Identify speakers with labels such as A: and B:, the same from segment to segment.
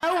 A: Oh,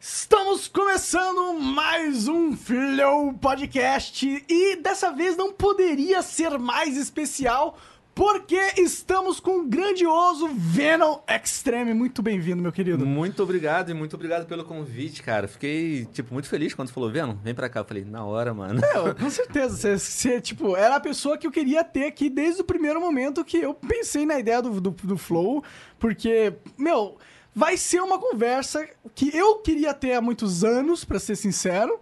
B: Estamos começando mais um Flow Podcast e dessa vez não poderia ser mais especial porque estamos com o grandioso Venom Extreme. Muito bem-vindo, meu querido.
C: Muito obrigado e muito obrigado pelo convite, cara. Fiquei, tipo, muito feliz quando você falou, Venom, vem pra cá. Eu falei, na hora, mano.
B: É, Eu, com certeza, você, você, tipo, era a pessoa que eu queria ter aqui desde o primeiro momento que eu pensei na ideia do, do, do Flow, porque, meu, vai ser uma conversa que eu queria ter há muitos anos, pra ser sincero.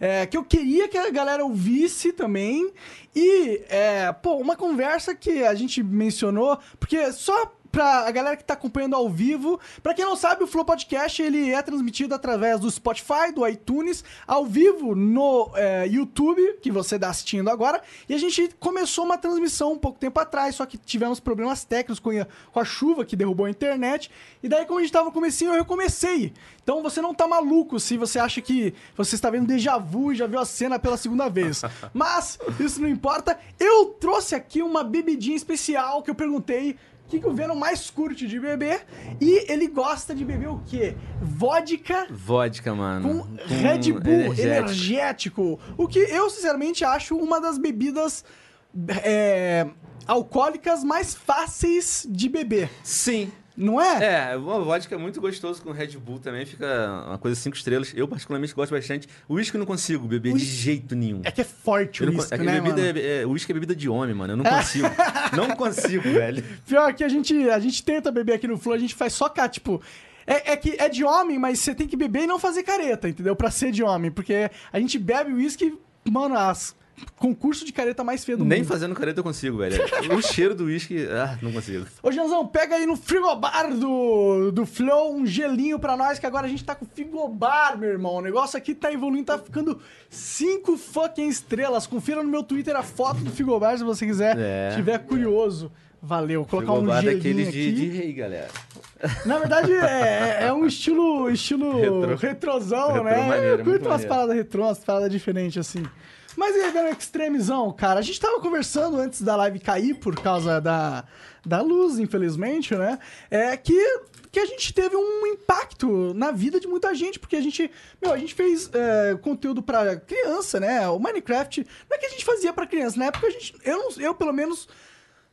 B: é, que eu queria que a galera ouvisse também. E, é, pô, uma conversa que a gente mencionou, porque só pra a galera que tá acompanhando ao vivo, pra quem não sabe, o Flow Podcast ele é transmitido através do Spotify, do iTunes, ao vivo no é, YouTube, que você tá assistindo agora. E a gente começou uma transmissão um pouco tempo atrás, só que tivemos problemas técnicos com a, com a chuva que derrubou a internet. E daí, como a gente tava no comecinho, eu recomecei. Então você não tá maluco se você acha que você está vendo déjà vu e já viu a cena pela segunda vez. Mas isso não importa. Eu trouxe aqui uma bebidinha especial que eu perguntei o que, que o Venom mais curte de beber. E ele gosta de beber o quê? Vodka
C: Vodka, mano.
B: com Red Bull energético.
C: energético.
B: O que eu, sinceramente, acho uma das bebidas é, alcoólicas mais fáceis de beber.
C: Sim.
B: Não é?
C: É, uma vodka é muito gostoso com Red Bull também, fica uma coisa cinco estrelas. Eu, particularmente, gosto bastante. Whisky eu não consigo beber de
B: Whisky-
C: jeito nenhum.
B: É que é forte
C: Eu
B: o
C: não con- é
B: uísque,
C: que
B: né,
C: bebida
B: mano?
C: é- é- whisky é bebida de homem, mano. Eu não consigo. não consigo, velho.
B: Pior que a gente, a gente tenta beber aqui no Flow, a gente faz só cá, tipo... É, é que é de homem, mas você tem que beber e não fazer careta, entendeu? Pra ser de homem. Porque a gente bebe uísque, mano, as... Concurso de careta mais feio do
C: Nem
B: mundo.
C: fazendo careta eu consigo, velho. O cheiro do uísque, ah, não consigo.
B: Ô, Janzão, pega aí no frigobar do, do Flow um gelinho pra nós, que agora a gente tá com frigobar, meu irmão. O negócio aqui tá evoluindo, tá ficando cinco fucking estrelas. Confira no meu Twitter a foto do frigobar se você quiser,
C: É.
B: tiver curioso. Valeu, Vou colocar
C: Chegou
B: um
C: bar
B: gelinho
C: daqueles
B: aqui.
C: de, de rei, galera.
B: Na verdade, é, é um estilo, estilo
C: Retro.
B: retrosão,
C: Retro
B: né?
C: maneiro,
B: Eu
C: muito
B: curto umas
C: maneiro.
B: paradas retrô, umas paradas diferentes, assim. Mas e aí, Venom Extremizão, cara? A gente tava conversando antes da live cair por causa da, da luz, infelizmente, né? É que, que a gente teve um impacto na vida de muita gente, porque a gente, meu, a gente fez é, conteúdo pra criança, né? O Minecraft, não é que a gente fazia pra criança, na época a gente, eu, não- eu pelo menos,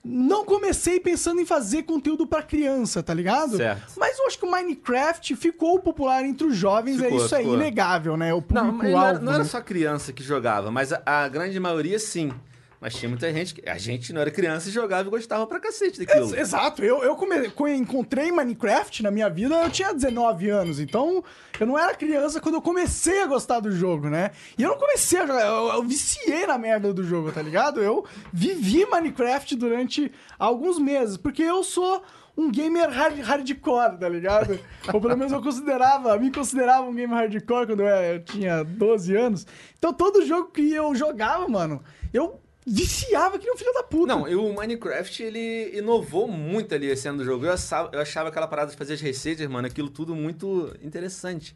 B: não comecei pensando em fazer conteúdo pra criança, tá ligado?
C: Certo.
B: Mas eu acho que o Minecraft ficou popular entre os jovens, é
C: Ficou,
B: isso aí,
C: ficou.
B: inegável, né? O
C: Não, mas não, era,
B: público-alvo.
C: não
B: né?
C: era só criança que jogava, mas a, a grande maioria sim. Mas tinha muita gente que. A gente não era criança e jogava e gostava pra cacete daquilo.
B: Ex- Exato, eu, eu come- co- encontrei Minecraft na minha vida, eu tinha 19 anos, então eu não era criança quando eu comecei a gostar do jogo, né? E eu não comecei a jogar, eu, eu viciei na merda do jogo, tá ligado? Eu vivi Minecraft durante alguns meses, porque eu sou um gamer hard, hardcore, tá ligado? Ou pelo menos eu considerava, me considerava um gamer hardcore quando eu, era- eu tinha 12 anos. Então todo jogo que eu jogava, mano, eu viciava que nem um filho da puta.
C: Não, e o Minecraft, ele inovou muito ali a cena do jogo. Eu achava, eu achava aquela parada de fazer as receitas, mano, aquilo tudo muito interessante.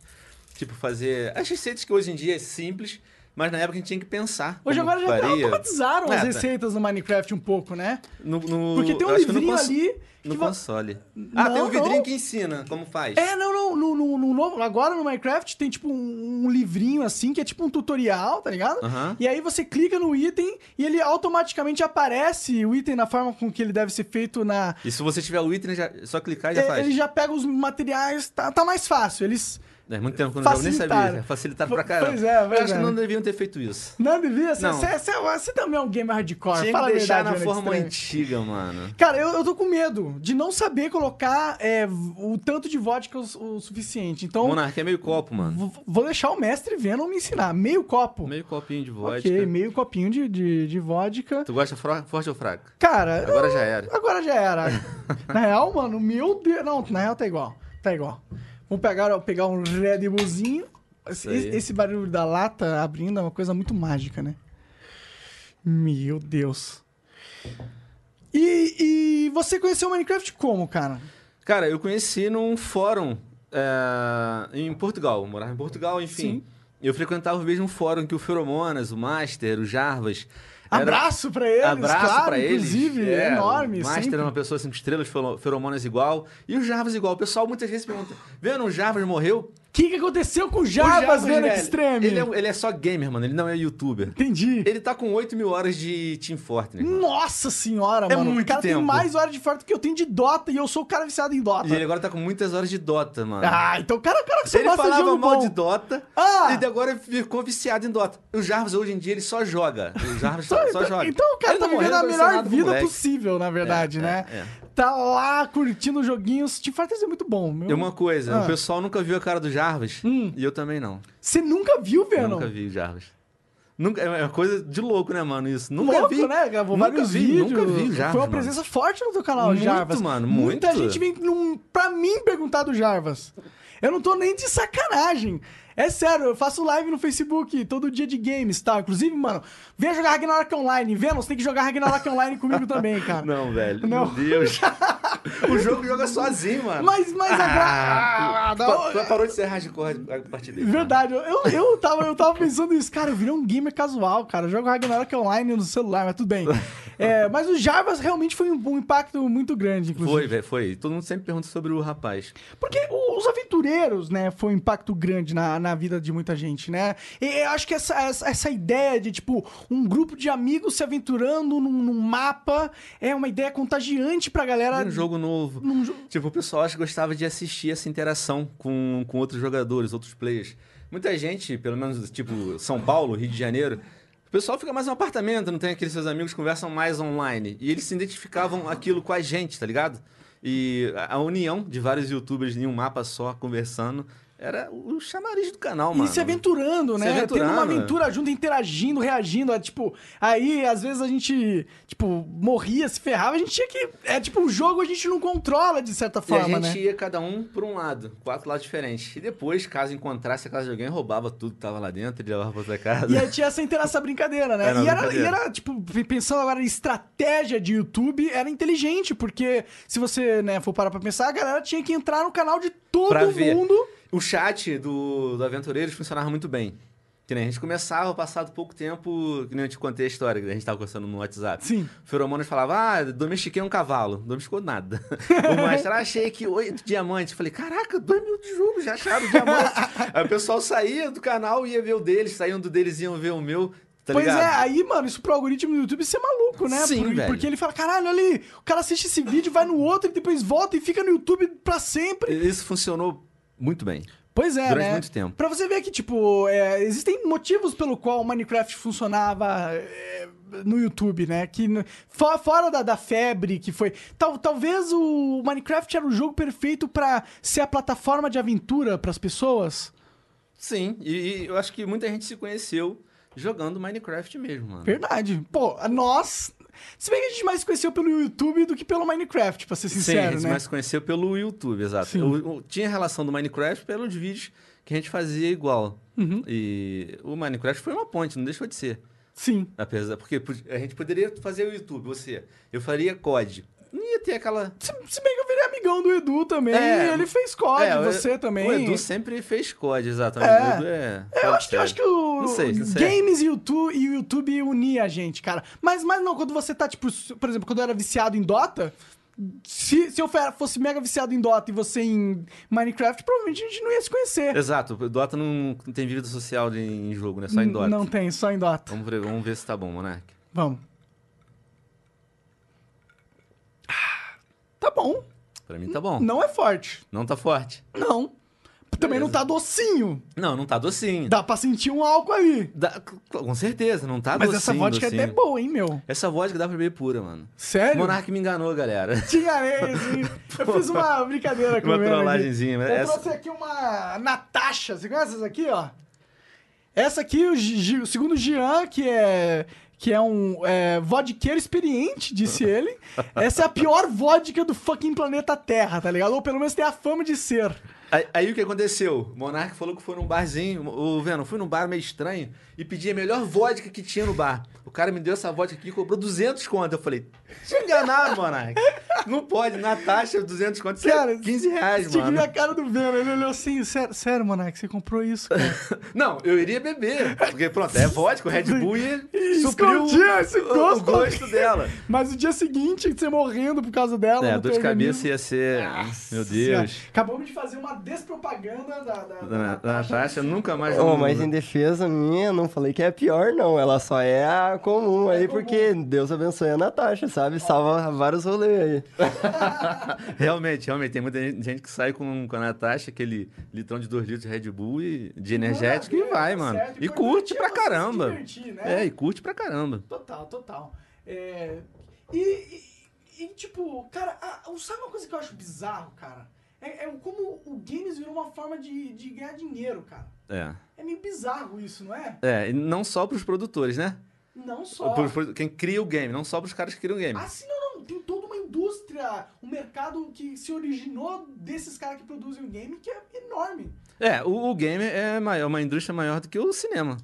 C: Tipo, fazer as receitas que hoje em dia é simples, mas na época a gente tinha que pensar.
B: Hoje
C: como
B: agora já
C: faria.
B: automatizaram as
C: É, tá.
B: receitas no Minecraft um pouco, né?
C: No, no-
B: Porque tem um
C: eu acho que
B: livrinho
C: cons-
B: ali que
C: No
B: va-
C: console. Ah, tem
B: Não,
C: um vidrinho
B: não.
C: que ensina como faz.
B: É, não, não. No, no- no novo- agora no Minecraft tem tipo um, um livrinho assim, que é tipo um tutorial, tá ligado?
C: Aham.
B: E aí você clica no item e ele automaticamente aparece o item na forma com que ele deve ser feito na.
C: E se você tiver o item, já, só clicar e já
B: É,
C: faz.
B: Ele já pega os materiais, tá, tá mais fácil. Eles.
C: É, muito tempo que eu não jogo, nem
B: Facilitaram.
C: sabia. Facilitaram pra
B: Pois
C: caramba.
B: é, pois
C: Eu acho
B: é.
C: que não deviam ter feito isso.
B: Não devia ser.
C: Não.
B: Você- Você você também é um gamer hardcore,
C: Tinha
B: fala
C: que
B: a
C: deixar
B: verdade.
C: na
B: Ana
C: forma
B: Extreme.
C: antiga, mano.
B: Cara, eu, eu tô com medo de não saber colocar é, o tanto de vodka o, o suficiente. Então,
C: Monarca é meio copo, mano.
B: v- vou deixar o mestre Venom me ensinar. Meio copo.
C: Meio copinho de vodka.
B: ok, meio copinho de, de, de vodka.
C: Tu gosta fro- forte ou fraco?
B: Cara,
C: Agora
B: eu-
C: já era.
B: Agora já era. na real, mano, meu Deus. Não, na real tá igual. Tá igual. Vamos pegar, pegar um Red Bullzinho. Esse,
C: aí.
B: esse barulho da lata abrindo é uma coisa muito mágica, né? Meu Deus. E, e você conheceu o Minecraft como, cara?
C: Cara, eu conheci num fórum é, em Portugal. Eu morava em Portugal, enfim.
B: Sim.
C: Eu frequentava o mesmo um fórum que o Feromonas, o Master, o Jarvas. Era-
B: Abraço pra eles,
C: Abraço
B: claro,
C: pra eles.
B: inclusive,
C: É,
B: enorme.
C: O Master
B: sempre.
C: é uma pessoa cinco estrelas, fero- feromonas igual. E o Jarvas igual. O pessoal muitas vezes pergunta: Vendo, o Jarvas morreu?
B: O que, que aconteceu com o
C: O
B: Jarbas vendo
C: velho,
B: Extreme?
C: Ele é, ele é só gamer, mano. Ele não é youtuber.
B: Entendi.
C: Ele tá com 8 mil horas de Team Fortress. mano.
B: Nossa senhora,
C: É
B: mano.
C: muito
B: o cara tem
C: tempo.
B: mais horas de Fortnite do que eu tenho de Dota e eu sou o cara viciado em Dota.
C: E ele agora tá com muitas horas de Dota, mano.
B: Ah, então o cara, o cara que só
C: ele
B: gosta de
C: falava
B: jogo
C: mal
B: bom.
C: de Dota
B: Ah!
C: e de agora ficou viciado em Dota. O Jarvis hoje em dia ele só joga. O Jarvis só, só joga.
B: Então o cara
C: Ele
B: tá
C: não morreu
B: vivendo a melhor
C: relacionado com o
B: vida
C: moleque.
B: possível, na verdade,
C: É,
B: né?
C: é, é.
B: Tá lá curtindo os joguinhos. Team Fortress é muito bom, meu.
C: E uma coisa,
B: Ah. Hum.
C: o pessoal nunca viu a cara do Jarvis e eu também não.
B: Você nunca viu,
C: Eu
B: Venom?
C: nunca vi o Jarvis. Nunca, é uma coisa de louco, né, mano? Isso. Nunca
B: Louco,
C: vi.
B: né? Gravou
C: nunca
B: vários
C: vi,
B: vídeos.
C: Nunca vi o Jarvis.
B: Foi uma
C: mano.
B: presença forte no teu canal,
C: Muito,
B: Jarvas.
C: mano,
B: Muita
C: muito.
B: gente vem num, pra mim perguntar do Jarvas. Eu não tô nem de sacanagem. É sério, eu faço live no Facebook todo dia de games, tá? Inclusive, mano, venha jogar Ragnarok Online. Venom, você tem que jogar Ragnarok Online comigo também, cara.
C: Não, velho.
B: Não.
C: Meu Deus. o jogo joga sozinho, mano.
B: Mas, mas agora... Ah, da-
C: Pa- pa- parou de ser hardcore a partir dele.
B: Verdade, eu, eu, eu tava, eu tava pensando isso, cara, eu virei um gamer casual, cara, eu jogo Ragnarok online no celular, mas tudo bem. É, mas o Jarvas realmente foi um, um impacto muito grande, inclusive.
C: Foi, velho, foi. Todo mundo sempre pergunta sobre o rapaz.
B: Porque o- os aventureiros, né, foi um impacto grande na, na vida de muita gente, né? E eu acho que essa, essa, essa ideia de, tipo, um grupo de amigos se aventurando num, num mapa é uma ideia contagiante pra galera.
C: Um jogo novo.
B: num jo-
C: Tipo, o pessoal acho que gostava de assistir essa interação com, com outros jogadores, outros players. Muita gente, pelo menos, tipo, São Paulo, Rio de Janeiro, o pessoal fica mais no apartamento, não tem aqueles seus amigos, conversam mais online. E eles se identificavam aquilo com a gente, tá ligado? E a a união de vários youtubers em um mapa só, conversando, era o chamariz do canal,
B: E
C: mano.
B: se aventurando,
C: Se
B: né? Tendo uma
C: aventurando.
B: aventura junto, interagindo, reagindo. É, tipo, aí às vezes a gente, tipo, morria, se ferrava, a gente tinha que. É tipo, um jogo a gente não controla de certa
C: E a
B: forma,
C: gente
B: né?
C: ia cada um por um lado, quatro lados diferentes. E depois, caso encontrasse a casa de alguém, roubava tudo que tava lá dentro e levava pra outra casa.
B: E aí tinha essa, intera- essa brincadeira, né?
C: Era
B: e, era,
C: brincadeira.
B: e era, tipo, pensando agora em estratégia de YouTube, era inteligente, porque se você né, for parar pra pensar, a galera tinha que entrar no canal de todo
C: Pra ver.
B: mundo.
C: O chat do, do Aventureiros funcionava muito bem. Que nem a gente começava, passado pouco tempo, que nem eu te contei a história, que a gente tava conversando no WhatsApp.
B: Sim.
C: O Feromonas falava, ah, domestiquei um cavalo. Domesticou nada. o Master, ah, achei aqui oito diamantes. Falei, caraca, dois mil de jogo, já acharam o diamante. Aí o pessoal saía do canal, ia ver o deles, saiam do deles, iam ver o meu. Tá
B: pois
C: ligado?
B: é, aí, mano, isso pro algoritmo do YouTube isso é maluco, né?
C: Sim,
B: Por-
C: velho.
B: Porque ele fala, caralho, olha ali, o cara assiste esse vídeo, vai no outro e depois volta e fica no YouTube pra sempre.
C: Isso funcionou muito bem.
B: Pois é,
C: Durante
B: né?
C: muito tempo.
B: Pra você ver que, tipo, é, existem motivos pelo qual o Minecraft funcionava é, no YouTube, né? Que n- fo- fora da, da febre que foi... Tal, talvez o Minecraft era o jogo perfeito pra ser a plataforma de aventura pras pessoas.
C: Sim, e, e eu acho que muita gente se conheceu jogando Minecraft mesmo, mano.
B: Verdade. Pô, nós... Se bem que a gente mais se conheceu pelo YouTube do que pelo Minecraft, pra ser sincero,
C: Sim,
B: né?
C: mas se conheceu pelo YouTube, exato.
B: Sim.
C: Eu, eu tinha relação do Minecraft pelos vídeos que a gente fazia igual.
B: Uhum.
C: E o Minecraft foi uma ponte, não deixou de ser.
B: Sim.
C: Apesar, porque pod- a gente poderia fazer o YouTube, você. Eu faria COD. Não ia ter aquela.
B: Se, se bem que eu virei amigão do Edu também,
C: É.
B: e ele fez COD,
C: É, o-
B: você também.
C: O Edu sempre fez COD, exatamente.
B: É.
C: O Edu é.
B: Eu acho que, eu acho que o
C: Não sei, não sei.
B: games e o YouTube, e o YouTube unia a gente, cara. Mas, mas não, quando você tá, tipo, se- por exemplo, quando eu era viciado em Dota, se, se eu fe- fosse mega viciado em Dota e você em Minecraft, provavelmente a gente não ia se conhecer.
C: Exato, o Dota não, não tem vida social de- em jogo, né? Só em Dota.
B: Não tem, só em Dota.
C: Vamos ver, vamos ver se tá bom, Monark.
B: Vamos. Ah, Tá bom.
C: Pra mim tá bom.
B: Não é forte.
C: Não tá forte.
B: Não. Também não tá docinho.
C: Não, não tá docinho.
B: Dá pra sentir um álcool ali.
C: Dá- com certeza, não tá
B: Mas
C: docinho,
B: essa vodka é
C: docinho.
B: até boa, hein, meu?
C: Essa vodka dá pra beber pura, mano.
B: Sério?
C: Monark me enganou, galera.
B: Te enganei, assim. Eu fiz uma brincadeira com
C: Uma
B: o Venom aqui.
C: trollagenzinha, mas
B: Eu
C: essa-
B: trouxe aqui uma Natasha. Você conhece essa aqui, ó? Essa aqui, o, Gi- Gi- o segundo Jean, que é... Que é um é, vodqueiro experiente, disse ele. Essa é a pior vodka do fucking planeta Terra, tá ligado? Ou pelo menos tem a fama de ser.
C: Aí, aí o que aconteceu? O Monark falou que foi num barzinho. O Venom, fui num bar meio estranho e pedi a melhor vodka que tinha no bar. O cara me deu essa vodka aqui e cobrou 200 conto. Eu falei, te enganaram, Monark. Não pode, na taxa, 200 conto. isso é
B: Cara,
C: 15 reais,
B: Tinha que ver
C: mano.
B: a cara do Venom. Ele olhou assim, sério, sério Monark, você comprou isso, cara?
C: Não, eu iria beber. Porque, pronto, é vodka, o Red Bull ia
B: E
C: supriu
B: escondia esse
C: o-
B: gosto.
C: o gosto dela.
B: Mas o dia seguinte, você morrendo por causa dela.
C: É,
B: do teu
C: dor de cabeça
B: organismo.
C: ia ser.
B: Nossa
C: Meu
B: Senhora.
C: Deus.
B: Acabamos de fazer uma despropaganda da, da, da
C: Na, na Natasha nunca mais.
A: Ô, mas em defesa minha, não falei que é a pior, não. Ela só é a comum aí, porque Deus abençoe a Natasha, sabe? Salva vários rolês aí.
C: Realmente, realmente. Tem muita gente- gente que sai com, com a Natasha, aquele litrão de 2 litros de Red Bull e de energético e
B: Nada a ver,
C: vai,
B: tá
C: mano.
B: certo,
C: E
B: importante
C: curte
B: é
C: pra
B: você
C: caramba.
B: se divertir, né?
C: É, e curte pra caramba.
B: Total, total. É, E, e- e, tipo, cara, a- o- sabe uma coisa que eu acho bizarro, cara? É, é como o games virou uma forma de, de ganhar dinheiro, cara.
C: É.
B: É meio bizarro isso, não é?
C: É, e não só pros produtores, né?
B: Não só.
C: Pros- pros- quem cria o game, não só pros caras que criam o game.
B: Assim não, não. Tem toda uma indústria, um mercado que se originou desses caras que produzem o game que é enorme.
C: É, o, o game é maior, uma indústria maior do que o cinema.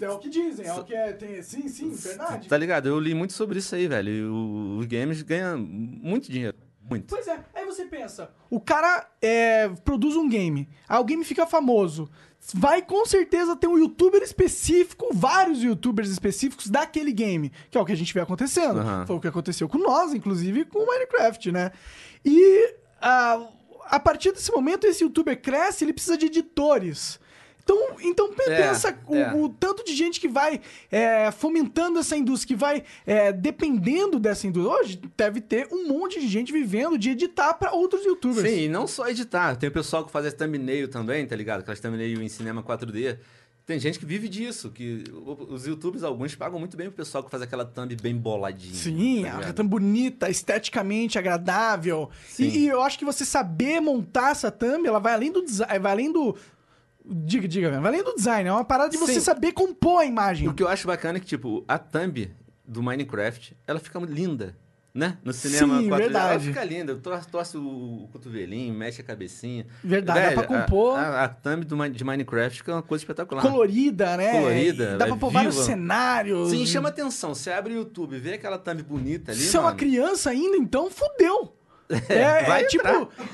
B: É o que dizem, é o que é. Tem, sim, sim, verdade.
C: Tá ligado? Eu li muito sobre isso aí, velho. E o- os games ganham muito dinheiro. Muito.
B: Pois é, aí você pensa, o cara é, produz um game, aí o game fica famoso. Vai com certeza ter um youtuber específico, vários youtubers específicos daquele game, que é o que a gente vê acontecendo.
C: Aham.
B: Foi o que aconteceu com nós, inclusive com o Minecraft, né? E ah, a partir desse momento, esse youtuber cresce, ele precisa de editores. Então, então pe-
C: É,
B: pensa o-
C: é.
B: o, tanto de gente que vai é, fomentando essa indústria, que vai é, dependendo dessa indústria. Hoje deve ter um monte de gente vivendo de editar pra outros youtubers.
C: Sim, e não só editar. Tem o pessoal que faz as thumbnail também, tá ligado? Aquelas thumbnail em cinema 4D. Tem gente que vive disso, que o- os youtubers, alguns, pagam muito bem pro pessoal que faz aquela thumb bem boladinha.
B: Sim,
C: tá
B: a
C: ligado?
B: thumb bonita, esteticamente agradável.
C: Sim.
B: E, e eu acho que você saber montar essa thumb, ela vai além do design, vai além do diga, diga, vai além do design, é uma parada de você
C: Sim.
B: saber compor a imagem.
C: O que eu acho bacana é que, tipo, a thumb do Minecraft, ela fica linda, né? No cinema
B: Sim,
C: 4D, ela
B: verdade.
C: fica linda. Tor- Torce o cotovelinho, mexe a cabecinha.
B: Verdade, dá
C: Velho,
B: pra
C: a-
B: compor.
C: A, a thumb do, Mi- de Minecraft fica uma coisa espetacular.
B: colorida, né?
C: é, Colorida,
B: E Dá
C: é
B: pra pôr vários
C: viva.
B: cenários.
C: Sim, chama atenção. Você abre o YouTube, vê aquela thumb bonita tá ali,
B: Se é uma
C: mano.
B: criança ainda, então fudeu. É,
C: vai
B: é tipo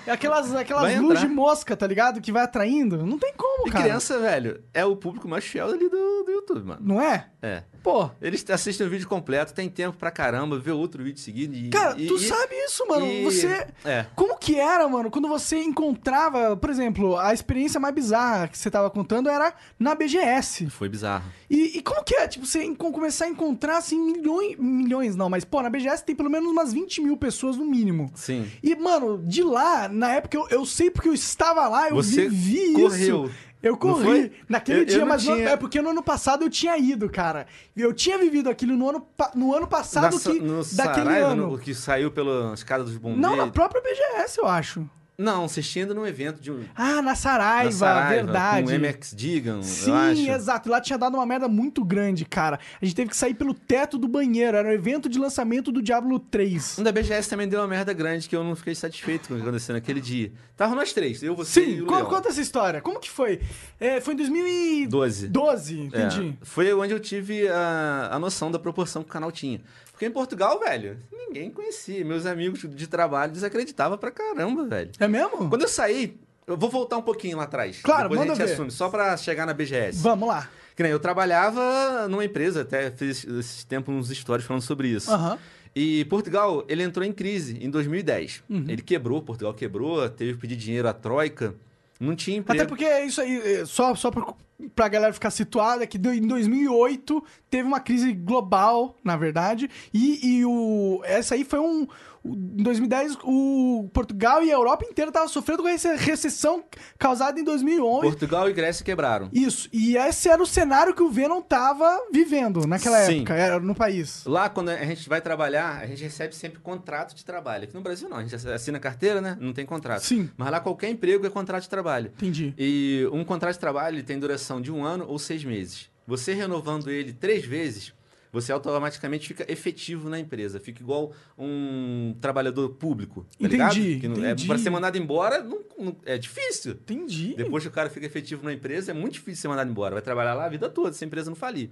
B: aquelas,
C: Vai
B: aquelas luzes de
C: entrar.
B: mosca, tá ligado? Que vai atraindo. Não tem como,
C: E
B: cara.
C: criança, velho, é o público mais fiel ali do, do YouTube, mano.
B: Não é?
C: É.
B: Pô.
C: Eles assistem o vídeo completo, tem tempo pra caramba, vê outro vídeo seguido e.
B: Cara,
C: e-
B: tu
C: e-
B: sabe isso, mano.
C: e-
B: Você.
C: É.
B: Como que era, mano, quando você encontrava, por exemplo, a experiência mais bizarra que você tava contando era na BGS.
C: Foi bizarro.
B: E, e como que é, tipo, você en- começar a encontrar, assim, milhões, milhões não, mas, pô, na BGS tem pelo menos umas 20 mil pessoas no mínimo.
C: Sim.
B: E, mano, de lá, na época, eu, eu sei porque eu estava lá, eu
C: Você
B: vivi
C: correu.
B: isso. Eu
C: foi?
B: corri naquele
C: Eu- eu
B: dia,
C: não
B: mas no-
C: tinha.
B: é porque no ano passado eu tinha ido, cara. Eu tinha vivido aquilo no ano, pa- no ano passado
C: Na sa-
B: que,
C: no
B: daquele
C: Saraiva,
B: ano.
C: no- o que saiu pela escada dos bombeiros.
B: Não, na própria BGS, eu acho.
C: Não, assistindo num evento de um.
B: Ah, na
C: da
B: Saraiva,
C: Saraiva, Com
B: verdade.
C: o MX Digan, eu acho.
B: Sim, exato. E lá tinha dado uma merda muito grande, cara. A gente teve que sair pelo teto do banheiro. Era o evento de lançamento do Diablo 3.
C: Um da BGS também deu uma merda grande que eu não fiquei satisfeito com o que aconteceu naquele dia. Tava nós três, eu, você e
B: Sim,
C: o
B: con-
C: Leão.
B: conta essa história. Como que foi? É, foi em 2012,
C: 12.
B: entendi.
C: É, foi onde eu tive a, a noção da proporção que o canal tinha. Porque em Portugal, velho, ninguém conhecia. Meus amigos de trabalho desacreditavam pra caramba, velho.
B: É, mesmo?
C: Quando eu saí, eu vou voltar um pouquinho lá atrás.
B: Claro,
C: Depois
B: manda
C: a gente
B: ver.
C: assume, só pra chegar na BGS.
B: Vamos lá.
C: Que nem eu trabalhava numa empresa, até fiz esses tempos uns stories falando sobre isso.
B: Aham.
C: E Portugal, ele entrou em crise em 2010.
B: Uhum.
C: Ele quebrou, Portugal quebrou, teve que pedir dinheiro à Troika. Não tinha emprego.
B: Até porque isso aí, é, só, só pra, pra galera ficar situada, é que do- em 2008 teve uma crise global, na verdade, e, e o, essa aí foi um... o- Em 2010, o Portugal e a Europa inteira estavam sofrendo com essa recessão causada em 2011.
C: Portugal e Grécia quebraram.
B: Isso, e esse era o cenário que o Venom tava vivendo naquela
C: Sim.
B: época, era no país.
C: Lá, quando a gente vai trabalhar, a gente recebe sempre contrato de trabalho. Aqui no Brasil, não. A gente assina carteira, né? Não tem contrato.
B: Sim.
C: Mas lá, qualquer emprego é contrato de trabalho.
B: Entendi.
C: E um contrato de trabalho ele tem duração de um ano ou seis meses. Você renovando ele três vezes, você automaticamente fica efetivo na empresa. Fica igual um trabalhador público. Tá
B: Entendi,
C: ligado? Que não-
B: entendi.
C: É, pra ser mandado embora, não- não- é difícil.
B: Entendi.
C: Depois que o cara fica efetivo na empresa, é muito difícil ser mandado embora. Vai trabalhar lá a vida toda, se a empresa não falir.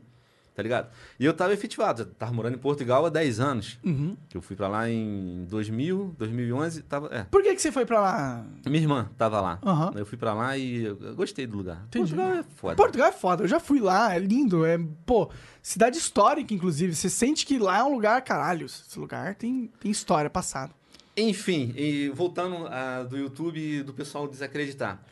C: Tá ligado? E eu tava efetivado, eu tava morando em Portugal há 10 anos.
B: Uhum.
C: Que eu fui pra lá em 2000, 2011, tava, é.
B: Por que, que você foi pra lá?
C: Minha irmã tava lá.
B: Aham.
C: Eu fui pra lá e eu eu gostei do lugar.
B: Entendi.
C: Portugal é foda.
B: Portugal é foda, eu já fui lá, é lindo, é, pô, cidade histórica, inclusive. Você sente que lá é um lugar, caralho, esse lugar tem, tem história, passado.
C: Enfim, e voltando a, do YouTube e do pessoal desacreditar.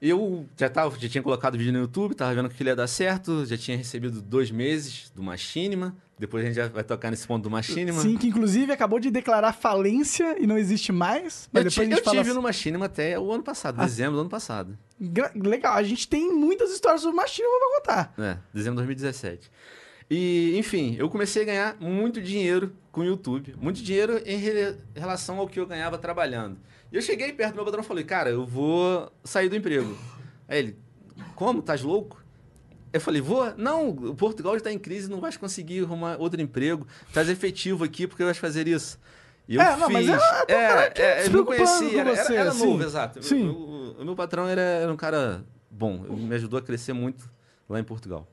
C: Eu já, tava, já tinha colocado vídeo no YouTube, tava vendo que aquilo ia dar certo, já tinha recebido dois meses do Machinima. Depois a gente já vai tocar nesse ponto do Machinima.
B: Sim, que inclusive acabou de declarar falência e não existe mais. Mas
C: eu
B: depois
C: ti-
B: a gente
C: eu
B: fala. assim, Ah.
C: tive no Machinima até o ano passado, dezembro do ano passado.
B: Gra- Legal, a gente tem muitas histórias sobre machismo pra contar.
C: É, dezembro de 2017. E, enfim, eu comecei a ganhar muito dinheiro com o YouTube. Muito dinheiro em re- relação ao que eu ganhava trabalhando. E eu cheguei perto do meu patrão e falei, cara, eu vou sair do emprego. Aí ele, como? Tás louco? Eu falei, vou? Não, o Portugal está em crise, não vais conseguir arrumar outro emprego. Traz efetivo aqui porque vais fazer isso. E eu
B: É,
C: fiz.
B: não, mas é- é um cara que se
C: eu não
B: preocupando com
C: conhecia, era, era,
B: você,
C: era
B: assim.
C: novo, exato.
B: Sim.
C: Eu- eu- o meu patrão era, era um cara bom, eu- me ajudou a crescer muito lá em Portugal.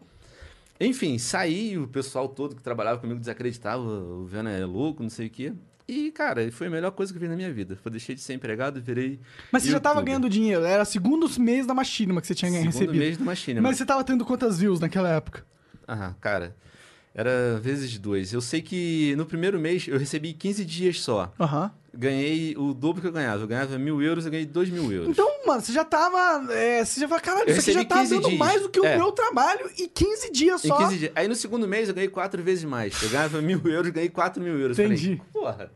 C: Enfim, saí, o pessoal todo que trabalhava comigo desacreditava, o Viana é louco, não sei o quê. E, cara, foi a melhor coisa que eu fiz na minha vida. Eu deixei de ser empregado e virei.
B: Mas você já tava
C: youtuber.
B: ganhando dinheiro, era segundo mês da machinima que você tinha
C: Segundo
B: recebido.
C: mês né? do Machine.
B: Mas você tava tendo quantas views naquela época?
C: Ah, cara, era vezes dois. Eu sei que no primeiro mês eu recebi 15 dias só.
B: Aham.
C: Ganhei o dobro que eu ganhava. Eu ganhava mil euros, eu ganhei dois mil euros.
B: Então, mano, você já tava. é, você já fala, caralho,
C: Eu
B: isso aqui já
C: recebi
B: tá
C: 15
B: dando
C: dias.
B: mais do que o
C: É.
B: meu trabalho e 15 dias
C: Em
B: só.
C: 15 dias. Aí no segundo mês eu ganhei quatro vezes mais. Eu ganhava mil euros, ganhei quatro mil euros. Falei,
B: Entendi.
C: Porra.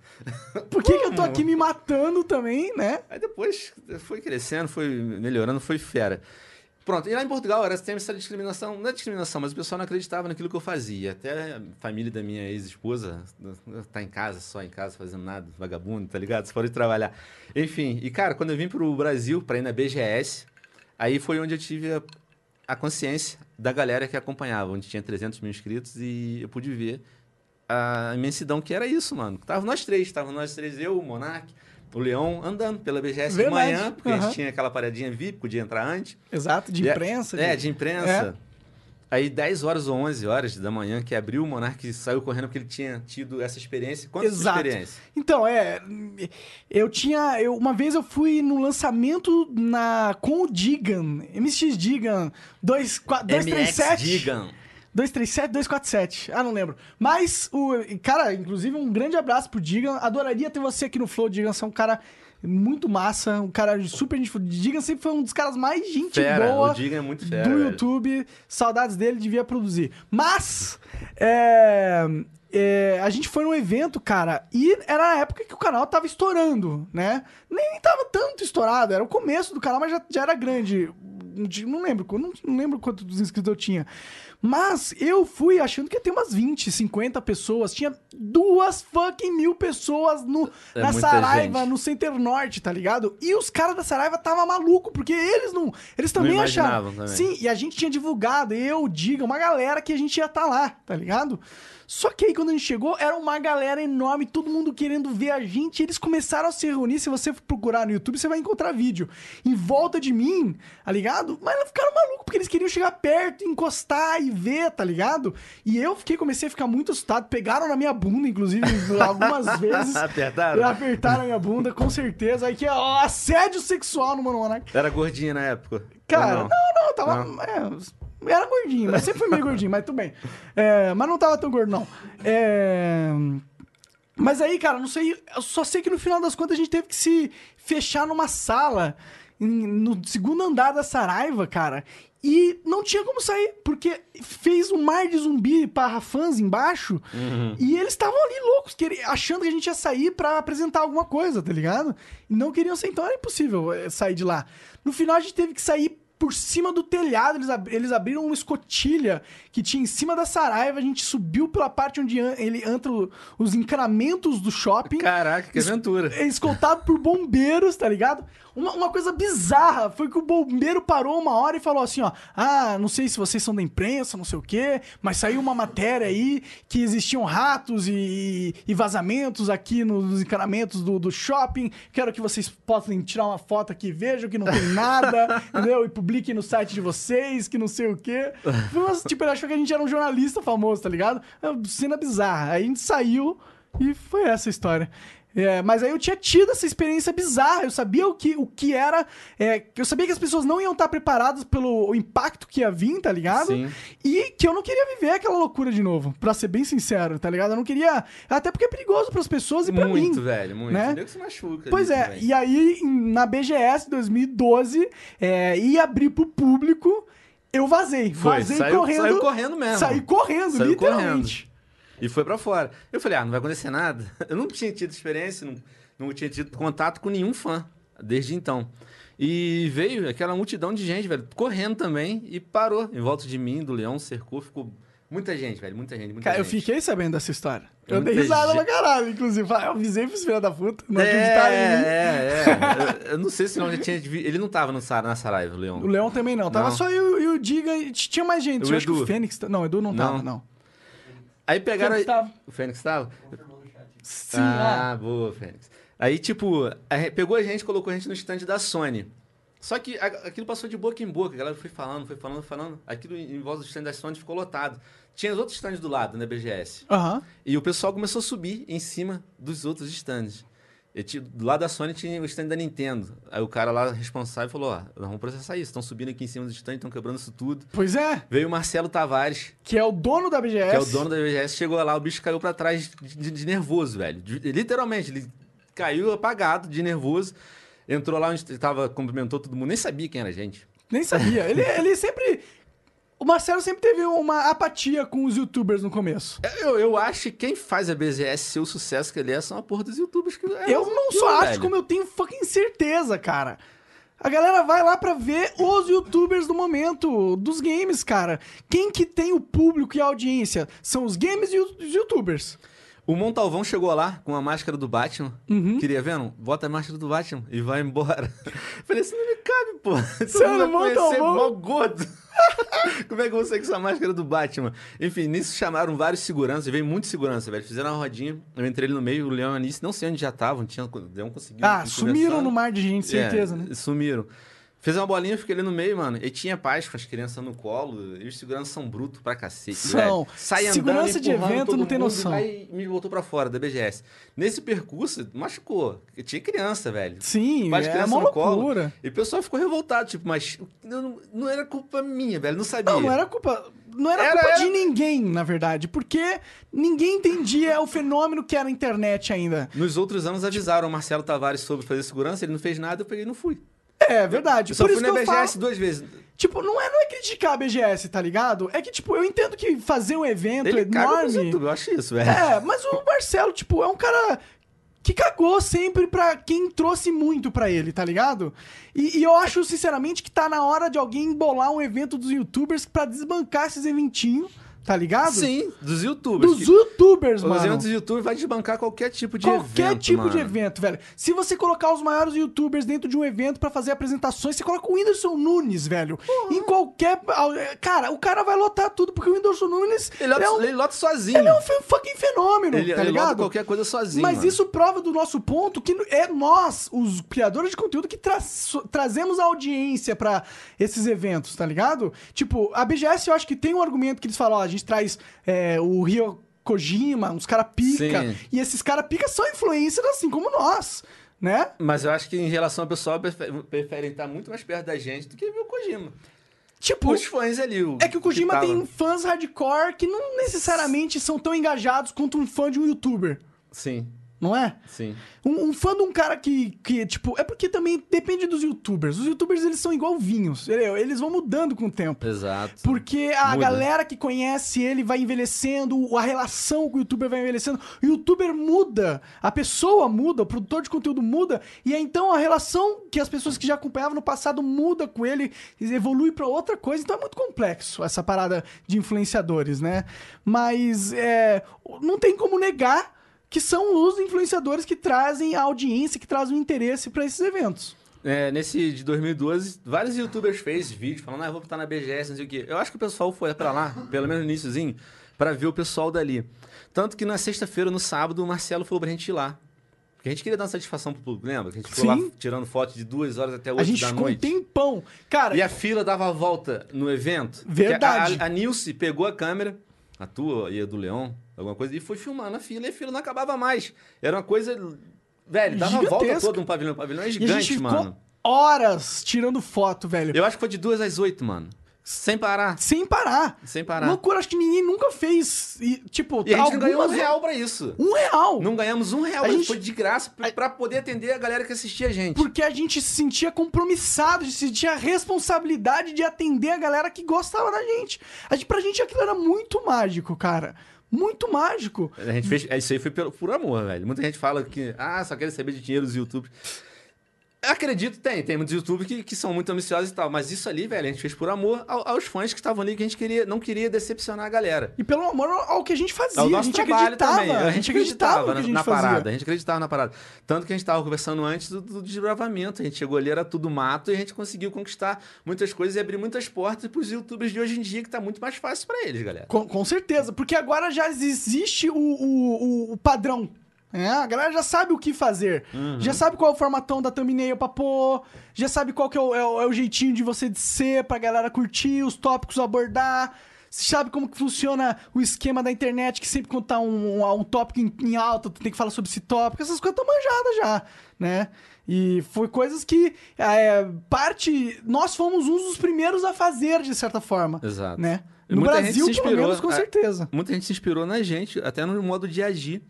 B: Por que, que eu tô aqui me matando também, né?
C: Aí depois foi crescendo, foi melhorando, foi fera. Pronto, e lá em Portugal era sempre essa discriminação, não é discriminação, mas o pessoal não acreditava naquilo que eu fazia. Até a família da minha ex-esposa tá em casa, só em casa, fazendo nada, vagabundo, tá ligado? Você pode trabalhar. Enfim, e cara, quando eu vim pro Brasil, pra ir na BGS, aí foi onde eu tive a, a consciência da galera que acompanhava, onde tinha 300 mil inscritos e eu pude ver a imensidão que era isso, mano. Tava nós três, tava nós três, eu, o Monark, o Leão, andando pela BGS de
B: Verdade.
C: manhã, porque a
B: Aham.
C: gente tinha aquela paradinha VIP, podia entrar antes.
B: Exato, de
C: E a-
B: imprensa.
C: É, de imprensa. Aí 10 horas ou 11 horas da manhã que abriu, o Monark saiu correndo porque ele tinha tido essa experiência. Quantas
B: Exato.
C: experiências?
B: Então, é. Eu tinha. Eu, uma vez eu fui no lançamento na, com o Digan, MX Digan 237.
C: digam.
B: 237, 247. Ah, não lembro. Mas, o cara, inclusive, um grande abraço pro Digan. Adoraria ter você aqui no Flow, Digan. Você é um cara muito massa, um cara super gente. foda. Digan sempre foi um dos caras mais gente
C: Fera,
B: boa
C: o Digam é muito fera.
B: do
C: velho.
B: YouTube. Saudades dele, devia produzir. Mas, é, é, a gente foi num evento, cara, e era a época que o canal tava estourando, né? Nem tava tanto estourado, era o começo do canal, mas já, já era grande. De- Não lembro, não, não lembro quantos inscritos eu tinha. Mas eu fui achando que ia ter umas 20, 50 pessoas. Tinha duas fucking mil pessoas no,
C: É
B: na
C: muita
B: Saraiva,
C: gente.
B: no Center Norte, tá ligado? E os caras da Saraiva tava maluco, porque eles não. Eles também acharam.
C: imaginavam também.
B: Sim, e a gente tinha divulgado, eu, Diga, uma galera que a gente ia estar lá, tá ligado? Só que aí quando a gente chegou, era uma galera enorme, todo mundo querendo ver a gente. Eles começaram a se reunir. Se você procurar no YouTube, você vai encontrar vídeo. Em volta de mim, tá ligado? Mas eles ficaram malucos, porque eles queriam chegar perto, encostar e ver, tá ligado? E eu fiquei, comecei a ficar muito assustado. Pegaram na minha bunda, inclusive, algumas vezes.
C: Apertaram?
B: Apertaram a minha bunda, com certeza. Aí que é ó, assédio sexual no Mano Monark.
C: Era gordinha na época.
B: Cara, não,
C: Ou
B: não, eu tava. é, era gordinho, mas sempre fui meio gordinho, mas tudo bem. É, mas não tava tão gordo, não. É, mas aí, cara, não sei. Eu só sei que no final das contas a gente teve que se fechar numa sala em- no segundo andar da Saraiva, cara. E não tinha como sair, porque fez um mar de zumbi para fãs embaixo. E eles estavam ali loucos, queri- achando que a gente ia sair pra apresentar alguma é, coisa, tá ligado? E não queriam sair, então era impossível eh, sair de lá. No final a gente teve que sair por cima do telhado. Eles, ab- eles abriram uma escotilha que tinha em cima da Saraiva. A gente subiu pela parte onde an- ele entra o- os encanamentos do shopping.
C: Caraca, que aventura.
B: É escoltado por bombeiros, tá ligado? Uma, uma coisa bizarra foi que o bombeiro parou uma hora e falou assim, ó, ah, não sei se vocês são da imprensa, não sei o quê, mas saiu uma matéria aí que existiam ratos e, e vazamentos aqui nos encanamentos do, do shopping, quero que vocês possam tirar uma foto aqui, vejam que não tem nada, entendeu? E publiquem no site de vocês, que não sei o quê. Foi umas- tipo, ele achou que a gente era um jornalista famoso, tá ligado? É uma Cena bizarra. Aí a gente saiu... E foi essa a história. É, mas aí eu tinha tido essa experiência bizarra, eu sabia o que, o que era. é, eu sabia que as pessoas não iam estar preparadas pelo impacto que ia vir, tá ligado?
C: Sim.
B: E que eu não queria viver aquela loucura de novo, pra ser bem sincero, tá ligado? Eu não queria. Até porque é perigoso pras pessoas e pra mim.
C: Muito, velho, muito.
B: né?
C: Nego se machuca.
B: Pois
C: ali
B: é,
C: também.
B: e aí em- na BGS 2012, é, ia abrir pro público, eu vazei.
C: Foi,
B: vazei
C: saiu-
B: correndo.
C: saiu correndo mesmo.
B: Saí correndo,
C: Saiu
B: literalmente.
C: E foi pra fora. Eu falei, ah, não vai acontecer nada. Eu não tinha tido experiência, não, não tinha tido contato com nenhum fã desde então. E veio aquela multidão de gente, velho, correndo também e parou em volta de mim, do leão, cercou, ficou muita gente, velho, muita gente, muita
B: Cara, eu
C: gente.
B: fiquei sabendo dessa história. Eu,
C: Eu
B: dei
C: não
B: risada
C: entendi.
B: pra caralho, inclusive. Falei, "Ah, Eu avisei pros filhos da puta, não
C: É,
B: acreditaram em mim.
C: é, é. Eu, eu não sei se não já tinha. vi- Ele não tava no, Sara- na Saraiva, o Leão.
B: O Leão também não. Tava
C: Não.
B: só eu e o Diga. e t- Tinha mais gente.
C: O
B: Eu acho que
C: Edu.
B: o Fênix... ta- Não, o Edu não, tava,
C: Não.
B: não.
C: Aí pegaram.
B: Fênix tava.
C: O Fênix tava?
B: Sim,
C: ah, boa, Fênix. Aí, tipo, a- pegou a gente, colocou a gente no stand da Sony. Só que a- aquilo passou de boca em boca, a galera foi falando, foi falando, falando. Aquilo em em volta do stand da Sony ficou lotado. Tinha os outros stands do lado, né, BGS.
B: é. Aham.
C: E o pessoal começou a subir em cima dos outros stands. E ti- do lado da Sony tinha o stand da Nintendo. Aí o cara lá responsável falou: Ó, nós vamos processar isso. Estão subindo aqui em cima dos stands, estão quebrando isso tudo.
B: Pois é.
C: Veio o Marcelo Tavares,
B: Que é o dono da BGS.
C: que é o dono da VGS, chegou lá, o bicho caiu pra trás de, de- de nervoso, velho. De- literalmente, ele caiu apagado de nervoso. Entrou lá onde ele tava, cumprimentou todo mundo, nem sabia quem era a gente.
B: Nem sabia. Ele, ele sempre... O Marcelo sempre teve uma apatia com os youtubers no começo.
C: Eu, eu acho que quem faz a BGS ser o sucesso que ele é são a porra dos youtubers que é
B: Eu não
C: aquilo,
B: só acho,
C: velho.
B: como eu tenho fucking certeza, cara. A galera vai lá pra ver os youtubers do momento, dos games, cara. Quem que tem o público e a audiência? São os games e os youtubers.
C: O Montalvão chegou lá com a máscara do Batman.
B: Uhum.
C: Queria, vendo? Bota a máscara do Batman e vai embora. Falei, isso não me cabe, pô.
B: Sério,
C: Todo mundo vai conhecer
B: Montalvão?
C: mó gordo. Como é que eu vou sair com essa máscara do Batman? Enfim, nisso chamaram vários seguranças, e veio muito segurança, velho. Fizeram uma rodinha, eu entrei ali no meio, o Leão e a Anice, não sei onde já estavam, tinha, não conseguiu. um
B: Ah, sumiram
C: conversando.
B: no mar de gente, certeza,
C: É,
B: né?
C: Sumiram. Fez uma bolinha, eu fiquei ali no meio, mano. E tinha paz com as crianças no colo. E os seguranças são brutos pra cacete.
B: São.
C: velho. Sai andando,
B: Segurança de
C: empurrando
B: evento
C: todo
B: não tem
C: mundo
B: noção.
C: E vai- me botou pra fora da BGS. Nesse percurso, machucou. Tinha criança, velho.
B: Sim,
C: Várias
B: é
C: crianças
B: uma
C: no colo.
B: loucura.
C: E o pessoal ficou revoltado, tipo, mas eu não, não era culpa minha, velho. Não sabia.
B: Não, não era culpa. Não era,
C: Era-
B: culpa de
C: era-
B: ninguém, na verdade, porque ninguém entendia o fenômeno que era a internet ainda.
C: Nos outros anos avisaram o Marcelo Tavares sobre fazer segurança, ele não fez nada, eu peguei e não fui.
B: É verdade.
C: Eu só
B: Por
C: fui
B: isso
C: na
B: que eu falo...
C: BGS duas vezes.
B: Tipo, não é, não é criticar a BGS, tá ligado? É que, tipo, eu entendo que fazer um evento
C: Ele caga pros
B: enorme.
C: YouTube, eu acho isso, velho.
B: É, mas o Marcelo, tipo, é um cara que cagou sempre pra quem trouxe muito pra ele, tá ligado? E, e eu acho, sinceramente, que tá na hora de alguém embolar um evento dos youtubers pra desbancar esses eventinhos, tá ligado?
C: Sim, dos youtubers.
B: Dos
C: que-
B: youtubers,
C: Os
B: mano.
C: eventos do YouTube vai desbancar qualquer tipo de
B: Qualquer
C: evento.
B: tipo de
C: mano.
B: evento, velho. Se você colocar os maiores youtubers dentro de um evento pra fazer apresentações, você coloca o Whindersson Nunes, velho. Em qualquer. Cara, o cara vai lotar tudo, porque o Whindersson Nunes
C: Ele lota,
B: é um,
C: ele lota sozinho.
B: ele é um fe- fucking fenômeno,
C: Ele-
B: tá
C: ele
B: ligado?
C: lota qualquer coisa sozinho.
B: Mas
C: mano.
B: isso prova do nosso ponto que é nós, os criadores de conteúdo, que tra- trazemos a audiência pra esses eventos, tá ligado? Tipo, a BGS eu acho que tem um argumento que eles falam, ó, a gente traz é, o Rio Kojima, uns cara pica,
C: Sim.
B: e esses cara pica são influencers assim como nós, né?
C: Mas eu acho que em relação ao pessoal, prefe- preferem estar muito mais perto da gente do que ver o Kojima.
B: Tipo,
C: Os fãs ali.
B: é que o Kojima
C: tava-
B: tem fãs hardcore que não necessariamente são tão engajados quanto um fã de um youtuber.
C: Sim.
B: não é?
C: Sim.
B: Um, um fã de um cara que, que, tipo. É porque também depende dos youtubers. Os youtubers, eles são igual vinhos. entendeu? Eles vão mudando com o tempo.
C: Exato.
B: Porque a
C: Muda.
B: galera que conhece ele vai envelhecendo, a relação com o youtuber vai envelhecendo. O youtuber muda, a pessoa muda, o produtor de conteúdo muda, e aí, então a relação que as pessoas que já acompanhavam no passado muda com ele, evolui pra outra coisa. Então é muito complexo essa parada de influenciadores, né? Mas é, não tem como negar que são os influenciadores que trazem a audiência, que trazem o interesse pra esses eventos.
C: É, nesse de 2012, vários youtubers fez vídeo falando, ah, eu vou botar na BGS, não sei o quê. Eu acho que o pessoal foi pra lá, pelo menos no iníciozinho, pra ver o pessoal dali. Tanto que na sexta-feira, no sábado, o Marcelo falou pra gente ir lá. Porque a gente queria dar uma satisfação pro público, lembra? Que a gente ficou
B: Sim.
C: lá tirando foto de duas horas até
B: a
C: oito
B: gente
C: da
B: ficou um
C: noite.
B: tempão. Cara,
C: E a fila dava a volta no evento.
B: Verdade.
C: Que A, a, a Nilce pegou a câmera, a tua e a do Leão, alguma coisa, e foi filmar na fila, e a fila não acabava mais. Era uma coisa. Velho, dava a volta
B: Gigantesca.
C: toda um pavilhão. O pavilhão é
B: e a
C: gigante,
B: gente ficou
C: mano.
B: horas tirando foto, velho.
C: Eu acho que foi de 2 às 8, mano. Sem parar.
B: Sem parar.
C: Sem parar.
B: Loucura, acho que ninguém nunca fez. E, tipo,
C: E a gente não
B: algumas-
C: ganhou um real pra isso.
B: Um real.
C: Não ganhamos um real.
B: A
C: A gente
B: gente-
C: foi de graça pra, pra poder atender a galera que assistia a gente.
B: Porque a gente se sentia compromissado, a gente sentia a responsabilidade de atender a galera que gostava da gente. A gente. Pra gente aquilo era muito mágico, cara. Muito mágico.
C: A gente fez, isso aí foi pelo- por amor, velho. Muita gente fala que, ah, só quero saber de dinheiro dos youtubers. Eu Acredito, tem. Tem muitos youtubers que, que são muito ambiciosos e tal. Mas isso ali, velho, a gente fez por amor ao- aos fãs que estavam ali, que a gente queria, não queria decepcionar a galera.
B: E pelo amor ao que a gente fazia.
C: É o
B: a
C: nosso
B: gente
C: trabalho
B: acreditava.
C: também.
B: A gente acreditava no que
C: na,
B: a gente
C: na
B: fazia.
C: parada. A gente acreditava na parada. Tanto que a gente estava conversando antes do, do desbravamento. A gente chegou ali, era tudo mato, e a gente conseguiu conquistar muitas coisas e abrir muitas portas para os youtubers de hoje em dia, que tá muito mais fácil para eles, galera.
B: Com, com certeza, porque agora já existe o, o, o- o padrão. né? a galera já sabe o que fazer. Já sabe qual é o formatão da thumbnail pra pôr. Já sabe qual que é o, é o- é o jeitinho de você de ser pra galera curtir, os tópicos a abordar. Sabe como que funciona o esquema da internet, que sempre quando tá um, um, um tópico em, em alta, tu tem que falar sobre esse tópico. Essas coisas estão manjadas já, né? E foi coisas que é, parte... Nós fomos um dos primeiros a fazer, de certa forma.
C: Exato.
B: Né?
C: E
B: No
C: muita gente
B: Brasil,
C: se
B: pelo
C: inspirou,
B: menos, com
C: é.
B: certeza.
C: Muita gente se inspirou na gente, até no modo de agir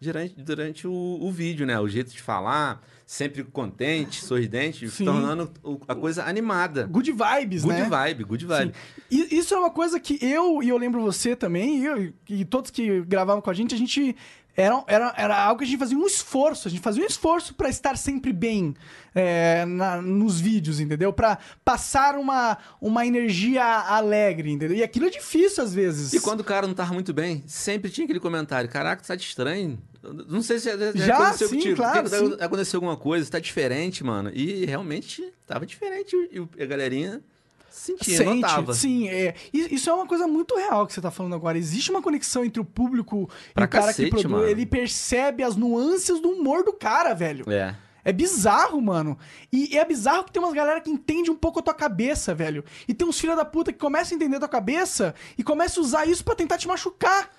C: durante, durante o, o vídeo, né? O jeito de falar, sempre contente, sorridente,
B: Sim.
C: tornando o- a coisa animada.
B: Good vibes,
C: Good
B: né?
C: vibe, good vibe.
B: E isso é uma coisa que eu, e eu lembro você também, e, eu- e todos que gravavam com a gente, a gente. Era, era, era algo que a gente fazia um esforço, a gente fazia um esforço pra estar sempre bem é, na- nos vídeos, entendeu? Pra passar uma, uma energia alegre, entendeu? E aquilo é difícil às vezes.
C: E quando o cara não tava muito bem, sempre tinha aquele comentário: Caraca, tá estranho. Eu Não sei se é,
B: Já,
C: aconteceu
B: sim,
C: contigo.
B: claro,
C: Porque
B: sim.
C: Aconteceu alguma coisa, tá diferente, mano. E realmente tava diferente. E o- a galerinha sentia,
B: Sente,
C: notava.
B: sim, é. I- Isso é uma coisa muito real que você tá falando agora. Existe uma conexão entre o público
C: Pra
B: e o cara
C: cacete,
B: que produz.
C: mano.
B: Ele percebe as nuances do humor do cara, velho.
C: É.
B: É bizarro, mano. E é bizarro que tem umas galera que entende um pouco a tua cabeça, velho. E tem uns filha da puta que começam a entender a tua cabeça e começam a usar isso pra tentar te machucar.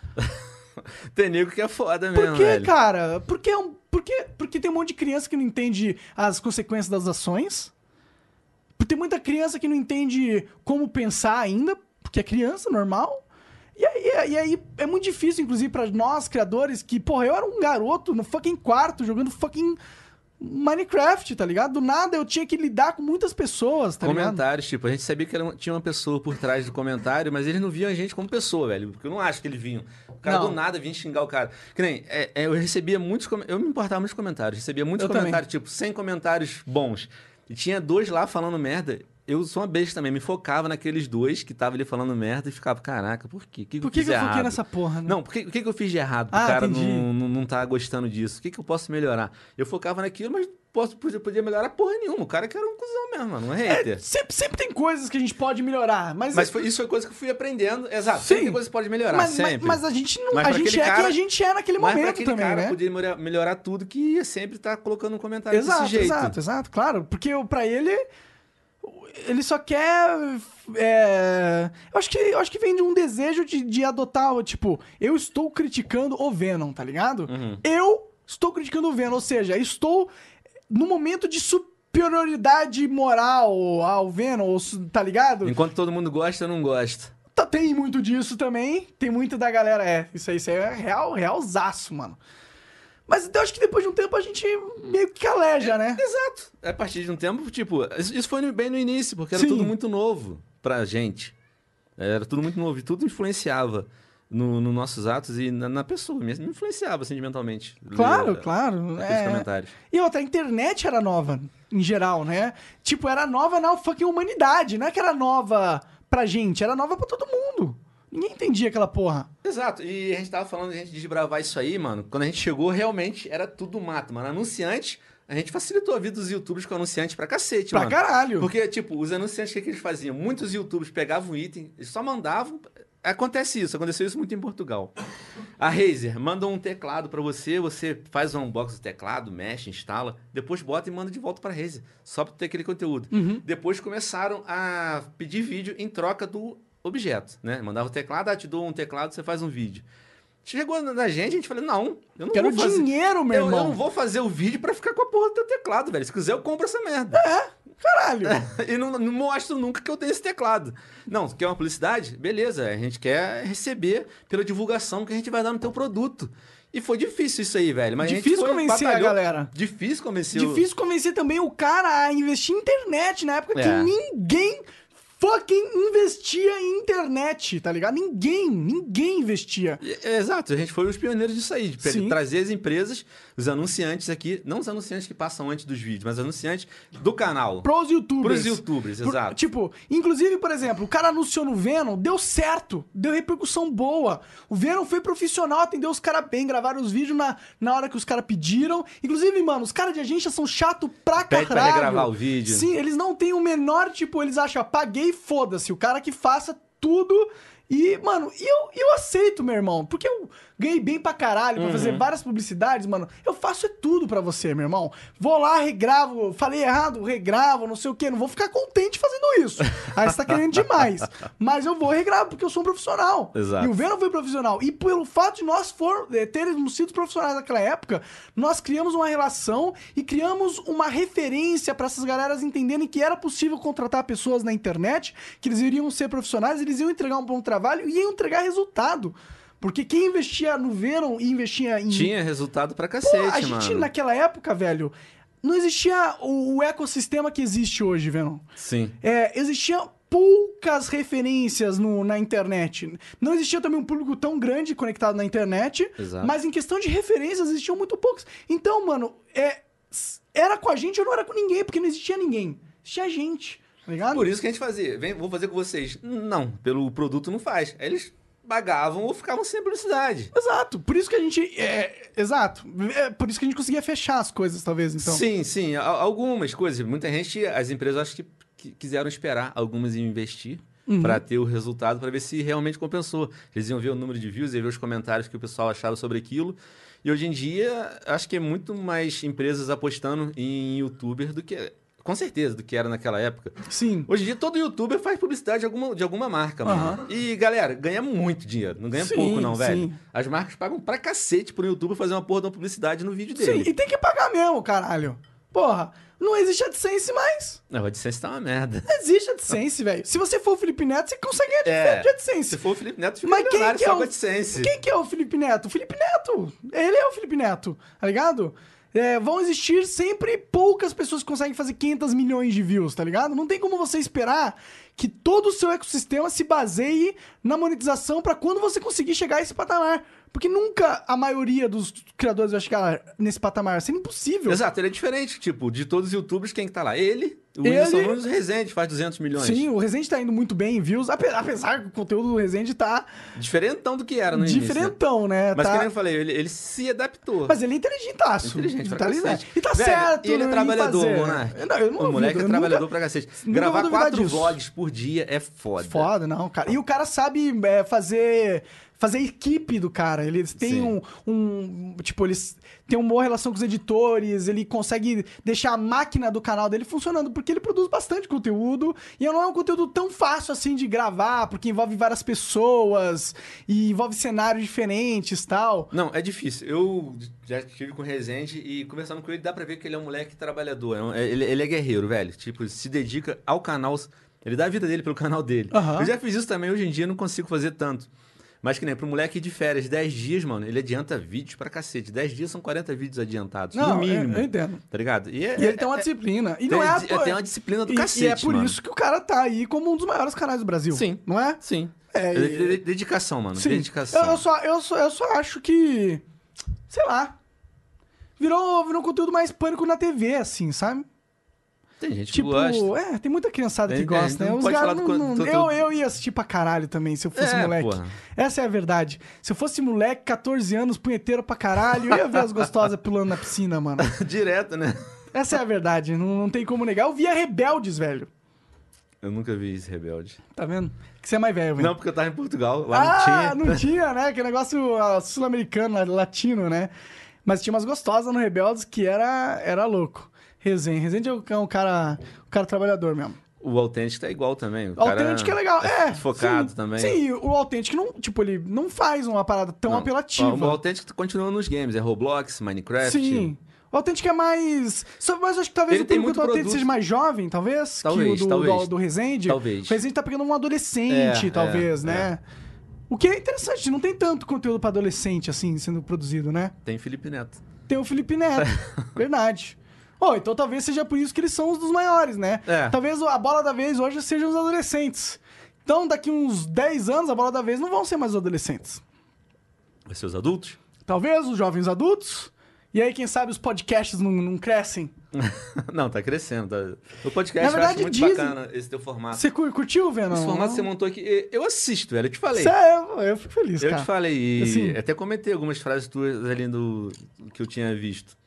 C: Tem nego que é foda
B: Por
C: mesmo.
B: quê,
C: velho.
B: cara? Porque, é um- porque, porque tem um monte de criança que não entende as consequências das ações. Tem muita criança que não entende como pensar ainda, porque é criança, normal. E aí, e aí é muito difícil, inclusive, pra nós, criadores, que, porra, eu era um garoto no fucking quarto, jogando fucking Minecraft, tá ligado? Do nada eu tinha que lidar com muitas pessoas, tá ligado?
C: comentários, tipo, a gente sabia que era uma- tinha uma pessoa por trás do comentário, mas eles não viam a gente como pessoa, velho. Porque eu não acho que eles vinham. O cara
B: Não.
C: do nada vinha xingar o cara. Que nem, é, é, eu recebia muitos com- Eu me importava muitos comentários. Recebia muitos
B: Eu também.
C: comentários, tipo, 100 comentários bons. E tinha dois lá falando merda. Eu sou uma besta também, me focava naqueles dois que estavam ali falando merda e ficava, caraca, por quê? O que,
B: Por que,
C: fiz
B: que eu foquei
C: errado?
B: nessa porra, né?
C: Não, por que- o que, que eu fiz de errado? pro
B: Ah,
C: cara
B: entendi.
C: não, não, não tá gostando disso. O que, que eu posso melhorar? Eu focava naquilo, mas posso, podia, podia melhorar porra nenhuma. O cara que era um cuzão mesmo, mano, um hater.
B: Sempre, sempre tem coisas que a gente pode melhorar, mas. é
C: Mas foi- isso foi coisa que eu fui aprendendo. Exato.
B: Sim.
C: Sempre tem coisa que pode melhorar,
B: mas, mas,
C: sempre.
B: mas a gente não.
C: Mas
B: a
C: pra
B: gente
C: aquele
B: é quem
C: cara-
B: a gente é naquele
C: Mas pra
B: momento
C: aquele
B: também,
C: cara
B: né?
C: podia melhorar, melhorar tudo que ia sempre estar colocando um comentário
B: Exato,
C: desse jeito.
B: exato, exato, claro. Porque o- pra ele, ele só quer. é, eu, acho que, eu acho que vem de um desejo de, de adotar, o tipo, eu estou criticando o Venom, tá ligado?
C: Uhum.
B: Eu estou criticando o Venom, ou seja, estou no momento de superioridade moral ao Venom, ou su- tá ligado?
C: Enquanto todo mundo gosta, eu não gosto.
B: Tá- tem muito disso também. Tem muito da galera. É, isso aí, isso aí é real, realzaço, mano. Mas eu acho que depois de um tempo a gente meio que caleja, né?
C: Exato. A partir de um tempo, tipo, isso isso foi bem no início, porque era
B: Sim.
C: tudo muito novo pra gente. Era tudo muito novo e tudo influenciava no- nos nossos atos e na, na pessoa. Me me influenciava sentimentalmente.
B: Claro,
C: Ler, eh,
B: claro.
C: Aqueles
B: é.
C: comentários.
B: E outra, a internet era nova, em geral, né? Tipo, era nova na fucking humanidade. Não é que era nova pra gente, era nova pra todo mundo. Ninguém entendia aquela porra.
C: Exato. E a gente tava falando de a gente desbravar isso aí, mano. Quando a gente chegou, realmente era tudo mato, mano. Anunciante, a gente facilitou a vida dos youtubers com anunciante pra cacete,
B: Pra
C: mano.
B: caralho.
C: Porque, tipo, os anunciantes, o que, que eles faziam? Muitos youtubers pegavam um item e só mandavam. Acontece isso, aconteceu isso muito em Portugal. A Razer manda um teclado pra você, você faz um unboxing do teclado, mexe, instala, depois bota e manda de volta pra Razer, só pra ter aquele conteúdo.
B: Uhum.
C: Depois começaram a pedir vídeo em troca do objeto, né? Mandava o teclado, ah, te dou um teclado, você faz um vídeo. Chegou na na gente, a gente falou, não, eu não
B: Quero
C: vou fazer...
B: dinheiro, meu
C: Eu, eu
B: irmão.
C: não vou fazer o vídeo pra ficar com a porra do teu teclado, velho. Se quiser, eu compro essa merda.
B: Caralho.
C: e não, não mostro nunca que eu tenho esse teclado. Não, quer uma publicidade? Beleza, a gente quer receber pela divulgação que a gente vai dar no teu produto. E foi difícil isso aí, velho. Mas a
B: Difícil
C: gente foi,
B: convencer a
C: batalhou.
B: galera.
C: Difícil convencer o-
B: Difícil convencer também o cara a investir em internet na época que
C: É.
B: ninguém fucking investia em internet, tá ligado? Ninguém, ninguém investia.
C: É, é, Exato, a gente foi os pioneiros disso aí, de pe-
B: Sim.
C: trazer as empresas, os anunciantes aqui, não os anunciantes que passam antes dos vídeos, mas anunciantes do canal.
B: Pros youtubers.
C: Pros youtubers,
B: Por-
C: exato.
B: Tipo, inclusive, por exemplo, o cara anunciou no Venom, deu certo, deu repercussão boa. O Venom foi profissional, atendeu os caras bem, gravaram os vídeos na, na hora que os caras pediram. Inclusive, mano, os caras de agência são chato pra
C: Pede pra
B: caralho.
C: regravar o vídeo.
B: Sim, eles não têm o menor, tipo, eles acham, ó, paguei, foda-se, o cara que faça tudo. E, mano, e eu, e eu aceito, meu irmão. Porque eu ganhei bem pra caralho pra fazer várias publicidades, mano. Eu faço é tudo pra você, meu irmão. Vou lá, regravo, falei errado, regravo, não sei o quê. Não vou ficar contente fazendo isso. Aí você tá querendo demais. Mas eu vou regravo, porque eu sou um profissional.
C: Exato.
B: E o Venom foi profissional. E pelo fato de nós for, eh, termos sido profissionais naquela época, nós criamos uma relação e criamos uma referência para essas galeras entenderem que era possível contratar pessoas na internet, que eles iriam ser profissionais, eles iam entregar um bom trabalho e iam entregar resultado. Porque quem investia no Venom e investia em
C: Tinha resultado pra cacete,
B: a gente,
C: mano.
B: naquela época, velho, não existia o, o ecossistema que existe hoje, Venom.
C: Sim.
B: É, existiam poucas referências no- na internet. Não existia também um público tão grande conectado na internet,
C: Exato.
B: mas em questão de referências existiam muito poucos. Então, mano, é, s- era com a gente ou não era com ninguém, porque não existia ninguém. Existia a gente, tá ligado?
C: Por isso que a gente fazia. Vem, vou fazer com vocês. Não, pelo produto não faz. Aí eles pagavam ou ficavam sem publicidade.
B: Exato, por isso que a gente. é, exato. É, por isso que a gente conseguia fechar as coisas, talvez, então.
C: Sim, sim. a- Algumas coisas. Muita gente, as empresas acho que qui- quiseram esperar algumas iam investir
B: Uhum.
C: pra ter o resultado, pra ver se realmente compensou. Eles iam ver o número de views, iam ver os comentários que o pessoal achava sobre aquilo. E hoje em dia, acho que é muito mais empresas apostando em youtuber do que. Com certeza, do que era naquela época.
B: Sim.
C: Hoje em dia, todo youtuber faz publicidade de alguma, de alguma marca, mano.
B: Aham.
C: E, galera, ganha muito dinheiro. Não ganha
B: Sim,
C: pouco, não,
B: sim.
C: velho. As marcas pagam pra cacete pro youtuber fazer uma porra de uma publicidade no vídeo
B: Sim,
C: dele.
B: e tem que pagar mesmo, caralho. Porra, não existe AdSense mais.
C: Não, a AdSense tá uma merda.
B: Não existe AdSense, velho. Se você for o Felipe Neto, você consegue ganhar de-
C: É.
B: de AdSense.
C: Se for o Felipe Neto, fica
B: Mas quem
C: milionário
B: que é
C: só
B: o-
C: com a AdSense.
B: Quem que é o Felipe Neto? O Felipe Neto. Ele é o Felipe Neto, tá ligado? É, vão existir sempre poucas pessoas que conseguem fazer 500 milhões de views, tá ligado? Não tem como você esperar que todo o seu ecossistema se baseie na monetização pra quando você conseguir chegar a esse patamar. Porque nunca a maioria dos criadores vai chegar nesse patamar. Isso é impossível.
C: Exato, ele é diferente. Tipo, de todos os youtubers, quem que tá lá? Ele, o
B: Ele-
C: Wilson Nunes e o Rezende, faz 200 milhões.
B: Sim, o Resende tá indo muito bem em views, ape- apesar que o conteúdo do Resende tá
C: Diferentão do que era no início, né?
B: diferentão, né?
C: Mas
B: Tá-
C: que nem eu falei, ele, ele se adaptou.
B: Mas ele é inteligentaço.
C: Inteligente, pra
B: Inteligente.
C: cacete.
B: E tá
C: Velho,
B: certo,
C: E ele é
B: né, em
C: trabalhador,
B: fazer.
C: Monark.
B: Não, eu não
C: o moleque
B: duvido,
C: é
B: eu
C: trabalhador
B: nunca-
C: pra cacete.
B: nunca vou
C: Gravar
B: duvidar
C: quatro
B: disso.
C: vlogs por dia é foda.
B: Foda, não, cara. E o cara sabe é, fazer fazer equipe do cara. Ele tem um,
C: Sim.
B: um- Tipo, eles tem uma boa relação com os editores, ele consegue deixar a máquina do canal dele funcionando, porque ele produz bastante conteúdo. E não é um conteúdo tão fácil assim de gravar, porque envolve várias pessoas e envolve cenários diferentes tal.
C: Não, é difícil. Eu já estive com o Rezende e conversando com ele, dá pra ver que ele é um moleque trabalhador. É um- é- ele, ele é guerreiro, velho. Tipo, se dedica ao canal. Ele dá a vida dele pelo canal dele.
B: Aham.
C: Eu já fiz isso também, hoje em dia eu não consigo fazer tanto. Mas que nem pro moleque ir de férias 10 dias, mano, ele adianta vídeos pra cacete. 10 dias são 40 vídeos adiantados,
B: Não, é,
C: no mínimo.
B: eu- eu entendo.
C: Tá ligado? E, é-
B: E ele
C: é-
B: tem uma
C: é-
B: disciplina. E
C: tem-
B: não é à
C: é-
B: toa-
C: tem uma disciplina do
B: E-
C: cacete,
B: E é por
C: mano.
B: isso que o cara tá aí como um dos maiores canais do Brasil.
C: Sim.
B: Não é?
C: Sim.
B: É,
C: É,
B: e-
C: de- de- Dedicação, mano.
B: Sim.
C: Dedicação.
B: Eu, eu só, eu, só, eu só acho que. Sei lá. Virou, virou um conteúdo mais pânico na TV, assim, sabe?
C: Tem gente
B: Tipo,
C: que gosta.
B: é, tem muita criançada que
C: Tem, tem,
B: gosta, né?
C: não
B: Os
C: pode
B: caras
C: falar do
B: não-
C: quanto-
B: não-
C: tu- tu-
B: Eu, eu ia assistir pra caralho também, se eu fosse
C: É,
B: moleque.
C: porra.
B: Essa é a verdade. Se eu fosse moleque, 14 anos, punheteiro pra caralho, eu ia ver as gostosas pulando na piscina, mano.
C: Direto, né?
B: Essa é a verdade, não, não tem como negar. Eu via Rebeldes, velho.
C: Eu nunca vi esse Rebelde.
B: Tá vendo? Que você é mais velho, velho.
C: Não, porque eu tava em Portugal, lá
B: Ah,
C: não tinha.
B: não tinha, né? Que negócio ah, sul-americano, ah, latino, né? Mas tinha umas gostosas no Rebeldes que era, era louco. Resende. Resende é um é um cara, um cara trabalhador mesmo.
C: O Autêntico tá igual também. O
B: O Autêntico é
C: cara
B: legal. É.
C: Focado
B: sim.
C: também.
B: Sim, então é um o Autêntico não, tipo, ele não faz uma parada tão
C: Não,
B: apelativa.
C: O Autêntico continua nos games. É Roblox, Minecraft.
B: Sim. O Autêntico é mais. só- Mas eu acho que talvez
C: Ele
B: o
C: tem
B: público
C: muito
B: do Autêntico
C: produto.
B: seja mais jovem, talvez.
C: Talvez,
B: que o do,
C: talvez.
B: do, do Resende.
C: Talvez.
B: O Resende tá pegando um adolescente,
C: É,
B: talvez,
C: é,
B: né? O que é interessante, não tem tanto conteúdo pra adolescente, assim, sendo produzido, né?
C: Tem Felipe Neto.
B: Tem o Felipe Neto. verdade. Oh, então talvez seja por isso que eles são os dos maiores, né?
C: É.
B: Talvez a bola da vez hoje sejam os adolescentes. Então, daqui uns 10 anos, a bola da vez não vão ser mais os adolescentes.
C: Vai ser os adultos?
B: Talvez os jovens adultos. E aí, quem sabe, os podcasts não, não crescem.
C: não, tá crescendo. tá- O podcast
B: Na
C: eu
B: verdade,
C: acho muito
B: dizem-
C: bacana esse teu formato.
B: Você cu- curtiu, Venom?
C: Esse formato que você montou aqui. Eu assisto, velho. Eu te falei.
B: Sério, eu fico feliz,
C: Eu
B: cara.
C: te falei, e
B: Assim-
C: até comentei algumas frases tuas ali do que eu tinha visto.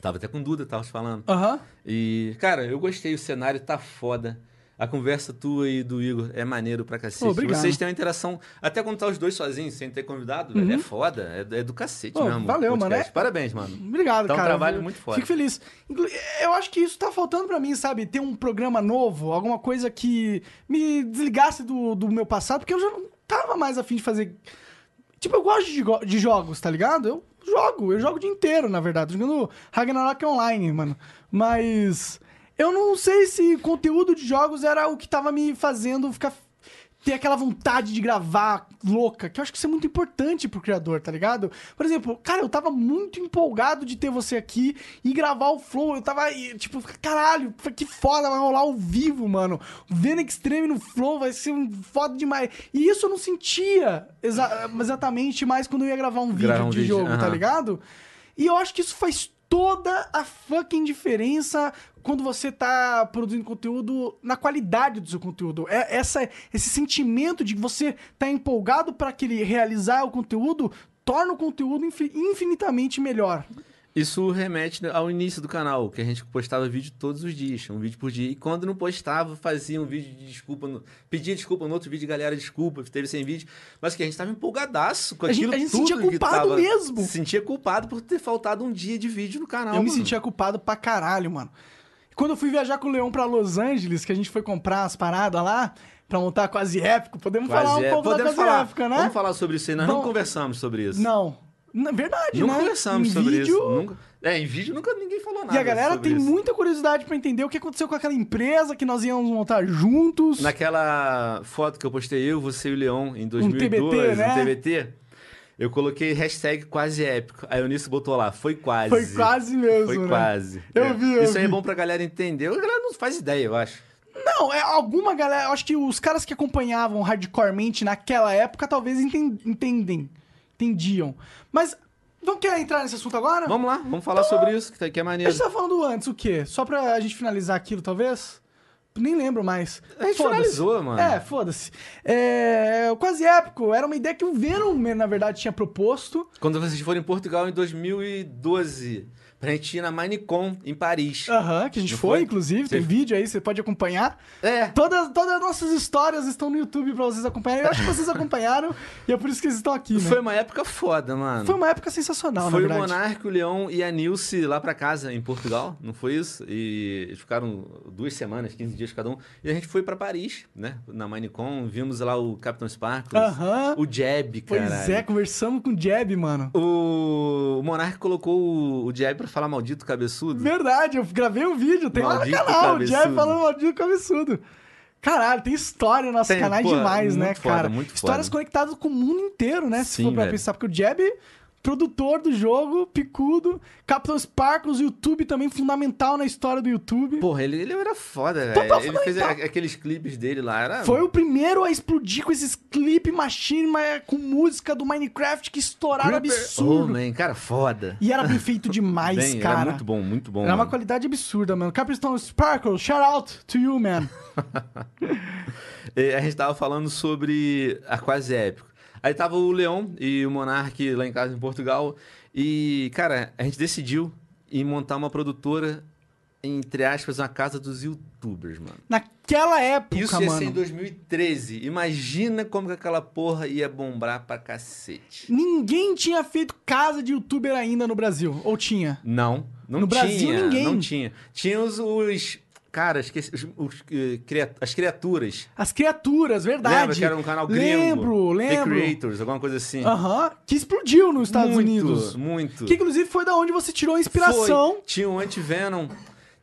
C: Tava até com o Duda, tava te falando.
B: Aham.
C: E, cara, eu gostei, o cenário tá foda. A conversa tua e do Igor é maneiro pra cacete.
B: Obrigado.
C: Vocês têm uma interação, até quando tá os dois sozinhos, sem ter convidado, velho, é foda. É, é do cacete
B: Uhum. Pô,
C: mesmo.
B: valeu,
C: o podcast.
B: mano, é-
C: Parabéns, mano.
B: Obrigado,
C: Tá um
B: cara.
C: trabalho
B: Eu
C: muito foda.
B: Fico feliz. Inclu- Eu acho que isso tá faltando pra mim, sabe? Ter um programa novo, alguma coisa que me desligasse do, do meu passado, porque eu já não tava mais afim de fazer. Tipo, eu gosto de, go- de jogos, tá ligado? Eu jogo, eu jogo o dia inteiro, na verdade. Tô jogando Ragnarok Online, mano. Mas. Eu não sei se conteúdo de jogos era o que tava me fazendo ficar. Ter aquela vontade de gravar louca, que eu acho que isso é muito importante pro criador, tá ligado? Por exemplo, cara, eu tava muito empolgado de ter você aqui e gravar o Flow. Eu tava, e, tipo, caralho, que foda, vai rolar ao vivo, mano. Vendo Extreme no Flow vai ser um foda demais. E isso eu não sentia exa- exatamente mais quando eu ia gravar um vídeo
C: Gravar um
B: de
C: vídeo,
B: jogo, tá
C: aham.
B: ligado? ligado? E eu acho que isso faz toda a fucking diferença quando você tá produzindo conteúdo na qualidade do seu conteúdo. É essa esse sentimento de que você tá empolgado para aquele realizar o conteúdo torna o conteúdo infi- infinitamente melhor.
C: Tipo, Isso remete ao início do canal, que a gente postava vídeo todos os dias, um vídeo por dia. E quando não postava, fazia um vídeo de desculpa, no... pedia desculpa no outro vídeo, galera, desculpa, teve sem vídeo. Mas que a gente tava empolgadaço com
B: A gente-
C: aquilo
B: a gente
C: tudo
B: sentia
C: que
B: culpado
C: tava...
B: mesmo.
C: Sentia culpado por ter faltado um dia de vídeo no canal,
B: eu me
C: mano.
B: sentia culpado pra caralho, mano. Quando eu fui viajar com o Leão pra Los Angeles, que a gente foi comprar as paradas lá, pra montar quase épico, podemos
C: Quase
B: falar um
C: é.
B: pouco da
C: Podemos
B: quase
C: falar.
B: épica, né?
C: Vamos falar sobre isso aí. Nós
B: Vamos-
C: não conversamos sobre isso.
B: Não. Na verdade,
C: Não
B: né?
C: conversamos
B: Em
C: sobre isso.
B: vídeo,
C: Nunca... É, em vídeo nunca ninguém falou nada.
B: E a galera
C: sobre
B: tem
C: isso.
B: muita curiosidade pra entender o que aconteceu com aquela empresa que nós íamos montar juntos.
C: Naquela foto que eu postei eu, você e o Leon em 2002,
B: TBT,
C: um
B: né?
C: TBT, eu coloquei hashtag quase épico. Aí o Nisso botou lá, foi quase.
B: Foi quase mesmo,
C: Foi
B: né?
C: quase.
B: Eu
C: É.
B: vi, eu
C: Isso aí é
B: vi.
C: bom pra galera entender. A galera não faz ideia, eu acho.
B: Não, é alguma galera. eu Acho que os caras que acompanhavam hardcoremente naquela época talvez enten- entendem. Entendiam. Mas não quer entrar nesse assunto agora?
C: Vamos lá, vamos falar sobre isso, que tá- que é
B: A
C: maneiro.
B: gente tava falando antes o quê? Só pra gente finalizar aquilo, talvez? Nem lembro mais.
C: A gente
B: Foda-se.
C: finalizou, mano.
B: É, foda-se. É, o quase épico. Era uma ideia que o Venom, na verdade, tinha proposto.
C: Quando vocês foram em Portugal em 2012, pra gente ir na Minecon, em Paris.
B: Aham, que a gente
C: Não
B: foi,
C: foi?
B: inclusive.
C: Você-
B: Tem vídeo aí, você pode acompanhar.
C: É.
B: Todas, todas as nossas histórias estão no YouTube pra vocês acompanharem. Eu acho que vocês acompanharam e é por isso que eles estão aqui, né?
C: Foi uma época foda, mano.
B: Foi uma época sensacional,
C: Foi
B: na
C: o
B: verdade.
C: Monarca, o Leão e a Nilce lá pra casa, em Portugal, não foi isso? E eles ficaram duas semanas, 15 dias cada um. E a gente foi pra Paris, né? Na Minecon, vimos lá o Capitão Sparkles,
B: Aham.
C: o Jeb,
B: Pois
C: cara.
B: é, conversamos com o Jeb, mano.
C: O Monarca colocou o- o Jeb pra falar maldito cabeçodo.
B: Verdade, eu gravei um vídeo, tem lá no
C: Maldito
B: canal, o Jeb
C: cabeçudo.
B: falando maldito cabeçudo. Caralho, tem história no nosso
C: Tem,
B: canal
C: pô,
B: demais, né,
C: muito foda,
B: cara?
C: muito foda.
B: Histórias conectadas com o mundo inteiro, né? Se
C: Sim,
B: for pra
C: velho.
B: pensar. Porque o Jeb, produtor do jogo, picudo, Capitão Sparkles, YouTube também fundamental na história do YouTube.
C: Porra, ele, ele era foda,
B: Total
C: velho. Ele fez a-
B: fundamental.
C: aqueles clipes dele lá. Era...
B: tá então. Foi o primeiro a explodir com esses clipe machine mas com música do Minecraft que estouraram
C: Creeper- Oh,
B: absurdo.
C: man, cara, foda.
B: e era bem feito demais,
C: Bem,
B: cara.
C: Era muito bom, muito bom.
B: Era uma
C: mano.
B: qualidade absurda, mano. Capitão Sparkle, shout out to you, man.
C: É, A gente tava falando sobre a quase épico. Aí tava o Leon e o Monark lá em casa em Portugal. E, cara, a gente decidiu em montar uma produtora, entre aspas, uma casa dos youtubers, mano.
B: Naquela época,
C: Isso ia
B: mano.
C: ser em 2013. Imagina como que aquela porra ia bombar pra cacete.
B: Ninguém tinha feito casa de youtuber ainda no Brasil. Ou tinha?
C: Não, não
B: No
C: tinha.
B: Brasil, ninguém.
C: Não tinha. Tinha os. os cara, esqueci. Os, os, eh, cria- as criaturas.
B: As criaturas, verdade.
C: Lembra que era um canal gringo?
B: Lembro,
C: The
B: lembro.
C: Creators, alguma coisa assim.
B: Aham. Que explodiu nos Estados
C: muito,
B: Unidos.
C: Muito.
B: Que inclusive foi da onde você tirou a inspiração.
C: Foi. Tinha um anti-Venom.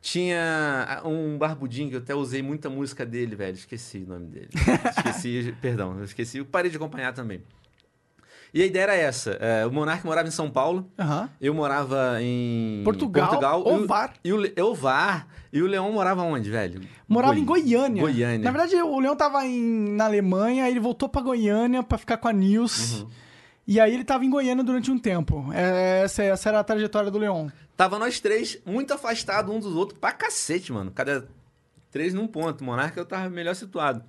C: Tinha um barbudinho que eu até usei muita música dele, velho. Esqueci o nome dele. Esqueci, perdão, eu esqueci. Eu parei de acompanhar também. E a ideia era essa. é, o Monark morava em São Paulo.
B: Aham.
C: Eu morava em
B: Portugal,
C: Portugal e o-
B: Ovar.
C: E o, Le- Ovar. E o Leão morava onde, velho?
B: Morava
C: Goi-
B: em Goiânia.
C: Goiânia.
B: Na verdade, o Leão tava em, na Alemanha, aí ele voltou pra Goiânia pra ficar com a
C: Uhum.
B: Nils. E aí ele tava em Goiânia durante um tempo. É, Essa, essa era a trajetória do Leon.
C: Tava nós três muito afastados um dos outros pra cacete, mano. Cada três num ponto. Monarca eu tava melhor situado.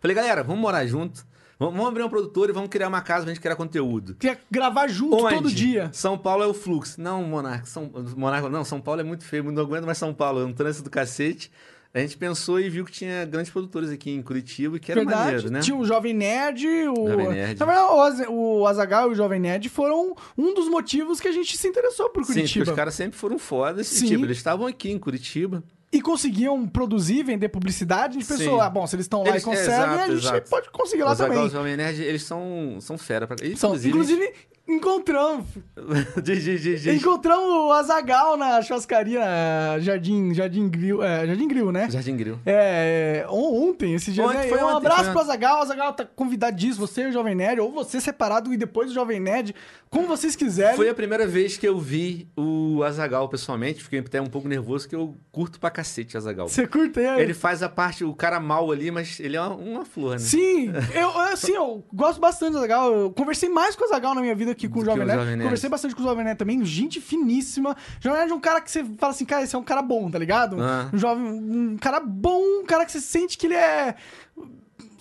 C: Falei, galera, vamos morar junto. Vamos vamos abrir uma produtora e vamos criar uma casa pra gente criar conteúdo.
B: Queria gravar junto todo dia.
C: São Paulo é o fluxo. Não, Monarca. São... Monarca, não, São Paulo é muito feio. Não aguento mais São Paulo. É um trânsito do cacete. A gente pensou e viu que tinha grandes produtores aqui em Curitiba, que era
B: Verdade,
C: maneiro, né?
B: tinha um o Jovem Nerd, o...
C: Jovem Nerd.
B: Na verdade, o Az- o Azagal e o Jovem Nerd foram um dos motivos que a gente se interessou por
C: Sim, porque
B: Curitiba.
C: os caras sempre foram fodas. e,
B: Sim.
C: Tipo, eles estavam aqui em Curitiba.
B: E conseguiam produzir, vender publicidade, a gente pensou,
C: Sim.
B: ah, bom, se eles estão lá
C: Eles-
B: e conseguem,
C: é, exato,
B: a gente
C: exato.
B: pode conseguir lá
C: Os Zagal,
B: também.
C: os Jovem Nerd, eles são, são fera. Pra...
B: São-
C: Inclusive,
B: inclusive, encontramos.
C: diz, diz, diz, diz.
B: Encontramos o Azagal na churrascaria eh, Jardim, Jardim Grill, eh, Jardim Grill, né?
C: Jardim Grill.
B: É, é, on- ontem, esse dia.
C: Ontem,
B: né?
C: foi
B: um
C: ontem,
B: abraço
C: foi
B: pro
C: ontem.
B: Azagal. Azagal tá convidado disso, você e o Jovem Nerd, ou você separado e depois o Jovem Nerd, como vocês quiserem.
C: Foi a primeira vez que eu vi o Azagal pessoalmente. Fiquei até um pouco nervoso, que eu curto pra cacete Azagal.
B: Você curte ele?
C: Ele faz a parte, o cara mal ali, mas ele é uma, uma flor, né?
B: Sim, eu, eu- assim, eu gosto bastante do Azagal. Eu conversei mais com o Azagal na minha vida que com o
C: Do
B: Jovem
C: que o
B: Nerd.
C: Jovem Nerd.
B: Conversei bastante com o Jovem Nerd também, gente finíssima. O Jovem Nerd é um cara que você fala assim, cara, esse é um cara bom, tá ligado?
C: Ah.
B: Um jovem, um cara bom, um cara que você sente que ele é.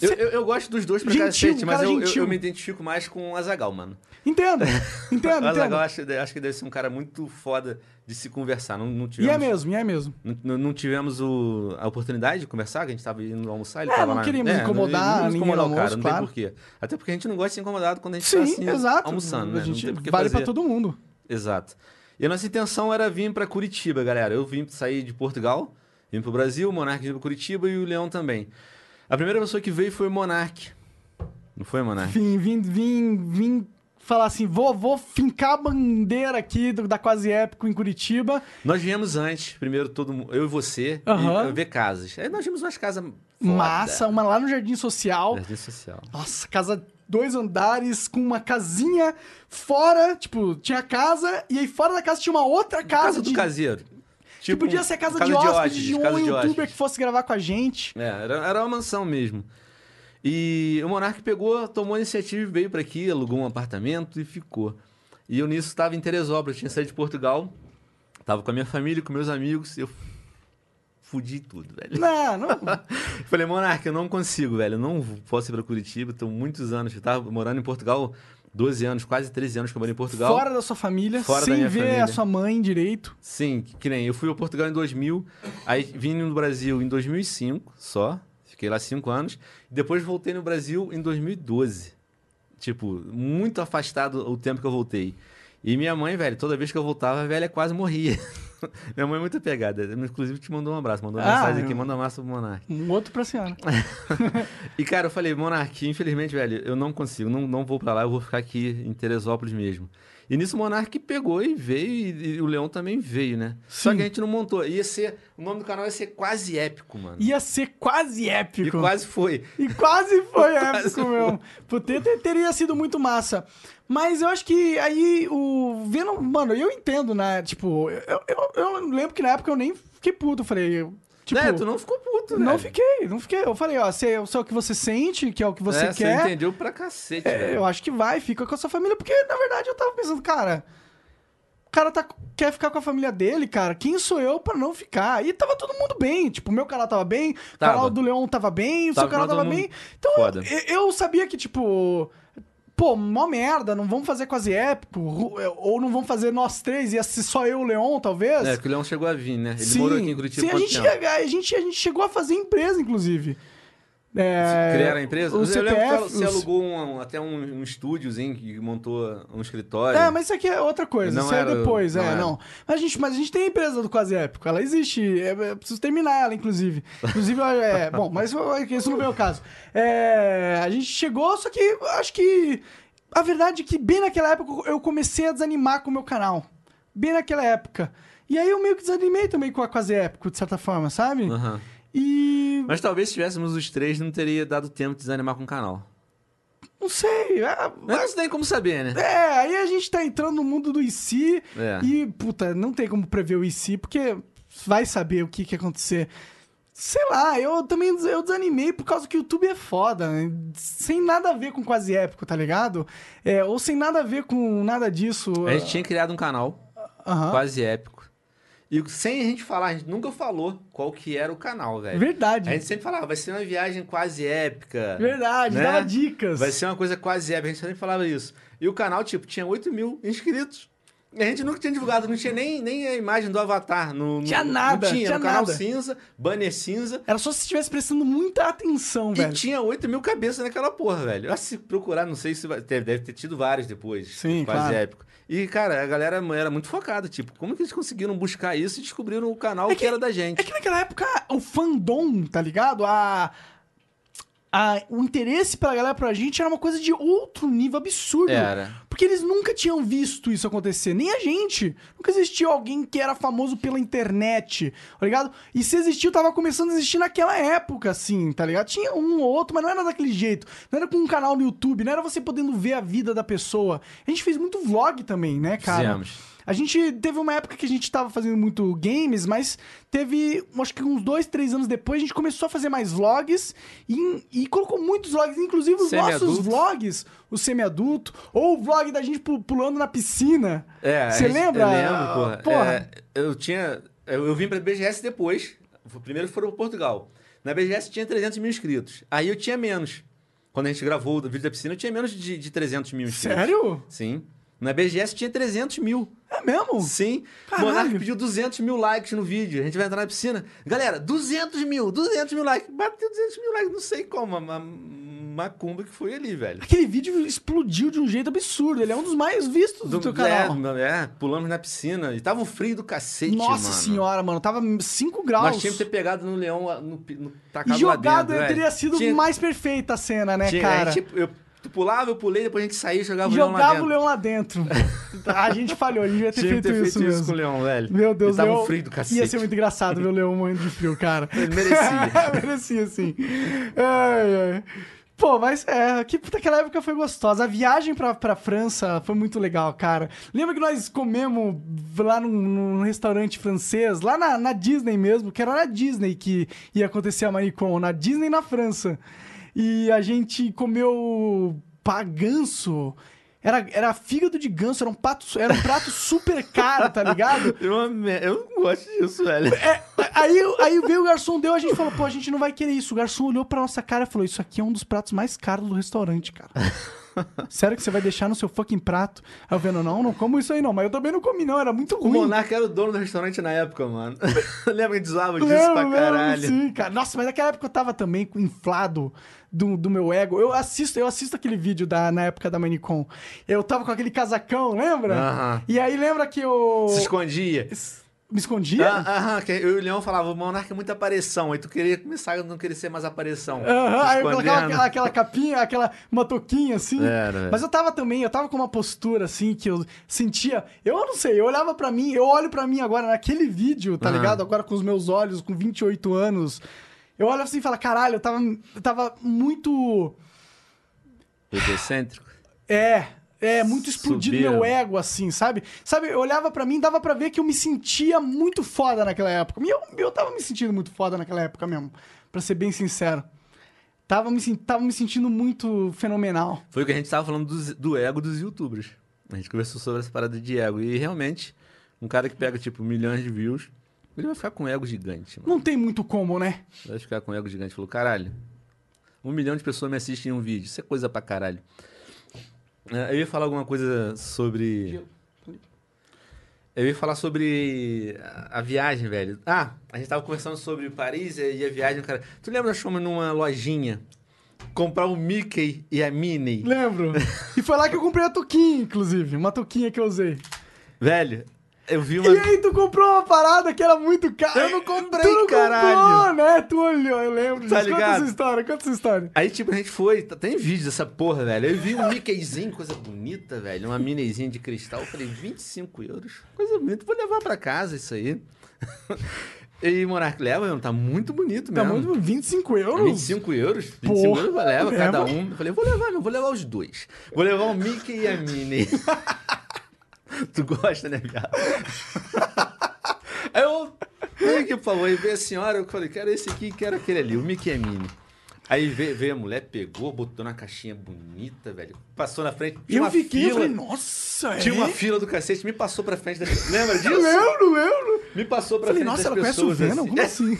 C: Eu, eu, eu gosto dos dois pra
B: Gentil,
C: cacete,
B: um
C: mas
B: cara
C: eu, eu- eu
B: gentil.
C: me identifico mais com o Azagal, mano.
B: Entendo,
C: O
B: entendo,
C: Azagal
B: entendo.
C: acho, acho que deve ser um cara muito foda de se conversar. Não, não
B: E
C: tivemos,
B: é mesmo, e é mesmo.
C: não- Não, não tivemos o- a oportunidade de conversar, que a gente tava indo almoçar. Ele
B: É,
C: tava
B: não
C: lá-
B: queríamos
C: não-
B: incomodar
C: não queríamos
B: ninguém
C: incomodar
B: no
C: o cara,
B: almoço,
C: não
B: claro.
C: tem porquê. Até porque a gente não gosta de ser incomodado quando a gente
B: Sim,
C: tá assim,
B: exato.
C: almoçando, né?
B: A gente
C: não tem por que
B: vale
C: fazer.
B: pra todo mundo.
C: Exato. E a nossa intenção era vir pra Curitiba, galera. Eu vim sair de Portugal, vim pro Brasil, o Monark veio pra Curitiba e o Leão também. A primeira pessoa que veio foi o Monark. Não foi, Monark?
B: Vim, vim, vim, vim falar assim, vou, vou fincar a bandeira aqui do- da Quase Épico em Curitiba.
C: Nós viemos antes, primeiro todo mundo, eu e você, e
B: Aham.
C: ver casas. Aí nós vimos umas casas foda.
B: Massa, uma lá no Jardim Social.
C: Jardim social.
B: Nossa, casa dois andares com uma casinha fora, tipo, tinha a casa e aí fora da casa tinha uma outra casa,
C: Casa do
B: de-
C: caseiro.
B: que podia ser a casa, de
C: hóspedes,
B: hóspede de um
C: casa de
B: youtuber
C: hóspedes.
B: que fosse gravar com a gente.
C: É, era, era uma mansão mesmo. E o Monark pegou, tomou a iniciativa e veio pra aqui, alugou um apartamento e ficou. E eu nisso estava em Teresópolis, tinha saído de Portugal, tava com a minha família, com meus amigos, eu fudi tudo, velho.
B: Não, não.
C: Falei, Monark, eu não consigo, velho, eu não posso ir pra Curitiba, tô muitos anos, eu tava morando em Portugal, 12 anos, quase 13 anos que eu morei em Portugal.
B: fora da sua família,
C: Fora da
B: sem
C: minha
B: ver a
C: família.
B: sua mãe direito.
C: Sim, que, que nem eu fui ao Portugal em 2000, aí vim no Brasil em 2005 só, fiquei lá cinco anos, e depois voltei no Brasil em 2012. Tipo, muito afastado o tempo que eu voltei. E minha mãe, velho, toda vez que eu voltava, a velha quase morria. minha mãe é muito apegada, inclusive te mandou um abraço, mandou uma
B: Ah,
C: mensagem
B: eu-
C: aqui, manda um abraço pro Monark.
B: Um outro pra senhora.
C: E cara, eu falei, Monark, infelizmente, velho, eu não consigo, não, não vou pra lá, eu vou ficar aqui em Teresópolis mesmo. E nisso o Monark pegou e veio, e, e o Leão também veio, né? Só
B: Sim.
C: que a gente não montou. Ia ser, o nome do canal ia ser quase épico, mano.
B: Ia ser quase
C: E
B: épico.
C: quase foi.
B: E quase foi
C: Quase
B: épico,
C: foi.
B: meu. Puta, ter- teria sido muito massa. Mas eu acho que aí o. Vendo. Mano, eu entendo, né? Tipo, eu, eu, eu lembro que na época eu nem fiquei puto. Eu falei. eu- Tipo,
C: né? Tu não ficou puto, né?
B: não fiquei, não fiquei. Eu falei, ó, se é só o que você sente, que é o que você
C: É,
B: quer.
C: Você entendeu pra cacete,
B: É,
C: velho.
B: Eu acho que vai, fica com a sua família, porque na verdade eu tava pensando, cara, o cara tá, quer ficar com a família dele, cara, quem sou eu pra não ficar? E tava todo mundo bem, tipo, o meu canal tava bem,
C: Tava.
B: o canal do Leon tava bem, o
C: Tava,
B: seu canal
C: tava
B: tava
C: todo mundo
B: bem. Então
C: foda.
B: eu, eu sabia que, tipo, pô, mó merda, não vamos fazer quase épico, ru- ou não vamos fazer nós três, ia ser só eu e o Leon, talvez.
C: É, que o Leão chegou a vir, né? Ele morou aqui em Curitiba
B: Sim, a
C: quanto
B: gente,
C: tempo?
B: ia- a, gente, a gente chegou a fazer empresa, inclusive. É,
C: Criaram a empresa?
B: O
C: eu
B: CPF,
C: lembro que você
B: os-
C: alugou um- um- até um, um estúdiozinho que montou um escritório.
B: É, mas isso aqui é outra coisa.
C: Não
B: isso aí é
C: era-
B: depois,
C: não
B: é,
C: era.
B: não. Mas a, gente, mas a gente tem a empresa do Quase Épico. Ela existe. É, é, preciso terminar ela, inclusive. Inclusive, é, bom, mas isso não veio o caso. É, a gente chegou, só que eu acho que. A verdade é que bem naquela época eu comecei a desanimar com o meu canal. Bem naquela época. E aí eu meio que desanimei também com a Quase Épico, de certa forma, sabe?
C: Aham.
B: E.
C: Mas talvez se tivéssemos os três, não teria dado tempo de desanimar com o canal.
B: Não sei. é-
C: Mas não se tem como saber, né?
B: É, aí a gente tá entrando no mundo do IC
C: É.
B: e, puta, não tem como prever o IC, porque vai saber o que que ia acontecer. Sei lá, eu também des- eu desanimei por causa que o YouTube é foda, né? sem nada a ver com quase épico, tá ligado? É, ou sem nada a ver com nada disso.
C: A gente tinha criado um canal,
B: Aham.
C: quase épico. E sem a gente falar, a gente nunca falou qual que era o canal, velho.
B: Verdade.
C: A gente sempre falava, vai ser uma viagem quase épica.
B: Verdade,
C: né?
B: dava dicas.
C: Vai ser uma coisa quase épica, a gente sempre falava isso. E o canal, tipo, tinha 8 mil inscritos. E a gente nunca tinha divulgado, não tinha nem, nem a imagem do avatar. No, no-
B: Tinha
C: não
B: nada,
C: tinha,
B: tinha
C: no canal
B: nada.
C: cinza, banner cinza.
B: Era só se estivesse prestando muita atenção,
C: E
B: velho.
C: tinha 8 mil cabeças naquela porra, velho. Ah, Se procurar, não sei se vai. Deve deve ter tido vários depois.
B: Sim,
C: Quase
B: claro.
C: épico. E, cara, a galera era muito focada. Tipo, como que eles conseguiram buscar isso e descobriram o canal
B: É
C: que,
B: que-
C: era da
B: É
C: gente?
B: que naquela época o fandom, tá ligado? A, a- o interesse pela galera pra gente era uma coisa de outro nível absurdo.
C: Era.
B: Porque eles nunca tinham visto isso acontecer, nem a gente. Nunca existiu alguém que era famoso pela internet, tá ligado? E se existiu, tava começando a existir naquela época, assim, tá ligado? Tinha um ou outro, mas não era daquele jeito. Não era com um canal no YouTube, não era você podendo ver a vida da pessoa. A gente fez muito vlog também, né, cara?
C: Fizemos.
B: A gente teve uma época que a gente tava fazendo muito games, mas teve, acho que uns dois, três anos depois, a gente começou a fazer mais vlogs e, e colocou muitos vlogs, inclusive os nossos
C: Semi-adulto.
B: vlogs, o semi-adulto, ou o vlog da gente pu- pulando na piscina.
C: É,
B: Você
C: a gente-
B: lembra?
C: Eu lembro, porra.
B: Porra.
C: É, eu tinha. Eu, eu vim pra BGS depois. Primeiro foram pra Portugal. Na BGS tinha 300 mil inscritos. Aí eu tinha menos. Quando a gente gravou o vídeo da piscina, eu tinha menos de, de 300 mil inscritos.
B: Sério?
C: Sim. Na BGS tinha 300 mil.
B: É mesmo?
C: Sim.
B: Caralho.
C: Monark pediu 200 mil likes no vídeo. A gente vai entrar na piscina. Galera, 200 mil, 200 mil likes. Bateu 200 mil likes, não sei como. Uma macumba que foi ali, velho.
B: Aquele vídeo explodiu de um jeito absurdo. Ele é um dos mais vistos do, teu canal.
C: É, é, pulamos na piscina. E tava um frio do cacete,
B: Nossa
C: mano.
B: senhora, mano. Tava 5 graus.
C: Nós tínhamos que ter pegado no leão, ah, no, pi- no
B: E
C: tacado lá
B: jogado
C: dentro, velho.
B: teria sido
C: Tinha-
B: mais perfeita a cena, né,
C: tinha- é,
B: cara?
C: a gente- eu, tu pulava, eu pulei, depois a gente saía e jogava o leão lá
B: Jogava
C: dentro.
B: o leão lá dentro. a gente falhou, a gente devia ter
C: Tinha que
B: feito,
C: ter feito
B: isso
C: isso,
B: mesmo.
C: com o leão, velho.
B: Meu Deus,
C: Ele tava
B: leão-
C: um frio do cacete.
B: Ia ser muito engraçado ver o leão morrendo de frio, cara.
C: Ele merecia.
B: merecia, sim. Ai, ai. Pô, mas é, que puta, aquela época foi gostosa. A viagem pra, pra França foi muito legal, cara. Lembra que nós comemos lá num, num restaurante francês, lá na, na Disney mesmo, que era na Disney que ia acontecer a Manicom, na Disney na França. E a gente comeu paganço. Era, era fígado de ganso, era um, pato, era um prato super caro, tá ligado?
C: Eu, amei- eu não gosto disso, velho.
B: É, aí, aí veio o garçom, deu, a gente falou, pô, a gente não vai querer isso. O garçom olhou pra nossa cara e falou, isso aqui é um dos pratos mais caros do restaurante, cara. Sério que você vai deixar no seu fucking prato? Aí eu vendo, não, não como isso aí não. Mas eu também não comi não, era muito
C: O
B: ruim.
C: Monarca era o dono do restaurante na época, mano. Lembra que a gente zoava disso
B: Lembro,
C: pra
B: lembro,
C: caralho?
B: sim, cara. Nossa, mas naquela época eu tava também com- inflado do, do meu ego. Eu assisto, eu assisto aquele vídeo da, na época da Manicom. Eu tava com aquele casacão, lembra?
C: Aham.
B: E aí lembra que eu...
C: Se escondia.
B: me escondia?
C: Ah, Aham, que eu e o Leão falavam, o Monarca é muita aparição. Aí tu queria começar a não querer ser mais aparição.
B: Aham,
C: se
B: aí eu
C: escondendo.
B: colocava aquela, aquela capinha, aquela uma touquinha assim.
C: Era, era.
B: Mas eu tava também, eu tava com uma postura assim que eu sentia. Eu não sei, eu olhava pra mim, eu olho pra mim agora naquele vídeo, tá
C: Aham.
B: ligado? Agora com os meus olhos, com 28 anos. Eu olho assim e falo, caralho, eu tava, eu tava muito.
C: Egocêntrico.
B: É, é muito explodido
C: Subia.
B: meu ego, assim, sabe? Sabe, eu olhava pra mim, dava pra ver que eu me sentia muito foda naquela época. E Eu, eu tava me sentindo muito foda naquela época mesmo, pra ser bem sincero. Tava me, sen- tava me sentindo muito fenomenal.
C: Foi o que a gente tava falando dos- do, ego dos youtubers. A gente conversou sobre essa parada de ego. E realmente, um cara que pega, tipo, milhões de views, ele vai ficar com um ego gigante, mano.
B: Não tem muito como, né?
C: Vai ficar com um ego gigante. Falou, caralho, um milhão de pessoas me assistem em um vídeo. Isso é coisa pra caralho. É, Eu ia falar alguma coisa sobre. Eu ia falar sobre a- a viagem, velho. Ah, a gente tava conversando sobre Paris e e a viagem, cara. Tu lembra nós fomos numa lojinha comprar o Mickey e a Minnie?
B: Lembro. e foi lá que eu comprei a touquinha, inclusive. Uma touquinha que eu usei.
C: Velho, eu vi uma.
B: E aí, tu comprou uma parada que era muito cara.
C: Eu não comprei,
B: tu não Comprou,
C: caralho.
B: né? Tu olhou, eu lembro. disso.
C: Tá
B: Conta
C: ligado?
B: essa história, conta essa história.
C: Aí, tipo, a gente foi. tá- Tem vídeo dessa porra, velho. Eu vi um Mickeyzinho, coisa bonita, velho. Uma minezinha de cristal. Eu falei, 25 euros. Coisa bonita. Vou levar pra casa isso aí. e Monark leva, mano. Tá muito bonito
B: Tá
C: mesmo.
B: muito 25
C: É
B: euros?
C: 25 euros? 25
B: Porra,
C: euros eu levo cada
B: leva.
C: um. Eu falei, vou levar, não, vou levar os dois. Vou levar o Mickey e a Minnie. tu gosta, né, cara? Aí eu, Mickey, por favor, e veio a senhora, eu falei, quero esse aqui, quero aquele ali, o Mickey e a Minnie. Aí veio, veio a mulher, pegou, botou na caixinha bonita, velho. Passou na frente.
B: E
C: Tinha
B: eu
C: uma
B: fiquei, eu
C: fila,
B: falei, nossa,
C: Tinha
B: é?
C: uma fila do cacete, me passou pra frente da. Lembra disso?
B: Lembro, lembro.
C: Me passou pra
B: Falei,
C: frente
B: nossa,
C: das
B: ela conhece o
C: pessoas.
B: Venom?
C: assim.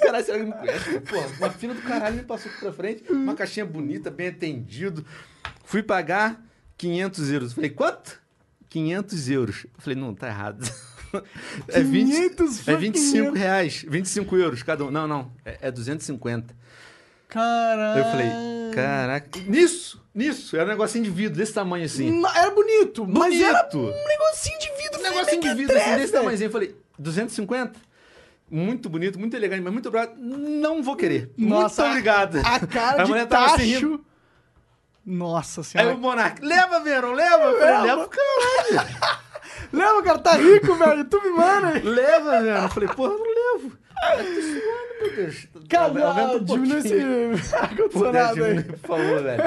B: Como assim?
C: Caralho, será que não conhece? Porra, uma fila do caralho me passou aqui pra frente, uma caixinha bonita, bem atendido. Fui pagar 500 euros. Falei, quanto? 500 euros. Eu falei, não, tá errado. É, 20,
B: 500
C: é
B: fucking
C: 25
B: euros.
C: reais, 25 euros cada um. Não, não, é, é 250.
B: Caralho.
C: Eu falei,
B: Ah.
C: caraca, nisso, nisso, era um negocinho de vidro desse tamanho assim.
B: Não, Era bonito, Hum, mas era
C: Bonito.
B: um negocinho de vidro.
C: Um negocinho de vidro assim, desse tamanhozinho. Eu falei, 250? Muito bonito, muito elegante, mas muito obrigado. Não vou querer.
B: Nossa,
C: muito obrigado.
B: A cara
C: A
B: de
C: mulher tava se rindo.
B: tacho. Nossa
C: Aí
B: senhora.
C: o Monark, leva, Verão, leva. Eu falei, leva pro
B: Lembra, cara, tá rico, velho. Tu me manda.
C: Leva, velho. Eu falei, porra, eu não levo. Eu tô suando, meu Deus.
B: Cara,
C: Aumenta um
B: diminui esse
C: pouquinho. Pô, Deus,
B: ar-condicionado
C: diminui,
B: aí.
C: por favor, velho.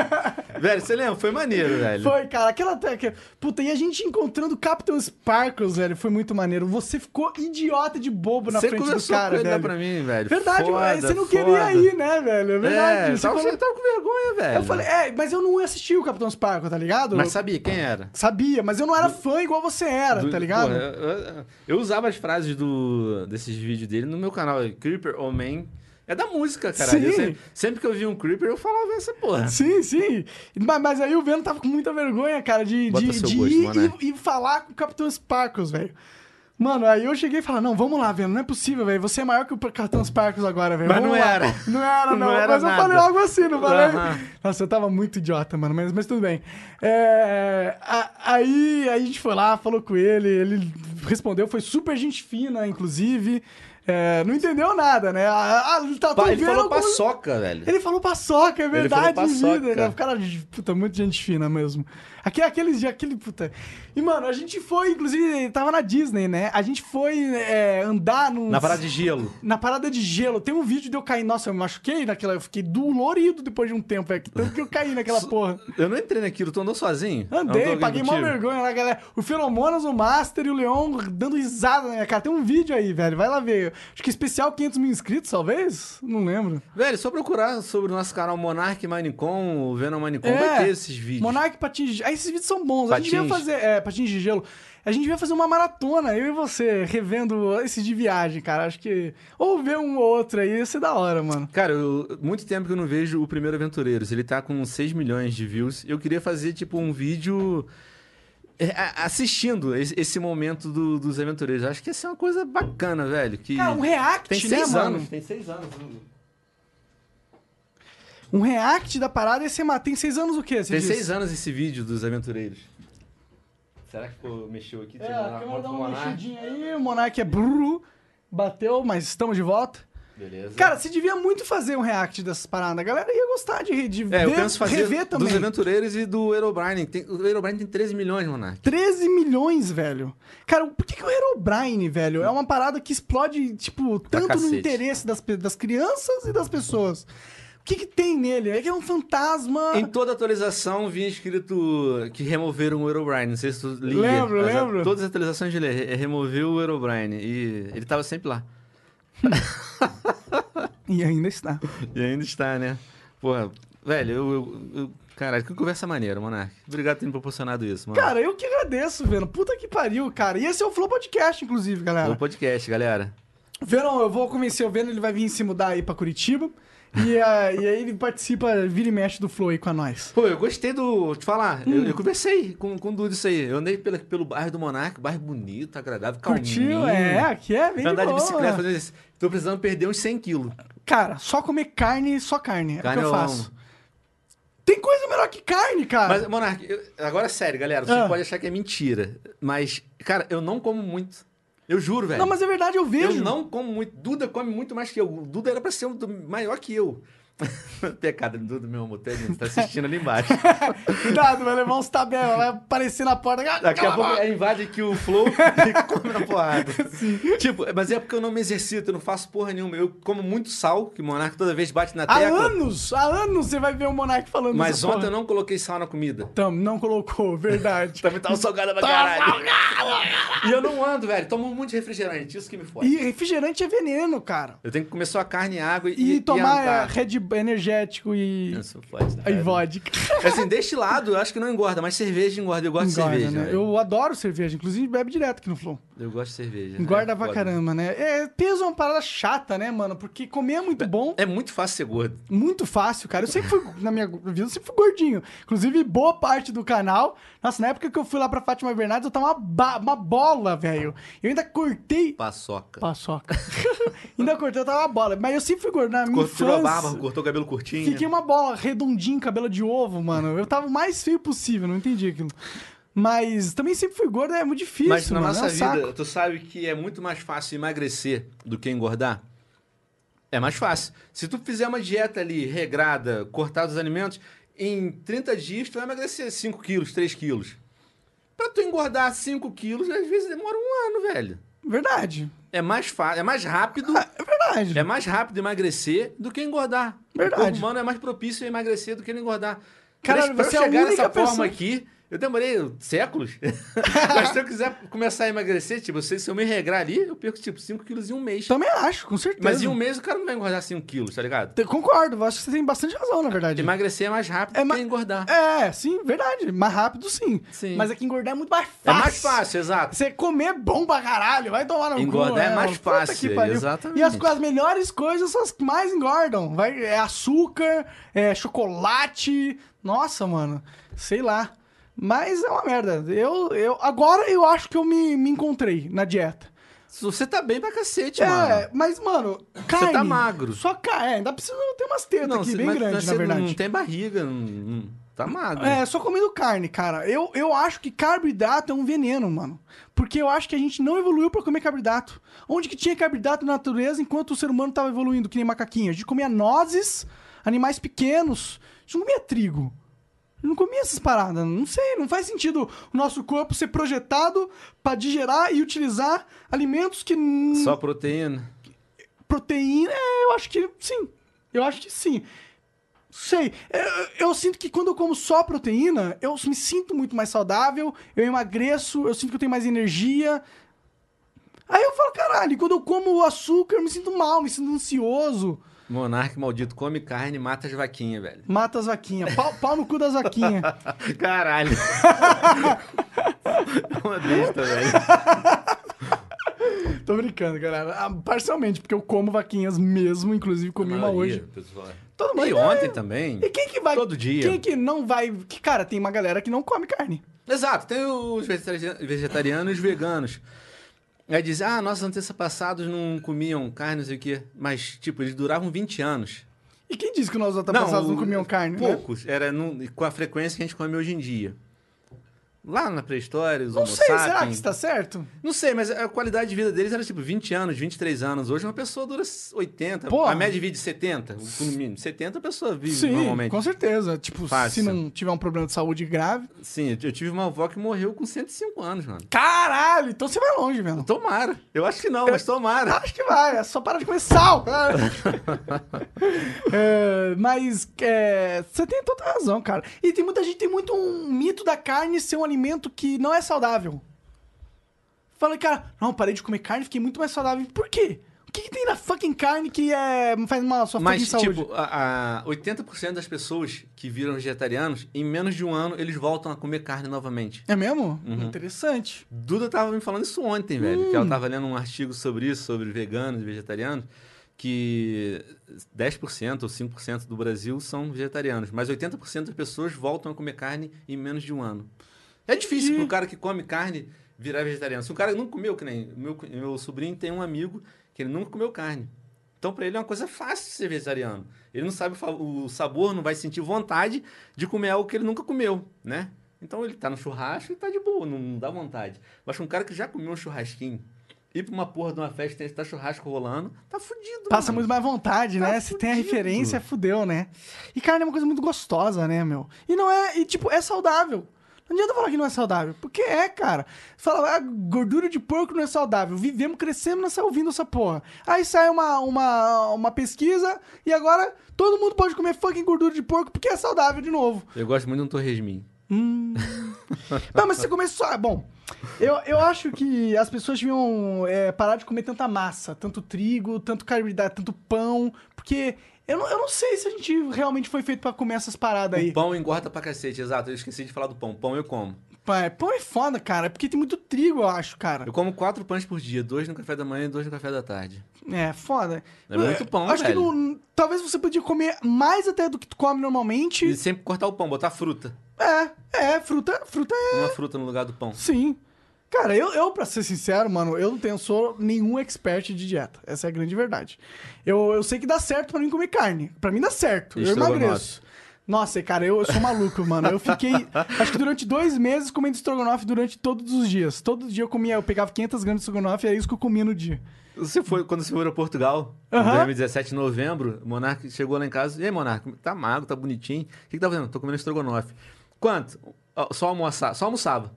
C: Velho, você lembra? Foi maneiro, velho.
B: Foi, cara. Aquela. aque- Puta, e a gente encontrando o Capitão Sparkles, velho. Foi muito maneiro. Você ficou idiota de bobo na
C: você
B: frente do
C: começou
B: cara,
C: a cuidar
B: velho.
C: pra mim, velho.
B: Verdade,
C: Foda,
B: mas você não
C: foda.
B: queria ir, né, velho? É verdade.
C: É,
B: você
C: tava,
B: falou-
C: você tava com vergonha, velho.
B: Eu falei, é, mas eu não assisti o Capitão Sparkle, tá ligado?
C: Mas sabia quem era?
B: Sabia, mas eu não era fã igual você era,
C: Do-
B: tá ligado?
C: Porra, eu, eu- eu usava as frases do, desses vídeos dele no meu canal, Creeper ou Man. É da música, cara.
B: Sim.
C: Sempre, sempre que eu via um Creeper, eu falava essa porra.
B: Sim, sim. Mas, mas aí o Venom tava com muita vergonha, cara, de,
C: Bota
B: de,
C: seu
B: de
C: gosto,
B: ir
C: mané.
B: e, e falar com o Capitão Sparkles, velho. Mano, aí eu cheguei e falei, não, vamos lá, Venom, não é possível, velho. Você é maior que o Capitão Sparkles agora, velho.
C: Mas
B: Vamos
C: não
B: lá."
C: era.
B: Não era, não.
C: Não era
B: mas eu
C: nada.
B: falei algo assim, não falei?
C: Aham.
B: Nossa, eu tava muito idiota, mano, mas, mas tudo bem. É, a- aí, aí a gente foi lá, falou com ele, ele respondeu, foi super gente fina, inclusive. É, não entendeu nada, né? Ah, ah, tá, tô
C: Pa- ele
B: vendo
C: falou
B: como-
C: paçoca, velho.
B: ele falou paçoca, é
C: Ele
B: verdade,
C: falou paçoca.
B: vida, né? O cara, puta, muito gente fina mesmo. Aqui, aqueles dias, aquele, puta. E, mano, a gente foi, inclusive, tava na Disney, né? A gente foi é, andar num.
C: Na parada de gelo.
B: Na parada de gelo. Tem um vídeo de eu cair. Nossa, eu me machuquei naquela. Eu fiquei dolorido depois de um tempo, velho. que Tanto que eu caí naquela porra.
C: Eu não entrei naquilo, tu andou sozinho? Andou
B: Andei,
C: alguém
B: paguei mó
C: contigo?
B: vergonha lá, galera. O Feromonas, o Master e o Leon dando risada na minha cara. Tem um vídeo aí, velho. Vai lá ver. Acho que especial 500 mil inscritos, talvez? Não lembro.
C: Velho, só procurar sobre o nosso canal Monark Minecon, o Venom Minecon,
B: É,
C: vai ter esses vídeos.
B: Monark patins de gelo. Ah, esses vídeos são bons. A gente devia
C: Patins?
B: fazer. É, patins de gelo. A gente devia fazer uma maratona, eu e você, revendo esses de viagem, cara. Acho que. Ou ver um ou outro aí, ia ser da hora, mano.
C: Cara, eu, muito tempo que eu não vejo o Primeiro Aventureiros. Ele tá com 6 milhões de views. Eu queria fazer, tipo, um vídeo é, a- assistindo esse, esse momento do- dos aventureiros. Acho que ia ser uma coisa bacana, velho. Que...
B: Cara, um react,
C: Tem
B: né,
C: seis
B: mano?
C: anos. Tem 6 anos. né, viu?
B: Um react da parada ia ser. ma- Tem seis anos o quê? Você
C: Tem
B: disse?
C: 6 anos esse vídeo dos aventureiros. Será que ficou, mexeu aqui?
B: É,
C: Deixa eu
B: a
C: mandar
B: câmera
C: uma
B: dá
C: pro
B: uma
C: Monark.
B: mexidinha aí, o Monark é brrr, bateu, mas estamos de volta.
C: Beleza.
B: Cara, se devia muito fazer um react dessas paradas. A galera ia gostar de, re- de
C: é, eu
B: ver-
C: penso fazer
B: rever também.
C: dos aventureiros e do Herobrine. Tem, o Herobrine tem 13 milhões, Monark.
B: 13 milhões, velho. Cara, por que, que o Herobrine, velho, é uma parada que explode, tipo, tanto no
C: cacete.
B: interesse das, pe- das crianças e das pessoas? O que, que tem nele? É que é um fantasma.
C: Em toda atualização vinha escrito que removeram o Herobrine. Não sei se tu lia.
B: Lembro,
C: mas a-
B: lembro.
C: Todas as atualizações de ler, é, removeu o Herobrine. E ele tava sempre lá.
B: E ainda está.
C: E ainda está, né? Porra, velho, eu. eu, eu caralho, que conversa maneira, Monark. Obrigado por ter me proporcionado isso, mano.
B: Cara, eu que agradeço, Venom. Puta que pariu, cara. E esse é o Flow Podcast, inclusive,
C: É o
B: galera.
C: podcast, galera.
B: Venom, eu vou convencer o Venom, ele vai vir se mudar aí pra Curitiba. E, ah, e aí ele participa, vira e mexe do Flow aí com a nós.
C: Pô, eu gostei do. Te falar, eu, eu conversei com, com o Dudu isso aí. Eu andei pela, pelo bairro do Monarca, bairro bonito, agradável, calminho.
B: Curtiu? É, aqui é bem
C: Pra andar de
B: boa.
C: bicicleta, fazer isso. Tô precisando perder uns 100 quilos.
B: Cara, só comer carne, só carne. É o que
C: Carne
B: eu
C: eu
B: faço.
C: amo.
B: Tem coisa melhor que carne, cara.
C: Mas, Monark, eu- agora é sério, galera, você
B: Ah.
C: pode achar que é mentira. Mas, cara, eu não como muito. Eu juro, velho.
B: Não, mas é verdade, eu
C: Eu
B: vejo.
C: não como muito. Duda come muito mais que eu. O Duda era pra ser um do- maior que eu. Pecado do Duda, meu amor, tadinho, tá assistindo ali embaixo.
B: Cuidado, vai levar uns tabelas, vai aparecer na porta. Ah,
C: Daqui
B: cala
C: a pouco
B: boca.
C: é, invade aqui o flow e come na porrada. Tipo, mas é porque eu não me exercito, eu não faço porra nenhuma. Eu como muito sal, que o Monarca toda vez bate na
B: Há
C: tecla.
B: anos, há anos você vai ver o Monark falando
C: Mas
B: Ah, essa
C: ontem
B: porra.
C: eu não coloquei sal na comida.
B: Tam, não colocou, verdade.
C: Também tava salgada pra caralho. E eu não ando, velho. Tomo muito refrigerante, isso que me fode.
B: e refrigerante é veneno, cara.
C: Eu tenho que comer só carne, água e,
B: E, tomar é,
C: andar.
B: Red Bull energético e,
C: Isso fode,
B: e
C: cara.
B: vodka.
C: Assim, deste lado, eu acho que não engorda, mas cerveja engorda. Eu gosto
B: Engorda,
C: de cerveja.
B: né?
C: velho.
B: Eu adoro cerveja, inclusive bebe direto aqui no Flow.
C: Eu gosto de cerveja.
B: Engorda
C: é
B: pra
C: foda.
B: caramba, né? É, peso é uma parada chata, né, mano? Porque comer é muito bom.
C: É muito fácil ser gordo.
B: Muito fácil, cara. Eu sempre fui, na minha vida, eu sempre fui gordinho. Inclusive, boa parte do canal. Nossa, na época que eu fui lá pra Fátima Bernardes, eu tava uma, ba- uma bola, velho. Eu ainda cortei.
C: Paçoca.
B: Paçoca. ainda cortei, eu tava uma bola. Mas eu sempre fui gordo na minha
C: Cortou a
B: infância.
C: barba, cortou o cabelo curtinho.
B: Fiquei uma bola redondinha, cabelo de ovo, mano. Eu tava o mais feio possível, não entendi aquilo. Mas também sempre fui gordo, é muito difícil.
C: Mas na
B: mano, é um
C: nossa vida,
B: saco.
C: tu sabe que é muito mais fácil emagrecer do que engordar? É mais fácil. Se tu fizer uma dieta ali regrada, cortar os alimentos, em 30 dias tu vai emagrecer 5 quilos, 3 quilos. Pra tu engordar 5 quilos, às vezes demora um ano, velho.
B: Verdade.
C: É mais fácil, é mais rápido.
B: É verdade.
C: É mais rápido emagrecer do que engordar.
B: Verdade.
C: O corpo humano é mais propício a emagrecer do que ele engordar.
B: Caralho,
C: pra
B: você é a
C: chegar
B: única
C: nessa
B: pessoa-
C: forma aqui, eu demorei séculos. Mas se eu quiser começar a emagrecer, tipo, se, se eu me regrar ali, eu perco, tipo, 5 quilos em um mês.
B: Também acho, com certeza.
C: Mas em um mês o cara não vai engordar 5 quilos, tá ligado?
B: Eu Concordo, eu acho que você tem bastante razão, na verdade.
C: Emagrecer é mais rápido
B: É
C: do
B: ma-
C: que engordar.
B: É, sim, verdade. Mais rápido, sim.
C: Sim.
B: Mas é que engordar é muito mais
C: É
B: fácil.
C: mais fácil, exato.
B: Você comer bom pra caralho, vai tomar no cu.
C: Engordar é
B: né,
C: mais
B: mano? Puta
C: fácil,
B: que pariu.
C: exatamente.
B: E as, co- as melhores coisas são as que mais engordam. Vai, é açúcar, é chocolate. Nossa, mano. Sei lá. Mas é uma merda. Eu, eu, agora eu acho que eu me, me encontrei na dieta.
C: Você tá bem pra cacete,
B: É,
C: mano.
B: mas, mano, carne...
C: tá magro.
B: Só carne. É, ainda precisa ter umas tetas aqui,
C: você-
B: bem
C: mas
B: grandes, na
C: você
B: verdade.
C: Não tem barriga, não- não- tá magro.
B: É, só comendo carne, cara. Eu, eu acho que carboidrato é um veneno, mano. Porque eu acho que a gente não evoluiu pra comer carboidrato. Onde que tinha carboidrato na natureza enquanto o ser humano tava evoluindo, que nem macaquinho? A gente comia nozes, animais pequenos. A gente não comia trigo. Eu não comia essas paradas. Não sei, não faz sentido o nosso corpo ser projetado pra digerir e utilizar alimentos que. n-
C: Só proteína.
B: Proteína, é, eu acho que sim. Eu acho que sim. Sei. É, Eu, eu sinto que quando eu como só proteína, eu me sinto muito mais saudável, eu emagreço, eu sinto que eu tenho mais energia. Aí eu falo, caralho, quando eu como açúcar, eu me sinto mal, me sinto ansioso.
C: Monarque maldito, come carne e mata as vaquinhas, velho.
B: Mata as vaquinhas. Pau, pau no cu das vaquinhas.
C: Caralho. é uma besta, velho.
B: Tô brincando, galera. Ah, parcialmente, porque eu como vaquinhas mesmo, inclusive comi uma hoje. Todo mundo.
C: E ontem também.
B: E quem que vai.
C: Todo dia.
B: Quem que não vai. Que, cara, tem uma galera que não come carne.
C: Exato, tem os vegetari- vegetarianos e os veganos. Aí dizem, ah, nossos antepassados não comiam carne, não sei o quê. Mas, tipo, eles duravam 20 anos.
B: E quem disse que nós outros não,
C: o-
B: não comiam carne? né?
C: Poucos. Era num- com a frequência que a gente come hoje em dia. Lá na pré-história, os
B: Não
C: homo
B: sei, será que
C: sapiens.
B: está certo?
C: Não sei, mas a qualidade de vida deles era tipo 20 anos, 23 anos. Hoje uma pessoa dura 80.
B: Porra.
C: A média vive de é 70. No mínimo, 70 a pessoa vive
B: Sim,
C: normalmente.
B: com certeza. Tipo,
C: Fácil.
B: se não tiver um problema de saúde grave.
C: Sim, eu tive uma avó que morreu com 105 anos, mano.
B: Caralho, então você vai longe, velho.
C: Tomara. Eu acho que não,
B: É.
C: mas tomara.
B: Acho que vai, é só para de comer sal. cara. É, mas é, você tem toda razão, cara. E tem muita gente tem muito um mito da carne ser um alimento que não é saudável. Fala, cara, não, parei de comer carne, fiquei muito mais saudável. Por quê? O que, que tem na fucking carne que é, faz mal à sua
C: Mas,
B: fucking saúde?
C: tipo, a, a 80% das pessoas que viram vegetarianos, em menos de um ano, eles voltam a comer carne novamente.
B: É mesmo? Interessante.
C: Duda tava me falando isso ontem, velho. Que ela tava lendo um artigo sobre isso, sobre veganos e vegetarianos, que 10% ou 5% do Brasil são vegetarianos, mas 80% das pessoas voltam a comer carne em menos de um ano. É difícil pro cara que come carne virar vegetariano. Se o cara não comeu, que nem meu, meu sobrinho tem um amigo que ele nunca comeu carne. Então, pra ele é uma coisa fácil ser vegetariano. Ele não sabe o fa- o sabor, não vai sentir vontade de comer algo que ele nunca comeu, né? Então, ele tá no churrasco e tá de boa, não, não dá vontade. Mas um cara que já comeu um churrasquinho, ir pra uma porra de uma festa, tem tá churrasco rolando, tá fudido.
B: Passa
C: mano.
B: muito mais vontade,
C: Tá
B: né? Se tem a
C: fudido.
B: referência, fudeu, né? E carne é uma coisa muito gostosa, né, meu? E não é. E tipo, é saudável. Não adianta falar que não é saudável, porque é, cara. Fala, ah, gordura de porco não é saudável. Vivemos, crescemos nessa, ouvindo essa porra. Aí sai uma, uma, uma pesquisa e agora todo mundo pode comer fucking gordura de porco porque é saudável de novo.
C: Eu gosto muito de um torresminho.
B: Não, mas você começou. ah, Bom, eu, eu acho que as pessoas deviam é, parar de comer tanta massa, tanto trigo, tanto carboidrato, tanto pão, porque eu não, eu não sei se a gente realmente foi feito pra comer essas paradas aí.
C: O pão engorda pra cacete, exato. Eu esqueci de falar do pão. Pão eu como.
B: Pai, pão é foda, cara, porque tem muito trigo, eu acho, cara.
C: Eu como quatro pães por dia, dois no café da manhã e dois no café da tarde.
B: É, foda.
C: É muito pão,
B: Acho
C: velho.
B: que não- talvez você podia comer mais até do que tu come normalmente.
C: E sempre cortar o pão, botar fruta.
B: É, é, fruta, fruta é
C: Uma fruta no lugar do pão.
B: Sim. Cara, eu, eu, pra ser sincero, mano, eu não tenho, sou nenhum expert de dieta. Essa é a grande verdade. Eu, eu sei que dá certo pra mim comer carne. Pra mim dá certo.
C: E
B: eu
C: estrogonofe?
B: emagreço. Nossa, cara, eu, eu sou maluco, mano. Eu fiquei, acho que durante dois meses, comendo estrogonofe durante todos os dias. Todo dia eu comia, eu pegava 500 gramas de estrogonofe e era isso que eu comia no dia.
C: Você foi, quando você foi pra Portugal, em
B: Aham.
C: 2017, em novembro, o Monark chegou lá em casa. E aí, Monark, tá magro, tá bonitinho. O que, que tá fazendo? Tô comendo estrogonofe. Quanto? Ó, Só almoçar, só almoçava.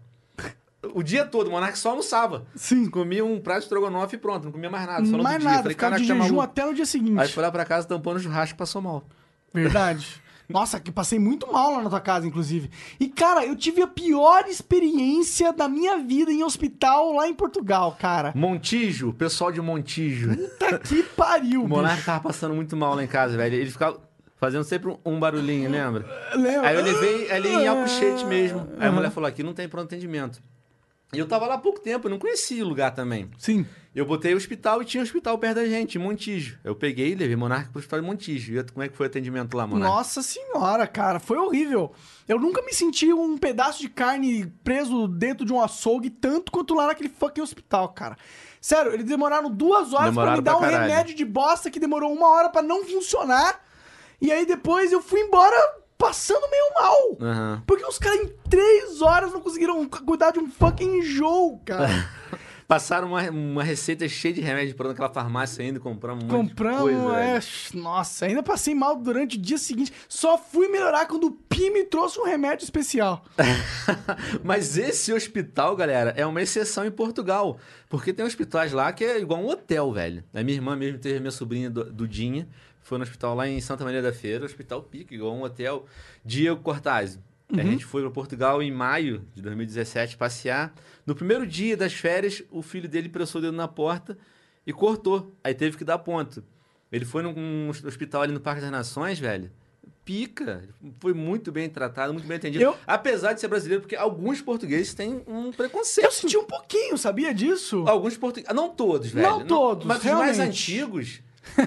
C: O dia todo, o Monark só almoçava.
B: Sim.
C: Comia um prato de estrogonofe e pronto, não comia mais nada. Só no
B: Mais
C: outro dia.
B: nada,
C: Falei,
B: ficava de
C: "Caraca, tá
B: jejum
C: maluco."
B: até no dia seguinte.
C: Aí foi lá pra casa tampando o churrasco e passou mal.
B: Verdade. Nossa, que passei muito mal lá na tua casa, inclusive. E, cara, eu tive a pior experiência da minha vida em hospital lá em Portugal, cara.
C: Montijo, pessoal de Montijo.
B: Puta que pariu,
C: Tá O
B: bicho.
C: Monarca tava passando muito mal lá em casa, velho. Ele ficava fazendo sempre um- um barulhinho, lembra?
B: Lembra?
C: Aí eu levei ele em Alcochete mesmo. Aí a mulher falou, aqui não tem pronto atendimento. E eu tava lá há pouco tempo, eu não conhecia o lugar também.
B: Sim.
C: Eu botei o hospital e tinha um hospital perto da gente, em Montijo. Eu peguei e levei Monarca pro hospital de Montijo. E eu- como é que foi o atendimento lá, Monarca?
B: Nossa senhora, cara, foi horrível. Eu nunca me senti um pedaço de carne preso dentro de um açougue tanto quanto lá naquele fucking hospital, cara. Sério, eles demoraram duas horas pra me
C: Demoraram
B: dar
C: pra
B: um
C: caralho.
B: remédio de bosta que demorou uma hora pra não funcionar. E aí depois eu fui embora passando meio mal.
C: Aham.
B: Porque os caras em três horas não conseguiram cu- cuidar de um fucking enjoo, cara.
C: Passaram uma, uma receita cheia de remédio pra naquela farmácia ainda, compramos um monte de
B: Compramos,
C: coisa,
B: é,
C: velho.
B: sh- Nossa, ainda passei mal durante o dia seguinte. Só fui melhorar quando o Pi me trouxe um remédio especial.
C: Mas esse hospital, galera, é uma exceção em Portugal. Porque tem hospitais lá que é igual um hotel, velho. A minha irmã mesmo teve a minha sobrinha Du- Dudinha. Foi no hospital lá em Santa Maria da Feira, hospital pica, igual um hotel. Diego Cortázio. A gente foi para Portugal em maio de 2017 passear. No primeiro dia das férias, o filho dele pressou o dedo na porta e cortou. Aí teve que dar ponto. Ele foi num num hospital ali no Parque das Nações, velho. Pica. Foi muito bem tratado, muito bem atendido.
B: Eu-
C: Apesar de ser brasileiro, porque alguns portugueses têm um preconceito.
B: Eu senti um pouquinho, sabia disso?
C: Alguns portugueses. Não todos, velho.
B: Não todos,
C: Mas os mais
B: realmente.
C: antigos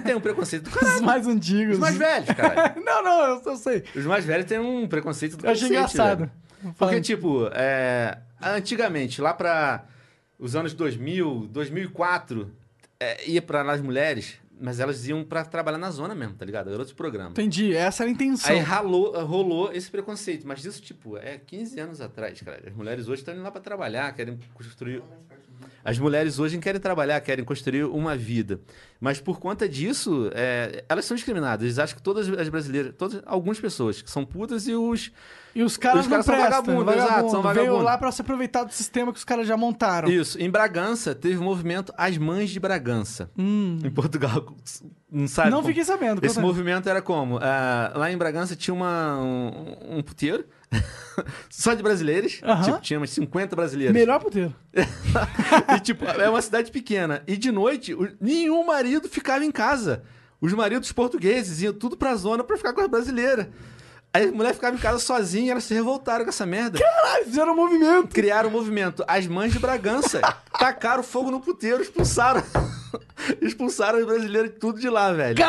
C: têm um preconceito do
B: Os
C: caralho.
B: mais antigos.
C: Os mais velhos, cara.
B: não, não, eu, eu sei.
C: Os mais velhos têm um preconceito do
B: Eu achei
C: cacete,
B: engraçado.
C: velho. Porque, tipo, é, antigamente, lá pra os anos 2000, 2004, é, ia pra lá as mulheres, Mas elas iam pra trabalhar na zona mesmo, tá ligado? Garoto de programa.
B: Entendi, essa era a intenção.
C: Aí ralou, rolou esse preconceito. Mas isso, tipo, é 15 anos atrás, cara. As mulheres hoje estão indo lá pra trabalhar, querem construir. As mulheres hoje querem trabalhar, querem construir uma vida. Mas por conta disso, é, elas são discriminadas. Eles acham que todas as brasileiras, todas, algumas pessoas que são putas e os.
B: e os caras
C: os
B: não
C: caras são
B: prestam,
C: vagabundo, exato, são
B: Veio
C: vagabundo.
B: lá pra se aproveitar do sistema que os caras já montaram.
C: Isso. Em Bragança, teve o movimento As Mães de Bragança. Em Portugal. Não sabe?
B: Não
C: como-
B: fiquei sabendo.
C: Esse
B: conta aí.
C: movimento era como? Ah, lá em Bragança tinha uma, um, um puteiro só de brasileiros.
B: Aham.
C: Tipo, tinha umas 50 brasileiros.
B: Melhor puteiro.
C: E, tipo, é uma cidade pequena. E de noite, o- nenhum marido ficava em casa. Os maridos portugueses iam tudo pra zona pra ficar com as brasileiras. Aí a mulher ficava em casa sozinha e elas se revoltaram com essa merda.
B: Ah, fizeram um movimento.
C: Criaram o movimento As Mães de Bragança. tacaram fogo no puteiro, expulsaram. expulsaram os brasileiros tudo de lá, velho. E